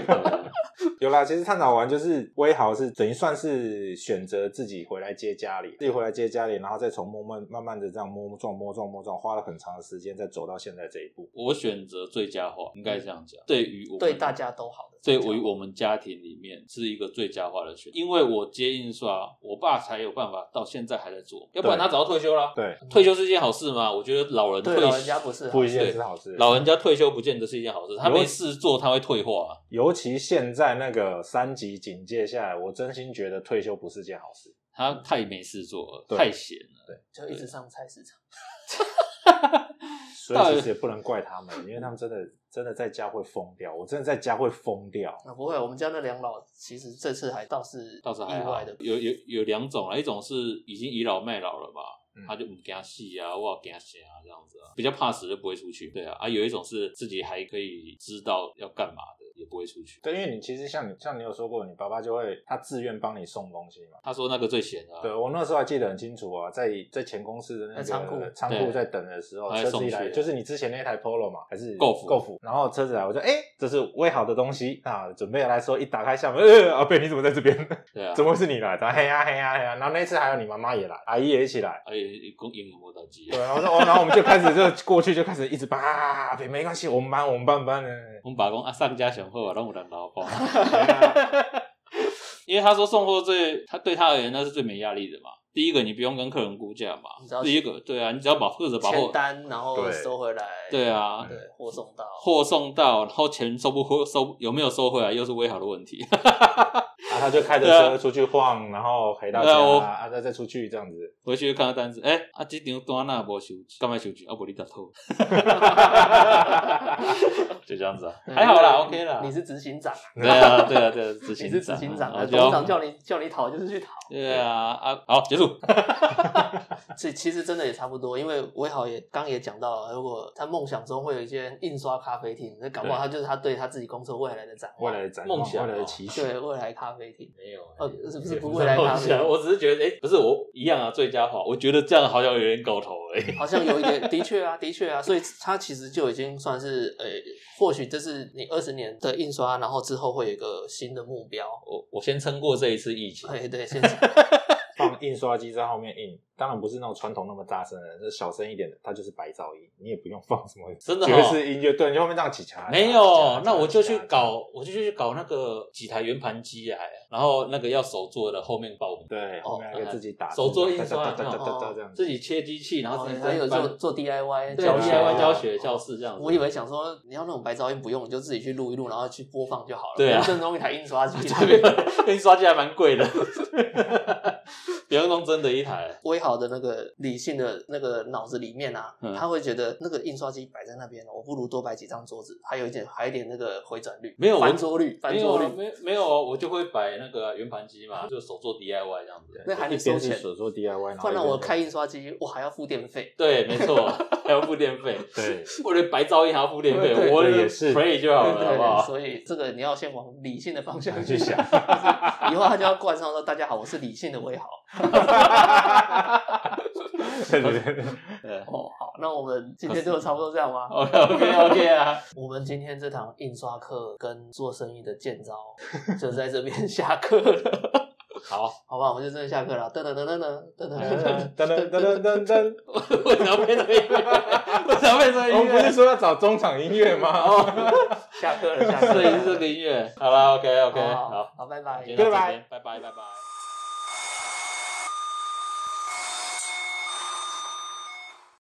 [SPEAKER 2] 有啦，其实探讨完就是威豪是等于算是选择自己回来接家里，自己回来接家里，然后再从慢慢慢慢的这样摸撞摸撞摸撞，花了很长的时间再走到现在这一步。
[SPEAKER 3] 我选择最佳化，应该这样讲。对于我
[SPEAKER 1] (laughs)
[SPEAKER 3] 们
[SPEAKER 1] 嗯对大家都好的。
[SPEAKER 3] 对于我们家庭里面是一个最佳化的选，因为我接印刷，我爸才有办法到现在还在做，要不然他早就退休啦。
[SPEAKER 2] 对，
[SPEAKER 3] (laughs) 退休是件好事吗？我觉得老人退
[SPEAKER 1] 嗯对老人家不是
[SPEAKER 2] 不一
[SPEAKER 1] 好
[SPEAKER 2] 定是好事。
[SPEAKER 3] 老人家退休不见得是一件好事，他
[SPEAKER 2] 有
[SPEAKER 3] 没事做他会退化啊、
[SPEAKER 2] 尤其现在那个三级警戒下来，我真心觉得退休不是件好事。
[SPEAKER 3] 他太没事做了，
[SPEAKER 2] 对
[SPEAKER 3] 太闲了。
[SPEAKER 1] 就一直上菜市场。
[SPEAKER 2] 所以其实也不能怪他们，因为他们真的真的在家会疯掉，我真的在家会疯掉。
[SPEAKER 1] 啊，不会，我们家那两老其实这次还倒是
[SPEAKER 3] 倒是还
[SPEAKER 1] 意
[SPEAKER 3] 好
[SPEAKER 1] 外的，，
[SPEAKER 3] 有有有两种啊，一种是已经倚老卖老了嘛，
[SPEAKER 2] 嗯
[SPEAKER 3] 他就不惊戏啊，我惊死啊这样子啊，比较怕死就不会出去。对啊，啊有一种是自己还可以知道要干嘛的，也不会出去。
[SPEAKER 2] 对，因为你其实像你像你有说过，你爸爸就会他自愿帮你送东西嘛。
[SPEAKER 3] 他说那个最闲的、啊，
[SPEAKER 2] 对我那时候还记得很清楚啊，在在前公司的那
[SPEAKER 1] 在
[SPEAKER 2] 个
[SPEAKER 1] 仓库
[SPEAKER 2] 仓
[SPEAKER 3] 对
[SPEAKER 2] 库在等的时候，
[SPEAKER 3] 他在
[SPEAKER 2] 车
[SPEAKER 3] 送
[SPEAKER 2] 子一
[SPEAKER 3] 去
[SPEAKER 2] 来，
[SPEAKER 3] 啊
[SPEAKER 2] 就是你之前那台 Polo 嘛，还是
[SPEAKER 3] Golf
[SPEAKER 2] Golf，然后车子来，我就哎、这是喂好的东西啊，准备来说，一打开校门，呃，阿贝你怎么在这边？ (laughs)
[SPEAKER 3] 对啊，
[SPEAKER 2] 怎么会是你来的？嘿呀嘿呀嘿呀！然后那次还有你妈妈也来，阿姨也一起来。
[SPEAKER 3] 哎，公英文我打机
[SPEAKER 2] 对，，
[SPEAKER 1] 啊
[SPEAKER 2] 然后说，哦，然后我们就开始就过去，就开始一直叭，啊没没关系，我们班我们班我们班的。
[SPEAKER 3] 我们把公啊上家雄厚啊，让我人老
[SPEAKER 1] (laughs)
[SPEAKER 3] 包。
[SPEAKER 2] 啊
[SPEAKER 3] 因为他说送货最，他对他而言那是最没压力的嘛。第一个你不用跟客人估价嘛
[SPEAKER 1] 你只要，
[SPEAKER 3] 第一个对啊，你只要把或者把
[SPEAKER 1] 签
[SPEAKER 3] 货
[SPEAKER 1] 单然后
[SPEAKER 2] 对
[SPEAKER 1] 收回来，
[SPEAKER 3] 对啊，
[SPEAKER 1] 对，货送到，
[SPEAKER 3] 货送到，然后钱收不回收有没有收回来又是微好的问题。 (laughs)
[SPEAKER 2] 然后他就开着
[SPEAKER 3] 对啊
[SPEAKER 2] 车出去晃，然后回到家，
[SPEAKER 3] 对啊我
[SPEAKER 2] 啊，再再出去这样子。
[SPEAKER 3] 回去就看到单子，哎、啊这张单那无收，干嘛收据？啊，无你打 (laughs) 透，就这样子啊， (laughs) 还好啦，OK 啦。
[SPEAKER 1] 嗯你是执行长啊，
[SPEAKER 3] 对啊，对啊，对啊，执
[SPEAKER 1] 你
[SPEAKER 3] 行
[SPEAKER 1] 是执
[SPEAKER 3] 长，
[SPEAKER 1] 行长啊，
[SPEAKER 3] 啊，
[SPEAKER 1] 董事长叫你叫你讨就是 (laughs) 去讨。
[SPEAKER 3] 对啊，啊，好，结束。
[SPEAKER 1] 这其实真的也差不多，因为威豪也刚也讲到了，如果他梦想中会有一间印刷咖啡厅，那搞不好他就是他对他自己工作未来的展
[SPEAKER 2] 未
[SPEAKER 1] 望，
[SPEAKER 2] 来的展
[SPEAKER 3] 梦
[SPEAKER 2] 望，
[SPEAKER 3] 想
[SPEAKER 2] 未来的
[SPEAKER 3] 哦
[SPEAKER 2] 期许。
[SPEAKER 1] 对未来咖啡厅，
[SPEAKER 3] 没有，
[SPEAKER 1] 呃，是不是
[SPEAKER 2] 也
[SPEAKER 1] 不
[SPEAKER 2] 不
[SPEAKER 1] 未来咖
[SPEAKER 3] 我
[SPEAKER 1] 啡
[SPEAKER 3] 想，
[SPEAKER 1] 厅？
[SPEAKER 3] (laughs) 我只是觉得，哎、不是我一样啊，最佳化，我觉得这样好像有点搞头哎、
[SPEAKER 1] 好像有一点，的确啊，的确啊，所以他其实就已经算是呃，或许这是你二十年的印刷，然后之后会有一个新的目标。
[SPEAKER 3] (laughs) 我我先撑过这一次疫情，
[SPEAKER 1] 对对，现在
[SPEAKER 2] 放印刷机在后面印，当然不是那种传统那么大声的，就是小声一点的，它就是白噪音，你也不用放什么
[SPEAKER 3] (laughs) 真的哦
[SPEAKER 2] 爵士音乐，对，你就啊后面这样起来。起
[SPEAKER 3] 没
[SPEAKER 2] 来
[SPEAKER 3] 有，那我就去，搞，我就去搞那个几台圆盘机来，啊然后那个要手做的后面爆
[SPEAKER 2] 起来对，后面还可以自己打
[SPEAKER 3] 哦手做印刷哦
[SPEAKER 2] 哒哒哒哒哒哒这样子。
[SPEAKER 3] 自己切机器，然
[SPEAKER 1] (laughs)
[SPEAKER 3] 后自己
[SPEAKER 1] 哦还有
[SPEAKER 3] 在
[SPEAKER 1] 做
[SPEAKER 3] 搬
[SPEAKER 1] 做 DIY
[SPEAKER 3] 对
[SPEAKER 1] 教学
[SPEAKER 3] DIY
[SPEAKER 1] 啊
[SPEAKER 3] 教学教室这样子。
[SPEAKER 1] 我以为想说你要那种白噪音不用，你就自己去录一录，然后去播放就好了。
[SPEAKER 3] 对啊啊
[SPEAKER 1] 不用弄一台印
[SPEAKER 3] (laughs)
[SPEAKER 1] 刷机。
[SPEAKER 3] 这边印刷机还蛮贵的， (laughs) 不要弄真的一台。
[SPEAKER 1] 微好的那个理性的那个脑子里面啊，
[SPEAKER 3] 嗯
[SPEAKER 1] 他会觉得那个印刷机摆在那边，哦我不如多摆几张桌子，还有一点还有一点那个回转率，
[SPEAKER 3] 没有我
[SPEAKER 1] 翻桌率，翻
[SPEAKER 3] 没有
[SPEAKER 1] 桌
[SPEAKER 3] 啊
[SPEAKER 1] 率。
[SPEAKER 3] 没没有啊，我就会摆那个圆盘机嘛，就手做 DIY 这样子。
[SPEAKER 1] 那还得
[SPEAKER 2] 一
[SPEAKER 1] 收
[SPEAKER 2] 边是
[SPEAKER 1] 钱，
[SPEAKER 2] 手做 DIY，然后
[SPEAKER 1] 不然
[SPEAKER 2] 一边
[SPEAKER 1] 我
[SPEAKER 2] 就
[SPEAKER 1] 开印刷机，我还要付电费。
[SPEAKER 3] 对，没错， (laughs) 还要付电费。 (laughs)
[SPEAKER 2] 对，
[SPEAKER 3] 我连白噪音还要付电
[SPEAKER 1] 对对
[SPEAKER 3] 费，我
[SPEAKER 2] 对也是
[SPEAKER 3] free 就好了，好不好？
[SPEAKER 1] 所以这个你要先往理性的方向
[SPEAKER 2] 去想
[SPEAKER 1] 以后他就要冠上说：“大家好，我是理性的威豪。
[SPEAKER 2] 对对对对”
[SPEAKER 3] (laughs)
[SPEAKER 1] 哦，好，那我们今天就差不多这样吗？
[SPEAKER 3] OK (laughs) OK OK 啊。
[SPEAKER 1] 我们今天这堂印刷课跟做生意的见招就在这边 (laughs) 下课了。
[SPEAKER 3] 好，
[SPEAKER 1] (laughs) 好吧，哎我们就真的下课了。噔噔噔噔噔噔
[SPEAKER 2] 噔噔噔噔噔噔，
[SPEAKER 3] 为什么要配这个音乐？为什么要配这个
[SPEAKER 2] 我
[SPEAKER 3] 音
[SPEAKER 2] 们不
[SPEAKER 3] 乐哦
[SPEAKER 2] 是？说要找中场音乐
[SPEAKER 3] (laughs)
[SPEAKER 2] 吗？ (laughs)
[SPEAKER 1] 下课了，下课
[SPEAKER 3] 所以
[SPEAKER 1] 了，
[SPEAKER 3] 是这个音乐。好啦 o k OK，
[SPEAKER 1] 好好
[SPEAKER 3] 好，
[SPEAKER 1] 好，拜拜，
[SPEAKER 3] 今天到这边拜拜拜拜。